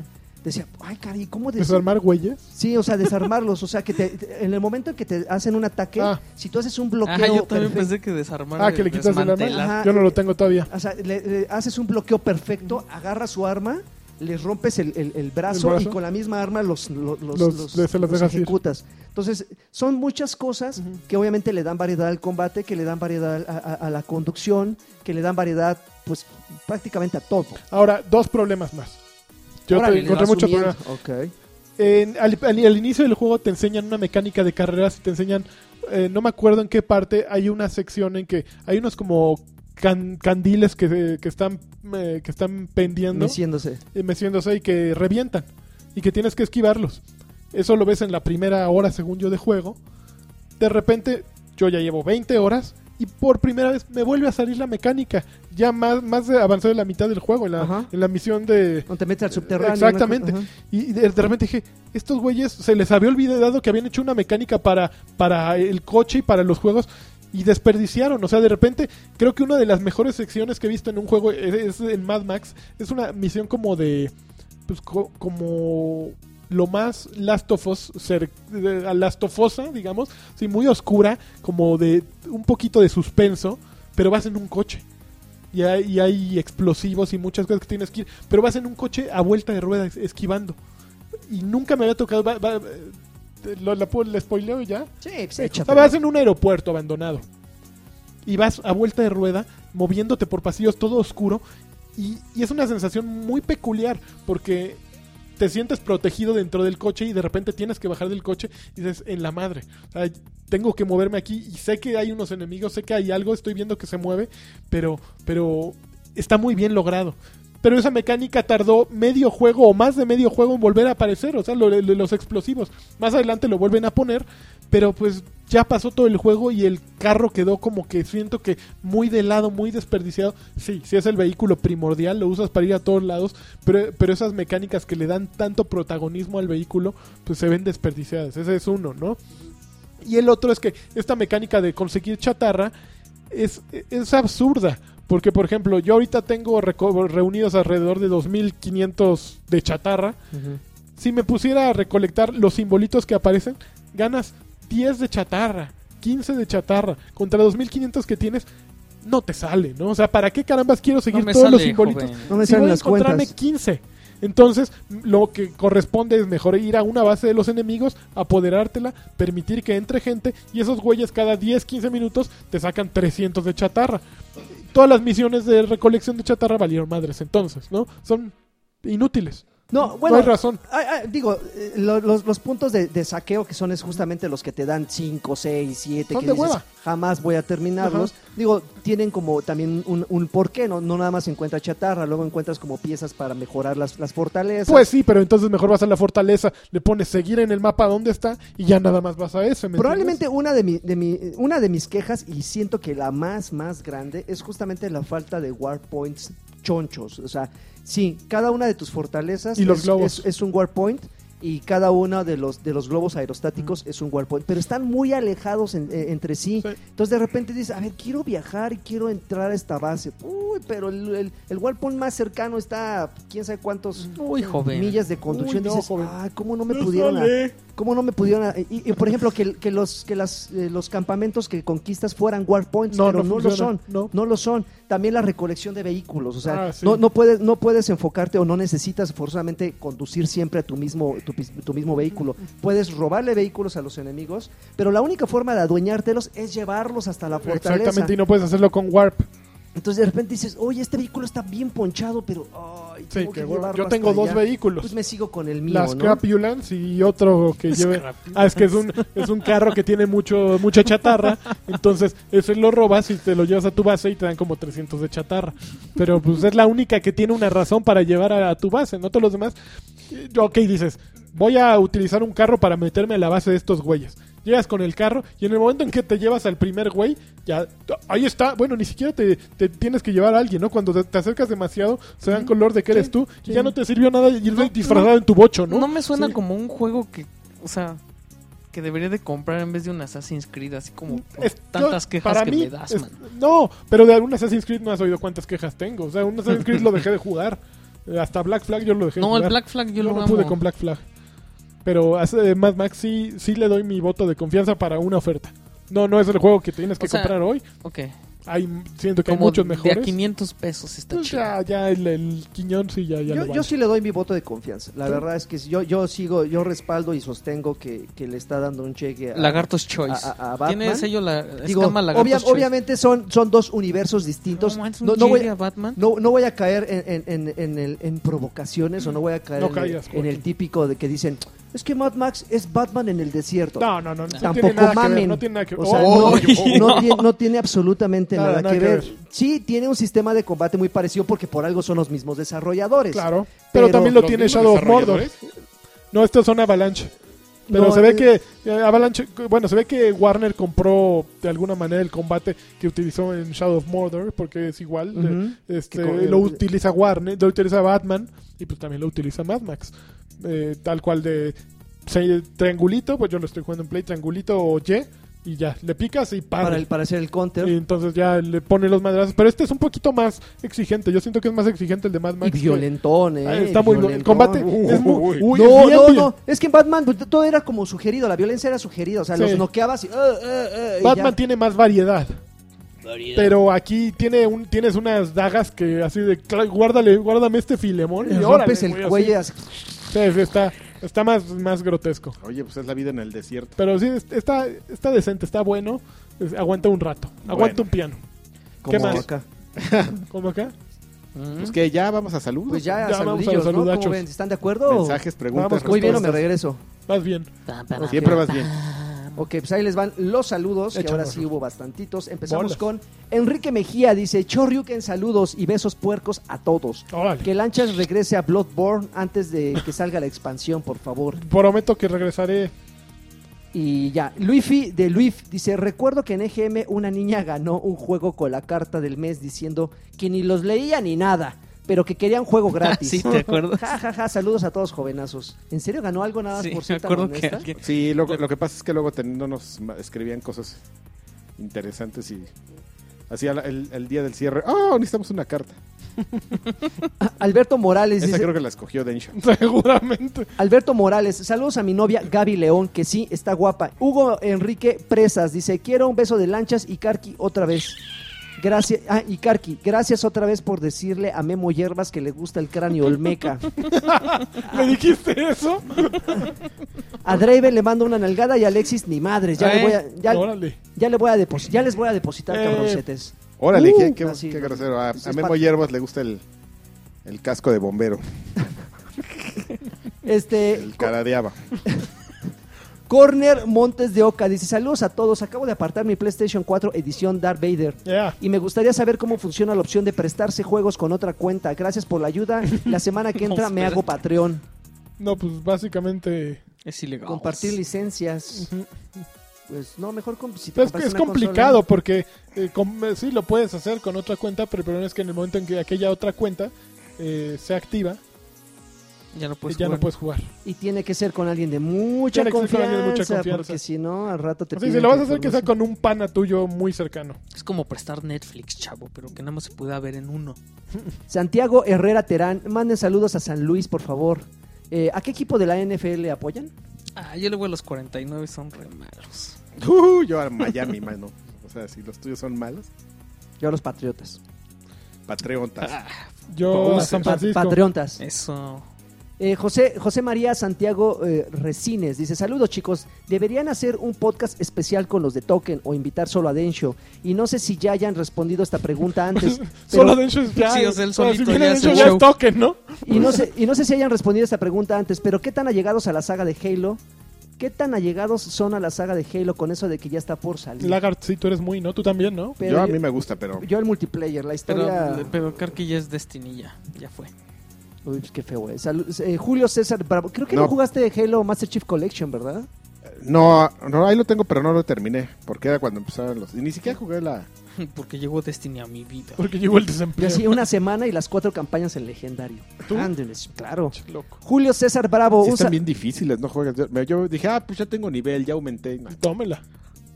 Decía, ay, caray, ¿cómo des- Desarmar güeyes. Sí, o sea, desarmarlos. O sea, que te- te- en el momento en que te hacen un ataque, Ah. si tú haces un bloqueo. Ah, yo también perfecto- pensé que desarmar. Ah, que le quitas el desmantelar. arma. Ajá. Yo no lo tengo todavía. O sea, le- le haces un bloqueo perfecto, agarras su arma, les rompes el, el- el brazo, El brazo. y con la misma arma los, lo- Los- los, los- se los los dejas ir. ejecutas. Entonces, son muchas cosas que obviamente le dan variedad al combate, que le dan variedad a, a- a la conducción, que le dan variedad, pues, prácticamente a todo. Ahora, dos problemas más. Yo Órale, te le encontré vas muchos subiendo. problemas. Ok. En- al, al- al inicio del juego te enseñan una mecánica de carreras y te enseñan, eh, no me acuerdo en qué parte, hay una sección en que hay unos como can- candiles que, se- que están eh, que están pendiendo, Meciéndose. y meciéndose y que revientan y que tienes que esquivarlos. Eso lo ves en la primera hora, según yo, de juego. De repente, yo ya llevo 20 horas y por primera vez me vuelve a salir la mecánica. Ya más, más de- avanzado de la mitad del juego, en la, Ajá. en la misión de, No te metes al subterráneo. una co- Exactamente. ajá. y de, de repente dije, estos güeyes se les había olvidado que habían hecho una mecánica para, para el coche y para los juegos y desperdiciaron. O sea, de repente creo que una de las mejores secciones que he visto en un juego es, es en Mad Max. Es una misión como de... Pues co- como lo más Last of Us, cer- de- a Last of Usa, digamos, sí, muy oscura, como de un poquito de suspenso, pero vas en un coche. Y hay, y hay explosivos y muchas cosas que tienes que ir, pero vas en un coche a vuelta de ruedas esquivando. Y nunca me había tocado. va- va- te- lo- la, puedo- la spoileo ya? Sí, pues, O sea, échatela. vas en un aeropuerto abandonado y vas a vuelta de rueda moviéndote por pasillos todo oscuro y, y es una sensación muy peculiar porque te sientes protegido dentro del coche y de repente tienes que bajar del coche y dices, en la madre, o sea, tengo que moverme aquí y sé que hay unos enemigos, sé que hay algo, estoy viendo que se mueve, pero, pero está muy bien logrado. Pero esa mecánica tardó medio juego o más de medio juego en volver a aparecer, o sea, lo- lo- los explosivos. Más adelante lo vuelven a poner, pero pues ya pasó todo el juego y el carro quedó como que siento que muy de lado, muy desperdiciado. Sí, sí es el vehículo primordial, lo usas para ir a todos lados, pero, pero esas mecánicas que le dan tanto protagonismo al vehículo, pues se ven desperdiciadas. Ese es uno, ¿no? Y el otro es que esta mecánica de conseguir chatarra es, es absurda. Porque, por ejemplo, yo ahorita tengo reco- reunidos alrededor de 2.500 de chatarra. Si me pusiera a recolectar los simbolitos que aparecen, ganas 10 de chatarra, 15 de chatarra. Contra 2.500 que tienes, no te sale, ¿no? O sea, ¿para qué carambas quiero seguir no me todos sale, los simbolitos? joven. No me si voy salen a las cuentas. encontrarme 15. Entonces, m- lo que corresponde es mejor ir a una base de los enemigos, apoderártela, permitir que entre gente y esos güeyes cada 10, 15 minutos te sacan 300 de chatarra. Todas las misiones de recolección de chatarra valieron madres entonces, ¿no? Son inútiles. No, no bueno, hay razón. Ah, ah, digo, eh, lo- los, los puntos de, de saqueo que son es justamente los que te dan 5, 6, 7, Son que de dices, hueva. jamás voy a terminarlos. Digo, tienen como también un, un porqué, ¿no? No nada más encuentras chatarra, luego encuentras como piezas para mejorar las, las fortalezas. Pues sí, pero entonces mejor vas a la fortaleza, le pones seguir en el mapa donde está y ya nada más vas a eso. ¿me Probablemente una de, mi- de mi- una de mis quejas, y siento que la más, más grande, es justamente la falta de war points chonchos. O sea, sí, cada una de tus fortalezas Y los es, globos. es- es un war point. Y cada uno de los, de los globos aerostáticos es un war point. Pero están muy alejados en- eh, entre sí. Sí. Entonces de repente dices, a ver, quiero viajar y quiero entrar a esta base. Uy, pero el, el, el war point más cercano está a quién sabe cuántos Uy, joven. millas de conducción. Uy, no, dices, joven. "Ah, ¿cómo no me No pudieron a- sale. ¿Cómo no me pudieron? a- Y, y, por ejemplo, que, que los que las, eh, los campamentos que conquistas fueran war points, No, pero no no, lo funciona, son. no. No. lo son. También la recolección de vehículos, o sea, Ah, sí. no, no puedes no puedes enfocarte o no necesitas forzosamente conducir siempre a tu mismo tu, pis- tu mismo vehículo. Puedes robarle vehículos a los enemigos, pero la única forma de adueñártelos es llevarlos hasta la fortaleza. Exactamente, y no puedes hacerlo con Warp. Entonces de repente dices, "Oye, este vehículo está bien ponchado, pero ay, Sí, tengo que que Warp. llevarlo Yo hasta tengo dos allá". vehículos. Pues me sigo con el mío, la ¿no? Scrapulance y otro que lleve. Ah, es que es un, es un carro que tiene mucho mucha chatarra. Entonces, ese lo robas y te lo llevas a tu base y te dan como 300 de chatarra. Pero pues es la única que tiene una razón para llevar a, a tu base, no todos los demás. eh, Ok, dices, voy a utilizar un carro para meterme a la base de estos güeyes. Llegas con el carro y en el momento en que te llevas al primer güey, ya ahí está. Bueno, ni siquiera te, te tienes que llevar a alguien, ¿no? Cuando te, te acercas demasiado, se dan color de que eres tú y ya no te sirvió nada ir No, disfrazado no. en tu bocho, ¿no? ¿no? me suena Sí. como un juego que, o sea, que debería de comprar en vez de un Assassin's Creed, así como por Es- tantas yo- quejas para que mí, me das, es- man. No, pero de algún Assassin's Creed no has oído cuántas quejas tengo. O sea, un Assassin's Creed lo dejé de jugar. Eh, Hasta Black Flag yo lo dejé de No, jugar. el Black Flag yo, yo lo no amo. pude con Black Flag. Pero hace- eh, Mad Max sí, sí le doy mi voto de confianza para una oferta. No, no es el juego que tienes que O sea, comprar hoy. Ok, Hay, siento que hay como muchos de a mejores. 500 pesos está Pues chido. ya, ya el, el Quiñón sí, ya, ya yo, lo yo vale. sí le doy mi voto de confianza. La Sí. verdad es que si yo, yo sigo, yo respaldo y sostengo que, que le está dando un cheque a, Lagartos Choice. a- a- a Batman. Tiene sello la Digo, escama Lagartos obvia- Choice. obviamente son, son dos universos distintos. No, manches, un No, no voy, Jedi a Batman. no, no voy a caer en, en- en- en el- en provocaciones o no voy a caer No en, el- caigas, en el Joaquín. típico de que dicen es que Mad Max es Batman en el desierto. No, no, no. no tiene Tampoco nada que ver, mamen. no tiene nada que ver. O sea, Oh, no, oye, no tiene, no tiene absolutamente Nada, nada, nada que, que ver. ver. Sí, tiene un sistema de combate muy parecido porque por algo son los mismos desarrolladores. Claro. Pero, Pues, Pero- también lo ¿Los tiene mismos Shadow of Mordor. desarrolladores? No, estos son Avalanche. Pero No, se ve eh, que eh, Avalanche, bueno, se ve que Warner compró de alguna manera el combate que utilizó en Shadow of Murder, porque es igual, Ujú. eh, este, Que con- lo utiliza Warner, lo utiliza Batman y pues también lo utiliza Mad Max, Eh, tal cual de se- triangulito, pues yo lo estoy jugando en play triangulito o Y y ya le picas y para. para, el, para hacer el counter. Y entonces ya le pone los madrazos, pero este es un poquito más exigente. Yo siento que es más exigente el de Mad y Max. que- violentón, Ah, ¿eh? Está muy bueno. El violentón. combate es muy. Uy, uy, no, bien no, viol- no. Es que en Batman pues, todo era como sugerido. La violencia era sugerida. O sea, Sí. los noqueabas y. "Eh, eh, eh", y Batman ya. tiene más variedad. Pero aquí tiene un, tienes unas dagas que así de "Cla- guárdale, guárdame este filemón y Le órale, rompes güey, el así. cuello. así. Sí, sí, está, está más, más grotesco. Oye, pues es la vida en el desierto. Pero sí, es- está, está decente, está bueno. Es- Aguanta un rato. Aguanta Bueno. un piano. Como más? acá. ¿Cómo acá? Mm. Pues que ya vamos a saludos. Pues ya, Ya vamos a los saludillos, ¿no? ¿Cómo saludachos. ven? ¿Están de acuerdo? Mensajes, preguntas, Vamos, Muy bien, o me respuestas. regreso. Más bien. Pam, pam, Siempre vas pam, bien. pam. Ok, pues ahí les van los saludos, que ahora Échanos. sí hubo bastantitos. Empezamos Bolas. con Enrique Mejía, dice, Chorriuken saludos y besos puercos a todos. Órale. Que Lanchas regrese a Bloodborne antes de que salga la expansión, por favor. Prometo que regresaré. (laughs) Y ya, Luifi de Luif dice, recuerdo que en EGM una niña ganó un juego con la carta del mes diciendo que ni los leía ni nada, pero que quería un (laughs) juego gratis. Ah, sí, ¿te (laughs) acuerdas? (laughs) Ja, ja, ja, saludos a todos jovenazos. ¿En serio ganó algo nada más Sí, por me ser tan acuerdo que honesta? alguien... (laughs) Sí, lo, lo que pasa es que luego ten- no nos ma- escribían cosas interesantes y hacía la- el, el día del cierre. ¡Oh, necesitamos una carta! Ah, Alberto Morales Esa dice, creo que la escogió Densho. Seguramente. Alberto Morales, saludos a mi novia Gaby León, que sí, está guapa. Hugo Enrique Presas dice, quiero un beso de lanchas y Karki otra vez. Gracias, ah, y Karki, gracias otra vez por decirle a Memo Hierbas que le gusta el cráneo (laughs) olmeca. ¿Le dijiste eso? A Draven le mando una nalgada y a Alexis ni madres. Ya, Eh, le, voy a, ya, Órale. ya le voy a depositar, ya les voy a depositar, Eh, cabroncetes. Órale, Uh, qué, qué- así, qué no, grosero. A, es- a es Memo parte- Hierbas le gusta el, el casco de bombero, Este, el cara de (laughs) haba. Corner Montes de Oca dice, saludos a todos, acabo de apartar mi PlayStation 4 edición Darth Vader. Ya. Y me gustaría saber cómo funciona la opción de prestarse juegos con otra cuenta. Gracias por la ayuda. La (laughs) semana que entra No, me espera. hago Patreon. No, pues básicamente. Es ilegal. Compartir licencias. ujú. Pues no, mejor com- si te Es, compras es una complicado consola- porque eh, com- eh, sí lo puedes hacer con otra cuenta, pero el problema es que en el momento en que aquella otra cuenta eh, se activa, Ya no puedes ya no jugar. puedes jugar. Y tiene que ser con alguien de mucha, Tiene que ser con confianza, alguien de mucha confianza. Porque si no, al rato te O sea, piden si lo vas tu a hacer, que sea información. con un pana tuyo muy cercano. Es como prestar Netflix, chavo, pero que nada más se pueda ver en uno. Santiago Herrera Terán, manden saludos a San Luis, por favor. Eh, ¿A qué equipo de la NFL apoyan? Ah, yo le voy a los 49, son re malos. Uh, yo a Miami, mano. O sea, si los tuyos son malos, Yo a los Patriotas. patriotas. Ah, Yo Oh, a Pues, San Pa- Francisco. Patriotas. Eso. Eh, José, José María Santiago eh, Resines dice: Saludos, chicos. Deberían hacer un podcast especial con los de Token o invitar solo a Densho. Y no sé si ya hayan respondido esta (laughs) pregunta antes. pero- Solo Dencho es ya. Sí, o sea, él o sea, si solito viene ya Dencho, hace ya show. es token, ¿no? y, no sé, y no sé si hayan respondido esta pregunta antes, pero ¿qué tan allegados a la saga de Halo? ¿Qué tan allegados son a la saga de Halo con eso de que ya está por salir? Lagart, sí, tú eres muy, ¿no? Tú también, ¿no? Pero yo a yo- mí me gusta, (laughs) pero Yo el multiplayer, la Pero, historia... pero Karki ya es Destiny, ya. Ya fue. (laughs) Uy, pues qué feo, güey. Salu- eh, Julio César Bravo. Creo que no. No. jugaste Halo Master Chief Collection, ¿verdad? no, no, ahí lo tengo, pero no lo terminé. Porque era cuando empezaron los. Y ni siquiera jugué la. Porque llegó Destiny a mi vida. Porque llegó el Y desempleo. así una semana y las cuatro campañas en legendario. Ándeles, claro. Loco. Julio César Bravo. Sí un sa- están bien difíciles, no juegas. Yo, yo dije, ah, pues ya tengo nivel, ya aumenté. Tómela.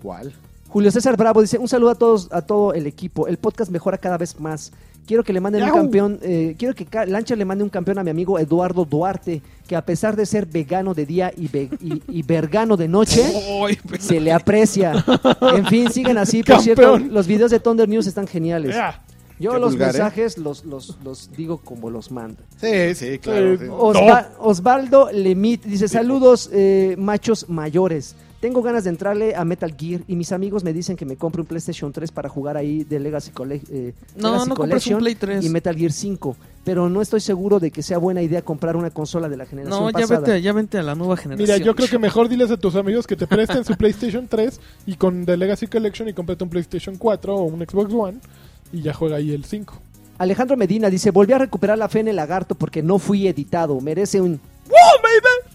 ¿Cuál? Julio César Bravo dice: Un saludo a todos, a todo el equipo. El podcast mejora cada vez más. Quiero que le manden ¡Yau! un campeón. eh, quiero que Ca- Lancha le mande un campeón a mi amigo Eduardo Duarte, que a pesar de ser vegano de día y, ve- y- y vergano de noche. Ay, pero- Se le aprecia. En fin, siguen así. Por cierto, Campeón. los videos de Thunder News están geniales. Ya. Yo Qué los vulgar, ¿eh? mensajes los, los, los digo como los mando. Sí, sí, claro. Eh, sí. o- Osva- Osvaldo Lemit dice: Saludos, eh, machos mayores. Tengo ganas de entrarle a Metal Gear y mis amigos me dicen que me compre un PlayStation 3 para jugar ahí de Legacy, Colle- eh, Legacy No, no compras un Collection Play 3. y Metal Gear 5. Pero no estoy seguro de que sea buena idea comprar una consola de la generación No, ya pasada. vete, ya vente a la nueva Mira, generación. yo creo que mejor diles a tus amigos que te presten su PlayStation 3 y con The Legacy Collection y completa un PlayStation 4 o un Xbox One y ya juega ahí el 5. Alejandro Medina dice: Volví a recuperar la fe en el lagarto porque no fui editado. Merece un.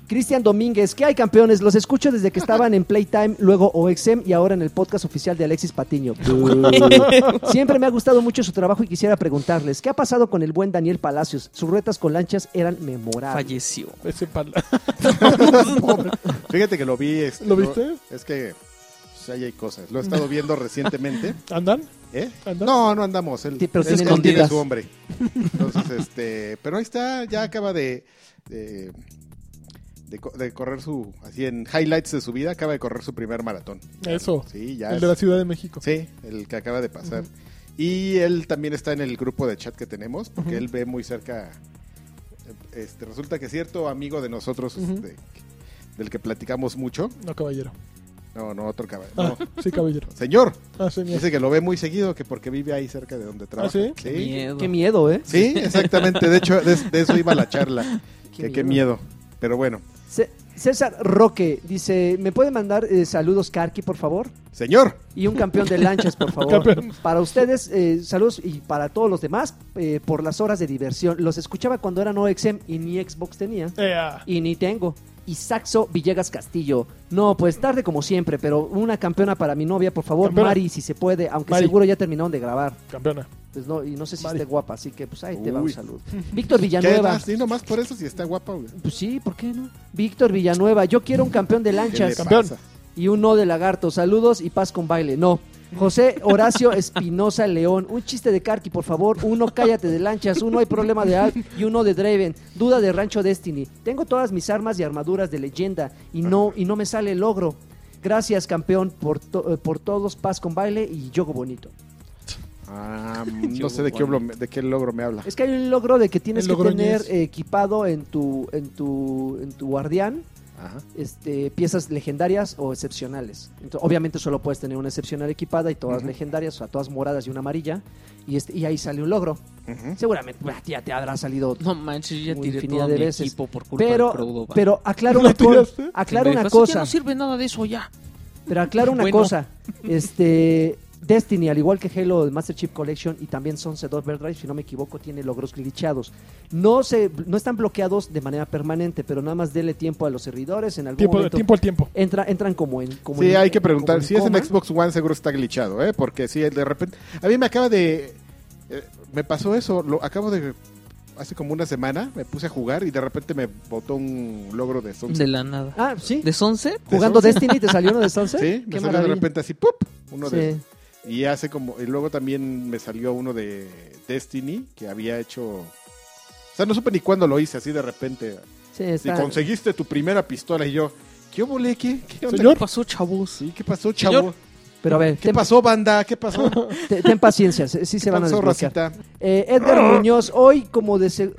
Cristian Domínguez, ¿qué hay campeones? Los escucho desde que estaban en Playtime, luego OXM y ahora en el podcast oficial de Alexis (laughs) Patiño. Siempre me ha gustado mucho su trabajo y quisiera preguntarles, ¿qué ha pasado con el buen Daniel Palacios? Sus retas con lanchas eran memorables. Falleció. Ese pal- (laughs) Pobre. Fíjate que lo vi. este, ¿Lo viste? Es que pues, ahí hay cosas. Lo he estado (laughs) viendo recientemente. ¿Andan? ¿Eh? ¿Andan? No, no andamos. Él, Sí, pero él- tiene él tiene escondidas. su hombre. Entonces, este. Pero ahí está, ya acaba de. de de co- de correr su, así en highlights de su vida, acaba de correr su primer maratón. Eso. Sí, ya El es- de la Ciudad de México. Sí, el que acaba de pasar. Y él también está en el grupo de chat que tenemos, porque Ujú. él ve muy cerca. Este, resulta que cierto amigo de nosotros, Ujú. este, del que platicamos mucho, No, caballero. no, no, otro caballo, Ah, no, sí, caballero. señor, Ah, sí, mira. dice que lo ve muy seguido, que porque vive ahí cerca de donde trabaja. sí? Qué miedo. Qué miedo, ¿eh? Sí, exactamente, de hecho, de, de eso iba la charla, Qué que qué miedo. miedo. Pero bueno, Se- César Roque dice, ¿me puede mandar eh, saludos Karki, por favor? Señor, Y un campeón de lanchas, (laughs) por favor. Campeón. para ustedes, eh, saludos y para todos los demás, eh, por las horas de diversión. Los escuchaba cuando eran OXM y ni Xbox tenía. Ea. Y ni tengo. Y Saxo Villegas Castillo. No, pues tarde como siempre, pero una campeona para mi novia, por favor, Campeona. Mari, si se puede, aunque Mari. seguro ya terminaron de grabar. Campeona. Pues no, y no sé si Mari. esté guapa, así que pues ahí te va un Uy. saludo. (laughs) Víctor ¿qué Villanueva. más? Dino más por eso si está guapa, güey. Pues sí, ¿por qué no? Víctor Villanueva, yo quiero un campeón de ¿Qué le lanchas Campeón. pasa? y un no de lagarto. Saludos y paz con baile. No. José (laughs) Horacio Espinosa León, un chiste de Karki, por favor. Uno, cállate de lanchas. Uno, hay problema de Alp. Y uno de Draven. Duda de Rancho Destiny. Tengo todas mis armas y armaduras de leyenda y no, y no me sale el logro. Gracias, campeón, por, to- eh, por todos. Paz con baile y yogo bonito. Ah, no sé de qué, hablo- de qué logro me habla. Es que hay un logro de que tienes El que tener logroñez. eh, equipado en tu, en tu, en tu guardián Ajá. este, piezas legendarias o excepcionales. Entonces, obviamente solo puedes tener una excepcional equipada y todas legendarias, o sea, todas moradas y una amarilla. Y, este, y ahí sale un logro. Ujú. Seguramente bah, ya te habrán salido. No manches, yo ya Como tiré infinidad todo de mi veces. equipo por culpa de Pero, Córdoba. pero aclara ¿Lo una, co- tiraste? aclara Y me una dijo, "Así que cosa. no sirve nada de eso ya. Pero aclara una Bueno. (laughs) cosa. Este. Destiny, al igual que Halo del Master Chief Collection y también Sunset Overdrive, si no me equivoco, tiene logros glitchados. No se, no están bloqueados de manera permanente, pero nada más dele tiempo a los servidores en algún Tiempo, momento. tiempo al tiempo. Entra, entran como en. Como Sí, en- hay que preguntar. como Si es en coma. Xbox One, seguro está glitchado, ¿eh? Porque si de repente. A mí me acaba de. eh, me pasó eso. Lo acabo de. Hace como una semana me puse a jugar y de repente me botó un logro de Sunset. De la nada. Ah, sí. ¿De Sunset? Jugando Sunset? Destiny te salió uno de (laughs) Sunset. Sí, me salió Qué de maravilla. repente así, ¡pup! Uno de Sí. Y hace como. Y luego también me salió uno de Destiny que había hecho. O sea, no supe ni cuándo lo hice, así de repente. Sí, Si está. conseguiste tu primera pistola y yo. ¿Qué volé? ¿Qué, qué onda? Señor. ¿Qué pasó, chavos? Sí, ¿qué pasó, chavo? Señor. Pero a ver, ¿Qué ten, pasó, banda? ¿Qué (laughs) pasó? te- ten paciencia, se- sí ¿Qué se van a pasó, desbloquear. racita? Eh, (laughs) Edgar Muñoz, hoy como de se-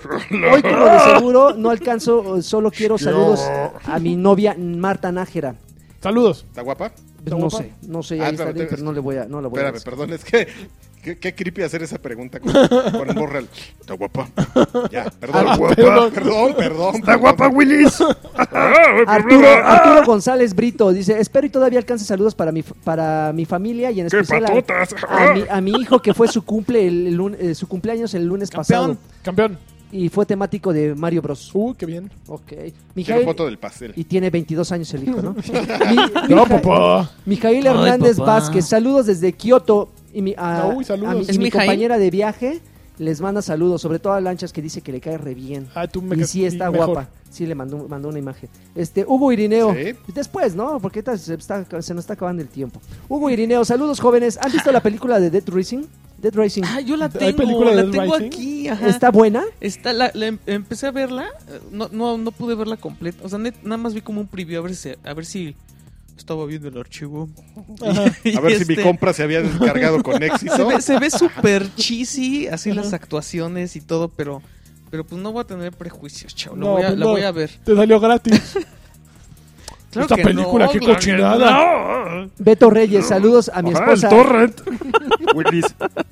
hoy como de seguro no alcanzo, eh, solo quiero saludos a mi novia Marta Nájera. Saludos. ¿Está guapa? Pues no sé, no sé, Ah, ahí está espérate, bien, pero no le voy a, no la voy a Espérame, decir. perdón, es que. Qué, qué creepy hacer esa pregunta con, con voz real. Está guapa. Ya, perdón. Ah, perdón. guapa. Perdón, perdón, perdón. Está guapa, Willis. Arturo, Arturo González Brito dice, espero y todavía alcance saludos para mi, para mi familia y en ¡Qué especial a, patotas! a mi, a mi hijo que fue su cumple el, lun- eh, su cumpleaños el lunes Campeón. pasado Campeón. y fue temático de Mario Bros. Uh, qué bien. Ok. Quiero Mijail, foto del pastel. y tiene 22 años (laughs) el hijo, ¿no? Mi- No, Mija- papá. Mijail Ay, Hernández papá. Vázquez, saludos desde Kioto. Y mi, a, Uy, saludos. a mi- y ¿Es mi Mijail? compañera de viaje les manda saludos, sobre todo a Lanchas que dice que le cae re bien. Ah, tú me y ca- sí está mejor. guapa. Sí, le mandó, mandó una imagen. Este, Hugo Irineo. Sí. Después, ¿no? Porque ahorita se, está- se nos está acabando el tiempo. Hugo Irineo, saludos jóvenes. ¿Han visto la película de Dead Racing? Dead Racing. Ah, yo la ¿Hay tengo, película de la Dead tengo Rising? aquí. Ajá. ¿Está buena? Está la, la em- empecé a verla, eh, no, no, no pude verla completa, o sea, net- nada más vi como un preview a ver si, a ver si estaba viendo el archivo. (laughs) Y- A ver y si mi este, compra se había descargado (laughs) con se éxito. ve- se ve súper cheesy, así las actuaciones y todo, pero pero pues no voy a tener prejuicios, chao. Lo No, voy a, pues la no. voy a ver. Te salió gratis. Claro Esta que película, no, qué claro que cochinada. Beto Reyes, saludos a mi Ojalá el esposa. torrent. Willis.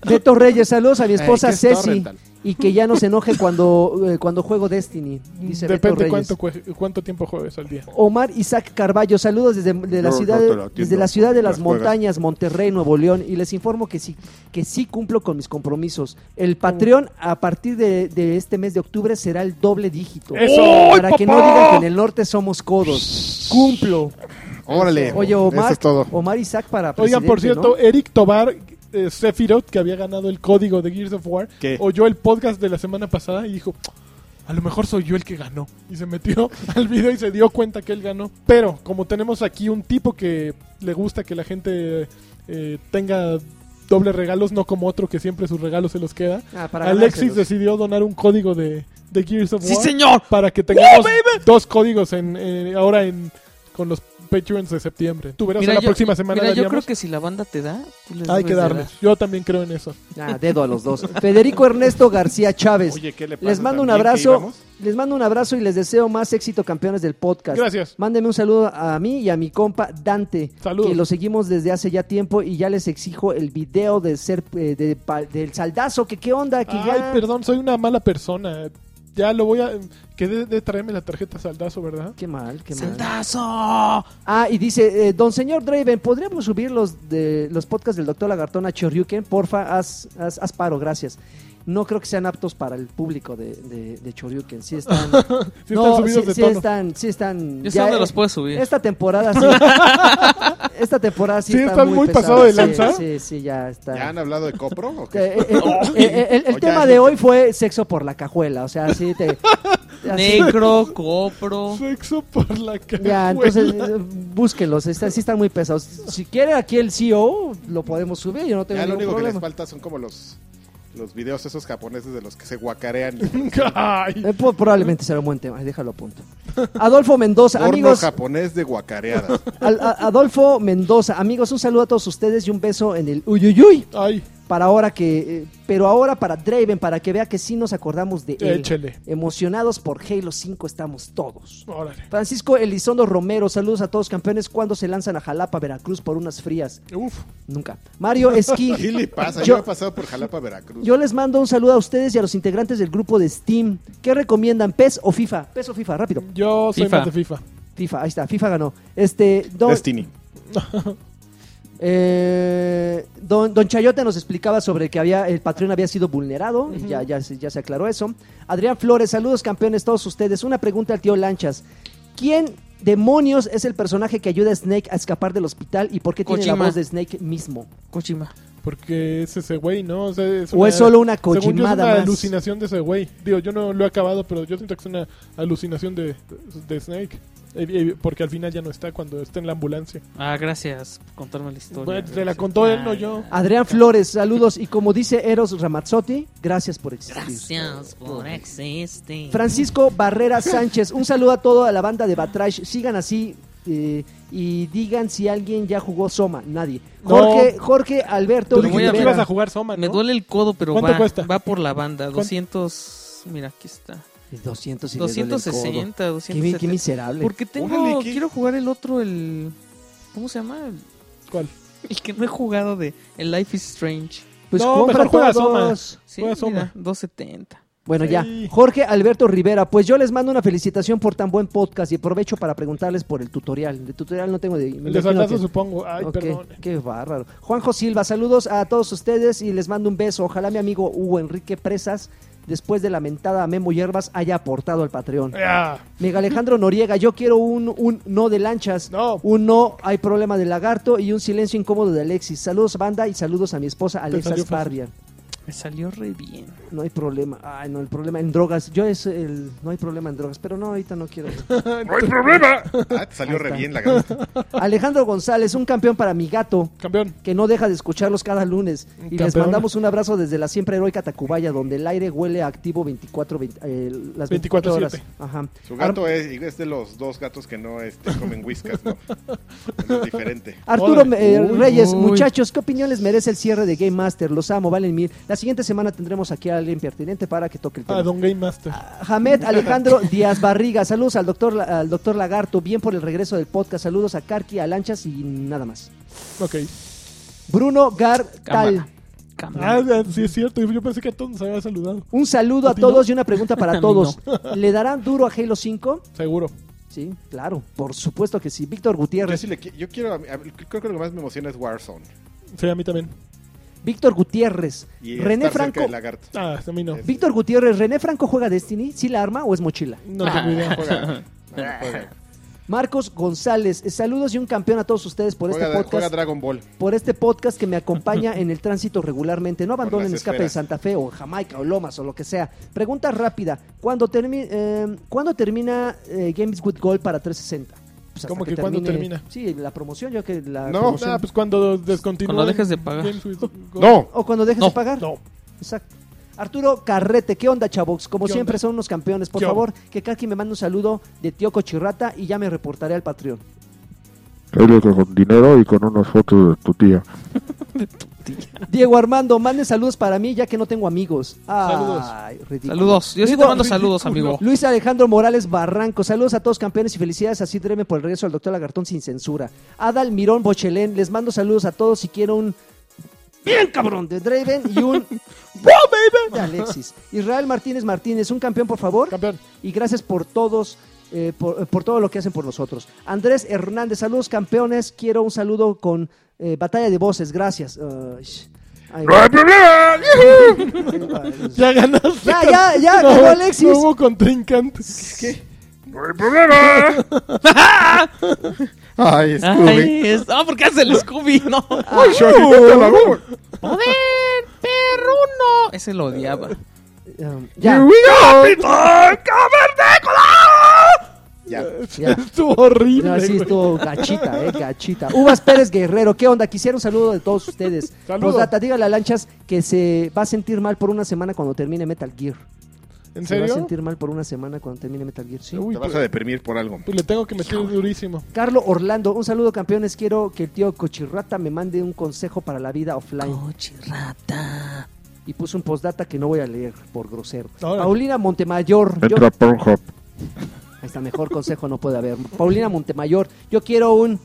Beto Reyes, saludos Eh, a mi esposa Ey, ¿qué es Ceci. torrental? Y que ya no se enoje cuando, eh, cuando juego Destiny, dice Beto Depende Reyes. cuánto, cue- cuánto tiempo juegues al día. Omar Isaac Carballo, saludos desde de la No, ciudad no te la atiendo, desde la ciudad de las las juegas. montañas, Monterrey, Nuevo León, y les informo que sí, que sí cumplo con mis compromisos. El Patreon a partir de, de este mes de octubre será el doble dígito. Eso. Para que no digan que en el norte somos codos. Cumplo. Órale. Oye, Omar, Eso es todo. Omar Isaac para Oigan, por presidente, cierto, Eric Tobar eh, Sephiroth, que había ganado el código de Gears of War, ¿Qué? oyó el podcast de la semana pasada y dijo, a lo mejor soy yo el que ganó. Y se metió (laughs) al video y se dio cuenta que él ganó. Pero como tenemos aquí un tipo que le gusta que la gente eh, tenga dobles regalos, no como otro que siempre sus regalos se los queda, ¿no? Ah, para Alexis ganárselos. decidió donar un código de, de Gears of Sí, War señor. para (laughs) que tengamos dos códigos en, eh, ahora en con los Patreons de septiembre. Tú verás Mira, la yo, próxima semana. mira, yo daríamos- creo que si la banda te da, tú les hay debes que de darles. Yo también creo en eso. Ah, dedo a los dos. Federico Ernesto García Chávez. Oye, ¿qué le pasa? pues, Les mando un también que abrazo. íbamos? Les mando un abrazo y les deseo más éxito, campeones del podcast. Gracias. Mándenme un saludo a mí y a mi compa Dante, Saludos. que lo seguimos desde hace ya tiempo y ya les exijo el video de ser eh, de pa- del saldazo, que qué onda, que Ay, ya- perdón, soy una mala persona. ya lo voy a. Quedé de traerme la tarjeta saldazo, ¿verdad? Qué mal, qué mal. ¡Santazo! Ah, y dice, eh, don señor Draven, ¿podríamos subir los de los podcasts del doctor Lagartón a Choryuken? Porfa, haz, haz, haz paro, gracias. No creo que sean aptos para el público de, de, de Choryuken. (laughs) Sí están, Sí no, están subidos sí- de sí tono. están, sí están. Yo sé ya, dónde eh, los puedes subir. Esta temporada sí. (laughs) esta temporada sí, Sí, está están muy, muy pesada. pasado de Sí, lanza. Sí, sí, ya está. ¿Ya han hablado de Copro? o qué? (laughs) Eh, (laughs) eh, eh, eh, el el O ya tema es de lo que- hoy fue sexo por la cajuela, o sea, sí (laughs) te... así- Necro, copro. Sexo por la cara. Ya, entonces eh, búsquenlos, están, sí están muy pesados. Si quiere aquí el CEO, lo podemos subir, yo no tengo Ya lo este, ningún único que les problema. falta son como los, los videos esos japoneses de los que se (laughs) guacarean. Ay, Eh, po- probablemente será un buen tema, déjalo a punto. Adolfo Mendoza, Porno amigos, japonés de (laughs) guacareadas. al- a- Adolfo Mendoza, amigos, un saludo a todos ustedes y un beso en el uyuyuy ay, para ahora que, eh, pero ahora para Draven, para que vea que sí nos acordamos de él. échele. Emocionados por Halo 5 estamos todos. Órale. Francisco Elizondo Romero, saludos a todos campeones. ¿Cuándo se lanzan a Jalapa, Veracruz por unas frías? Uf. Nunca. Mario ¿Qué Esquí, le pasa? Yo, Yo- he pasado por Jalapa, Veracruz. yo les mando un saludo a ustedes y a los integrantes del grupo de Steam. ¿Qué recomiendan, PES o FIFA? PES o FIFA, rápido. Yo soy FIFA. más de FIFA. FIFA, ahí está, FIFA ganó. Este, don, Destiny. eh, don, don Chayote nos explicaba sobre que había el Patreon había sido vulnerado. y ya, ya, se- ya se aclaró eso. Adrián Flores, saludos campeones todos ustedes. Una pregunta al tío Lanchas. ¿Quién demonios es el personaje que ayuda a Snake a escapar del hospital y por qué tiene la Kojima. voz de Snake mismo? Kojima. Porque es ese güey, ¿no? O, sea, es, ¿O es solo una según yo, es cojimada una más? alucinación de ese güey. Digo, yo no lo he acabado, pero yo siento que es una alucinación de, de Snake. Eh, eh, Porque al final ya no está cuando está en la ambulancia. Ah, gracias por contarme la historia. Bueno, te la Gracias. contó él, no Ah, yo. Adrián Flores, saludos. Y como dice Eros Ramazzotti, gracias por existir. Gracias por existir. Francisco Barrera Sánchez, un saludo a toda la banda de Batrash. Sigan así eh, y digan si alguien ya jugó Soma. Nadie. No. Jorge, Jorge Alberto Tú voy dijiste a que ver. ibas a Rivera. jugar Soma, ¿no? Me duele el codo, pero ¿Cuánto va, cuesta? va por la banda. ¿Cuánto? 200. Mira, aquí está. 200 y le duele el codo. Qué, 260, mi- qué 270. miserable. Porque tengo. Órale, ¿qué? Quiero jugar el otro, el. ¿Cómo se llama? El- ¿Cuál? El que no he jugado de. El Life is Strange. Pues No, compra mejor juega todos. Sí, Juega Soma. mira, 270. Bueno, Sí. ya. Jorge Alberto Rivera, pues yo les mando una felicitación por tan buen podcast y aprovecho para preguntarles por el tutorial. De tutorial no tengo de... me El imagino de Saldazo, que- supongo. Ay, Ok, perdón. Qué bárbaro. Juanjo Silva, saludos a todos ustedes y les mando un beso. Ojalá mi amigo Hugo Enrique Presas, después de la mentada a Memo Hierbas, haya aportado al Patreon. Ah, Mega Alejandro Noriega, yo quiero un, un no de lanchas. No. Un no, hay problema de lagarto y un silencio incómodo de Alexis. Saludos, banda, y saludos a mi esposa Alexa salió fácil. Sparria. Me salió re bien. No hay problema. Ay, no, el problema en drogas. Yo es el. No hay problema en drogas, pero no, ahorita (laughs) no quiero. ¡No hay problema! Ah, te salió re está. bien la ganaste. Alejandro González, un campeón para mi gato. campeón. que no deja de escucharlos cada lunes. Un Y les campeón. mandamos un abrazo desde la siempre heroica Tacubaya, donde el aire huele a activo 24, veinte- eh, las 24 horas. 24/7. Ajá. Su gato es, es de los dos gatos que no este, comen whiskas, ¿no? Es diferente. Ar- Arturo Órale. eh, Uy, Reyes, uy. muchachos, ¿qué opinión les merece el cierre de Game Master? Los amo, valen mil. La siguiente semana tendremos aquí a alguien pertinente para que toque el tema. Ah, Don Game Master. Hamed (laughs) Alejandro Díaz Barriga, saludos al doctor, La- al doctor Lagarto, bien por el regreso del podcast, saludos a Karki, a Lanchas y nada más. Ok. Bruno Gartal, Cámara. Cámara. Ah, sí es cierto. Yo pensé que a todos nos había saludado. un saludo ¿A a ti no? todos y una pregunta (laughs) A para mí todos. ¿Le darán duro a Halo 5? Seguro. Sí, claro, por supuesto que sí. Víctor Yo, Gutiérrez. sí le qui- yo quiero, a mí- a mí- creo que lo que más me emociona es Warzone. Sí, a mí también. Víctor Gutiérrez. Y René estar cerca Franco. del lagarto. Ah, a mí no. Víctor Gutiérrez, René Franco juega Destiny, ¿sí la arma o es mochila? No Ah, tengo idea. juega, Ah, juega. Marcos González, eh, saludos y un campeón a todos ustedes (laughs) por Juega- este juega podcast, Dragon Ball. por este podcast que me acompaña en el tránsito regularmente. No abandonen las escape de esferas. Santa Fe o Jamaica o Lomas o lo que sea. Pregunta rápida, ¿cuándo, termi- eh, ¿cuándo termina eh, Games with Gold para 360? Pues hasta ¿Cómo que cuándo termina? Sí, la promoción, yo que la No, promoción. Ah, pues cuando descontinúen. Cuando dejes de pagar. Games with Gold. No, O cuando dejes No, de pagar. No. Exacto. Arturo Carrete, ¿qué onda, Chavox? Como ¿Qué siempre, onda? son unos campeones. Por ¿Qué favor, que Kaki me mande un saludo de tío Cochirrata y ya me reportaré al Patreon. Él con dinero y con unas fotos de tu tía. Diego Armando, mande saludos para mí, ya que no tengo amigos. Ay, ridículo. Saludos. Yo sí te Digo, mando saludos, amigo. Luis Alejandro Morales Barranco, saludos a todos campeones y felicidades a Sid Reme por el regreso al Doctor Lagartón sin censura. Adal Mirón Bochelén, les mando saludos a todos y quiero un bien cabrón de Draven y un de Alexis. Israel Martínez Martínez, un campeón por favor Campeón. y gracias por todos. eh, por, por todo lo que hacen por nosotros. Andrés Hernández, saludos campeones. Quiero un saludo con eh, batalla de voces. Gracias. Ay, sh- ay, ¡No hay problema! Ya ganaste. Ya, ya, ya, No, ganó Alexis. No hubo contrincante. ¡No hay problema! Ay, Scooby. Ay, es- Ah, porque hace el Scooby, no. Ah. Ay, Shaggy, vete a la goma. ¡Poder, perruno! Oh, Ese lo odiaba. um, ya, ¡Capitán Cavernícola! Ya. ya. Estuvo horrible. No, sí, güey. estuvo gachita, eh, gachita. Uvas Pérez Guerrero, ¿qué onda? Quisiera un saludo de todos ustedes. (laughs) Saludo. Postdata, dígale a Lanchas que se va a sentir mal por una semana cuando termine Metal Gear. ¿En Se va a serio? sentir mal por una semana cuando termine Metal Gear, sí. Uy, Te vas pues, a deprimir por algo. pues le tengo que meter durísimo. Carlos Orlando, un saludo campeones. Quiero que el tío Cochirrata me mande un consejo para la vida offline. Cochirrata. Y puso un postdata que no voy a leer por grosero. Ahora. Paulina Montemayor. yo- Entra a Pornhub. Hasta mejor consejo no puede haber. Paulina Montemayor, yo quiero un.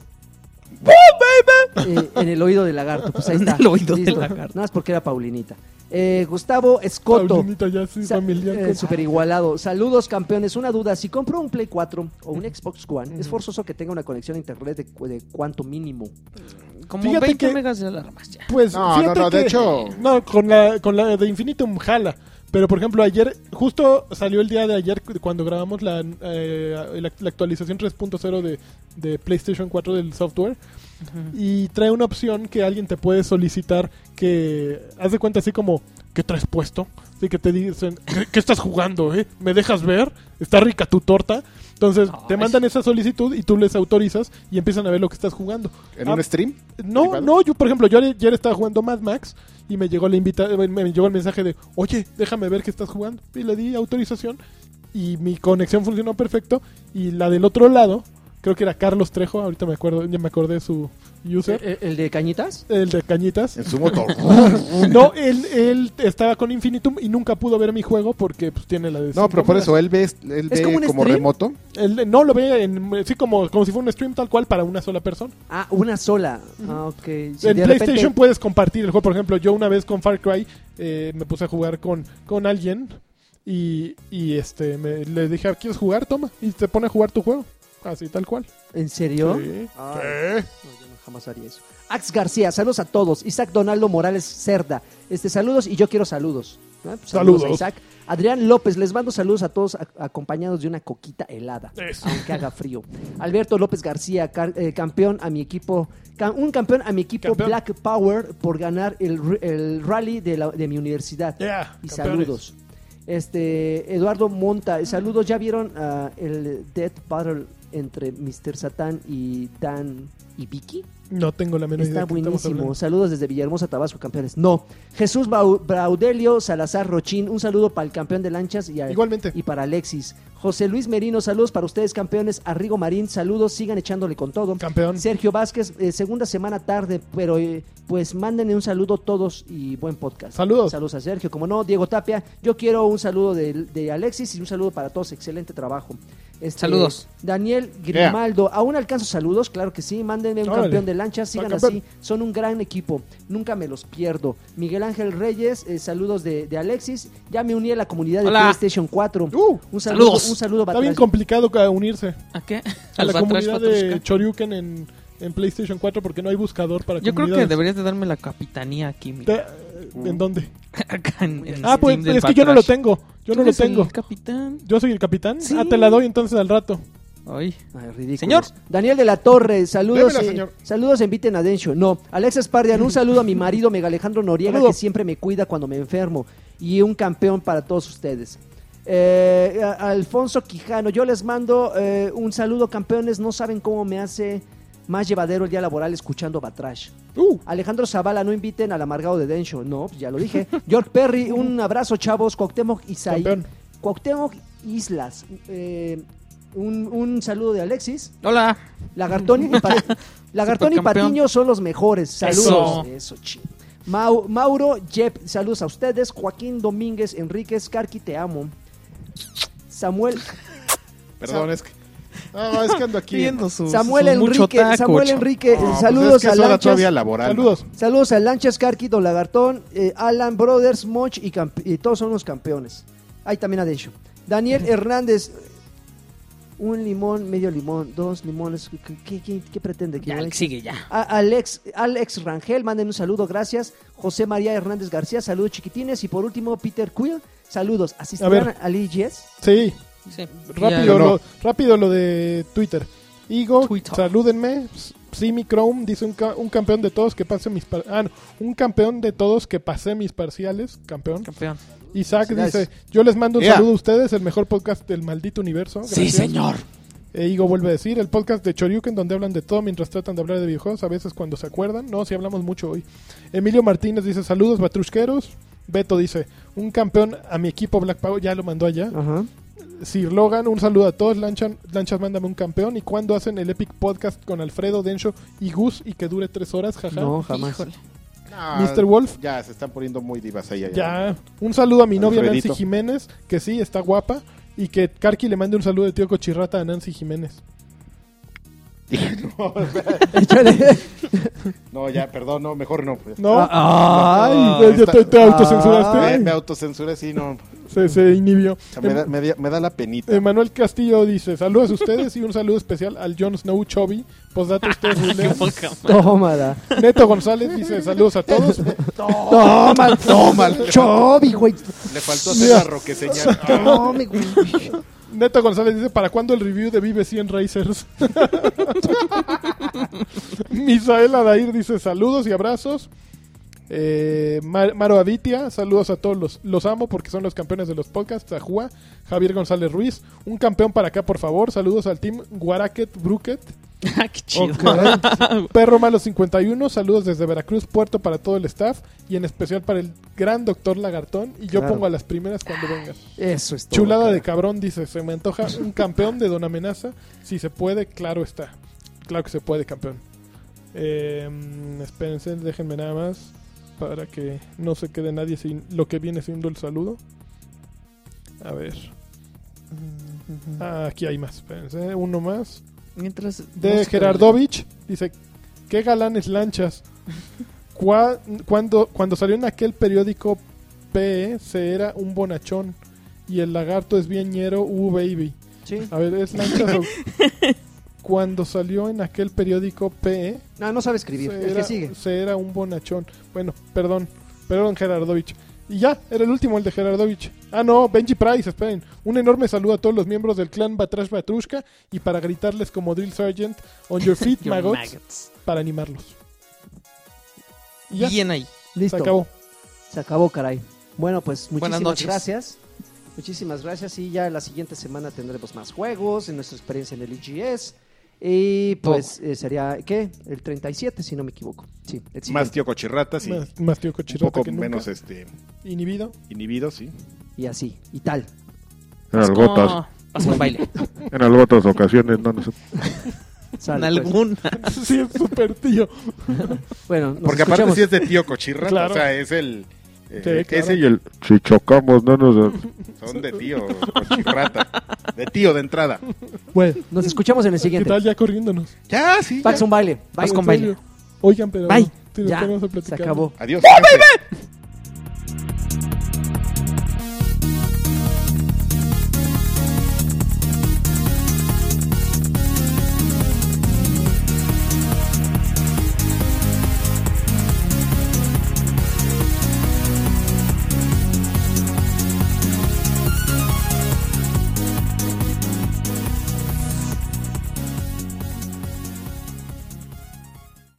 Eh, en el oído del lagarto, pues ahí En está. el oído del Listo. lagarto. Nada más porque era Paulinita. Eh, Gustavo Escoto, Paulinita ya sí, Sa- familiar. eh, con- super igualado. Saludos, campeones. Una duda: si compro un Play 4 o un Xbox One, es forzoso que tenga una conexión a internet de, cu- de cuánto mínimo. Como Fíjate 20 que- megas de alarmas ya. Pues No, fíjate no, no, de que- hecho- No, con la, con la de Infinitum jala. Pero por ejemplo, ayer, justo salió el día de ayer cu- cuando grabamos la, eh, la, la actualización 3.0 de, de PlayStation 4 del software. Y trae una opción que alguien te puede solicitar que haz de cuenta así como ¿qué traes puesto? Así que te dicen ¿qué, qué estás jugando? Eh? ¿Me dejas ver? ¿Está rica tu torta? Entonces te Ay. mandan esa solicitud y tú les autorizas y empiezan a ver lo que estás jugando. ¿En Ah, un stream? no, ¿Privado? no, yo por ejemplo, yo ayer estaba jugando Mad Max y me llegó la invita eh, me, me llegó el mensaje de, "Oye, déjame ver qué estás jugando." Y le di autorización y mi conexión funcionó perfecto y la del otro lado, creo que era Carlos Trejo, ahorita me acuerdo, ya me acordé su user, ¿El, el de Cañitas? el de Cañitas. En su (laughs) moto. No, él, él estaba con Infinitum y nunca pudo ver mi juego porque pues, tiene la de No, cinco pero por megas. eso él ve, él ¿Es ve como como, un stream? remoto. Él no lo ve en, sí como, como si fuera un stream tal cual para una sola persona. Ah, una sola. Ah, ok. Si en de PlayStation repente- puedes compartir el juego. Por ejemplo, yo una vez con Far Cry eh, me puse a jugar con, con alguien y, y este me, le dije, ¿quieres jugar? Toma. Y te pone a jugar tu juego. Así, tal cual. Ah. ¿En serio? Sí. Ay, no, yo no jamás haría eso. Ax García, saludos a todos. Isaac Donaldo Morales Cerda, este, saludos y yo quiero saludos. Ah, pues, Saludos. a Isaac. Adrián López, les mando saludos a todos ac- acompañados de una coquita helada, aunque haga frío. Alberto López García, car- eh, campeón a mi equipo, ca- un campeón a mi equipo Campeón. Black Power por ganar el, r- el rally de, la- de mi universidad. Yeah, y campeones. saludos. Este, Eduardo Monta, saludos, ¿ya vieron ah, el Death Battle entre Mr. Satán y Dan y Vicky? No tengo la menor Está idea. de qué estamos buenísimo. Saludos desde Villahermosa, Tabasco, campeones. No. Jesús Bau- Braudelio Salazar Rochín, un saludo para el campeón de lanchas y, a- hablando. Igualmente. y para Alexis. José Luis Merino, saludos para ustedes, campeones. Arrigo Marín, saludos, sigan echándole con todo. Campeón. Sergio Vázquez, eh, segunda semana tarde, pero eh, pues mándenle un saludo todos y buen podcast. Saludos. Saludos a Sergio, como no, Diego Tapia. Yo quiero un saludo de, de Alexis y un saludo para todos. Excelente trabajo. Este, Saludos. Daniel Grimaldo, ¿aún alcanzo saludos? Claro que sí, mándenme un Órale. campeón de lanchas, sigan Va, campeón. así, son un gran equipo, nunca me los pierdo. Miguel Ángel Reyes, eh, saludos de, de Alexis, ya me uní a la comunidad de Hola. PlayStation 4. Uh, un saludo, saludos. un saludo Está bien Batrash. complicado ca- unirse ¿A qué? a la Albatrash comunidad de Patrushka. Choryuken en, en PlayStation 4 porque no hay buscador para Yo creo que comunidades. deberías de darme la capitanía aquí, mira. (laughs) Te- ¿En Mm. dónde? Acá en el Ah, pues Steam es que del yo no lo Batrash. tengo. Yo ¿Tú no lo eres el tengo. capitán. Yo soy el capitán. Sí. Ah, te la doy entonces al rato. Ay. Ay, ridículos. Señor. Daniel de la Torre, saludos. Démela, eh, señor. Saludos, inviten a Densho. No, Alex Espardian, un saludo a mi marido, Mega Alejandro Noriega, Saludo. que siempre me cuida cuando me enfermo. Y un campeón para todos ustedes. Eh, a- Alfonso Quijano, yo les mando eh, un saludo, campeones. No saben cómo me hace más llevadero el día laboral escuchando Batrash. Uh, Alejandro Zavala, no inviten al amargado de Densho. No, pues ya lo dije. (laughs) George Perry, un abrazo, chavos. Cuauhtémoc Isaí. campeón. Cuauhtémoc Islas. eh, un, un saludo de Alexis. Hola. Lagartón y, (laughs) Pa- Lagartón y Supercampeón. Patiño son los mejores. Saludos. Eso. Eso, chido. Mau- Mauro Jep, saludos a ustedes. Joaquín Domínguez Enríquez, Carqui, te amo. Samuel, Perdón, es que No, es que ando aquí. Viendo su, Samuel su mucho Enrique, taco, Samuel chavo. Enrique, eh, No, pues saludos es que es a hora Lanchas. todavía laboral. Saludos. Saludos a Lanchas, Karki, Don Lagartón, eh, Alan Brothers, Moch y, camp- y todos son los campeones. Ahí también a Deisho. Daniel Hernández, un limón, medio limón, dos limones. ¿Qué, qué- qué- qué pretende? que yo- sigue ya. A- Alex, Alex Rangel, manden un saludo, gracias. José María Hernández García, saludos chiquitines. Y por último, Peter Quill, saludos. A ¿Asistirán ver. a Lee Yes? Sí, Sí. rápido, Yo no. lo, rápido lo de Twitter. Igo, Twitter. salúdenme. S- Simi Chrome dice un, ca- un campeón de todos que pase mis par- ah, no, un campeón de todos que pasé mis parciales, campeón. Campeón. Isaac Felicidades. dice, yo les mando un Ea. saludo a ustedes, el mejor podcast del maldito universo. Gracias. E Igo vuelve a decir, el podcast de Choryuken donde hablan de todo mientras tratan de hablar de videojuegos, a veces cuando se acuerdan. No, si hablamos mucho hoy. Emilio Martínez dice, saludos batrusqueros. Beto dice, un campeón a mi equipo Black Power, ya lo mandó Ah. allá. Ajá. Sir Logan, un saludo a todos. Lanchan, Lanchas, mándame un campeón. ¿Y cuándo hacen el Epic Podcast con Alfredo, Densho y Gus y que dure tres horas? Jaja. No, jamás. Híjole. No, Mr. Wolf. Ya, se están poniendo muy divas ahí. ahí, (laughs) ahí. Ya. Un saludo a mi novia Alfredito. Nancy Jiménez, que sí, está guapa. Y que Karki le mande un saludo de tío Cochirrata a Nancy Jiménez. (laughs) Échale. No, ya, perdón, no, mejor no. pues. ¿No? Ah, pues, Ay, ya está- te, te autocensuraste. Me, Ay. me autocensuré, sí, no. Se, se inhibió. O sea, me, da, me da- me da la penita. Emanuel Castillo dice: Saludos a ustedes y un saludo especial al Jon Snow Chubby. Posdata ustedes, bulean. Tómala. Neto González dice: Saludos a todos. Tómala. Tómala. Chobi, güey. Le faltó hacer (laughs) la Ah, roqueseñal. Tome, güey. Neto González dice, ¿para cuándo el review de Vive 100 Racers? (laughs) Misael Adair dice, saludos y abrazos. Eh, Mar- Maro Avitia, saludos a todos los, los amo porque son los campeones de los podcasts. Ajúa, Javier González Ruiz, un campeón para acá por favor. Saludos al team Guaraquet Bruquet. Ah, qué chido. Ok. Perro Malo 51, saludos desde Veracruz, Puerto para todo el staff y en especial para el gran doctor Lagartón. Y yo Claro. pongo a las primeras cuando vengas. Eso es todo. Chulada de cara. cabrón, dice. Se me (laughs) antoja un campeón de Don Amenaza. Si se puede, claro está. Claro que se puede, campeón. Eh, espérense, déjenme nada más. Para que no se quede nadie sin lo que viene siendo el saludo. A ver. Ah, aquí hay más. Espérense, uno más. Mientras. De música- Gerardovich. Dice: ¿Qué galanes lanchas? (laughs) Cua- Cuando, cuando salió en aquel periódico PE, se era un bonachón. Y el lagarto es bien ñero, uh, baby. Sí. A ver, es lanchas. o- cuando salió en aquel periódico E, PE, No, no sabe escribir. se El que era, sigue. se era un bonachón. Bueno, perdón. Perdón, Gerardovich. Y ya, era el último, el de Gerardovich. Ah, no, Benji Price, esperen. Un enorme saludo a todos los miembros del clan Batrash Batrushka y para gritarles como Drill Sergeant, on (laughs) your feet, Your maggots, maggots. para animarlos. Y ya, Bien ahí. Listo. se acabó. Se acabó, caray. Bueno, pues muchísimas noches. gracias. Muchísimas gracias. Y ya la siguiente semana tendremos más juegos en nuestra experiencia en el IGS. Y pues eh, sería, ¿qué? El 37, si no me equivoco. Sí, el Más siguiente. tío cochirrata, sí. Más, más tío Un cochirrata poco que nunca. menos este, Inhibido. (laughs) inhibido, sí. Y así, y tal. En algunas, Haz un baile. en algunas ocasiones, no, no sé. En Sale, pues. alguna. sí, es súper tío. Bueno, nos Porque aparte escuchamos. sí es de tío cochirrata. Claro. O sea, es el. eh, Sí, claro. Ese y Y el si chocamos, no nos. el- son de (laughs) tío cochirrata. De tío de entrada. Bueno, Nos escuchamos en el ¿qué siguiente. tal ya corriéndonos? Ya, sí. ya. Pax un baile. Bye. Haz con En serio. baile. Oigan, pero... Bye. te- Ya, tenemos que se platicar. acabó. Adiós. gente.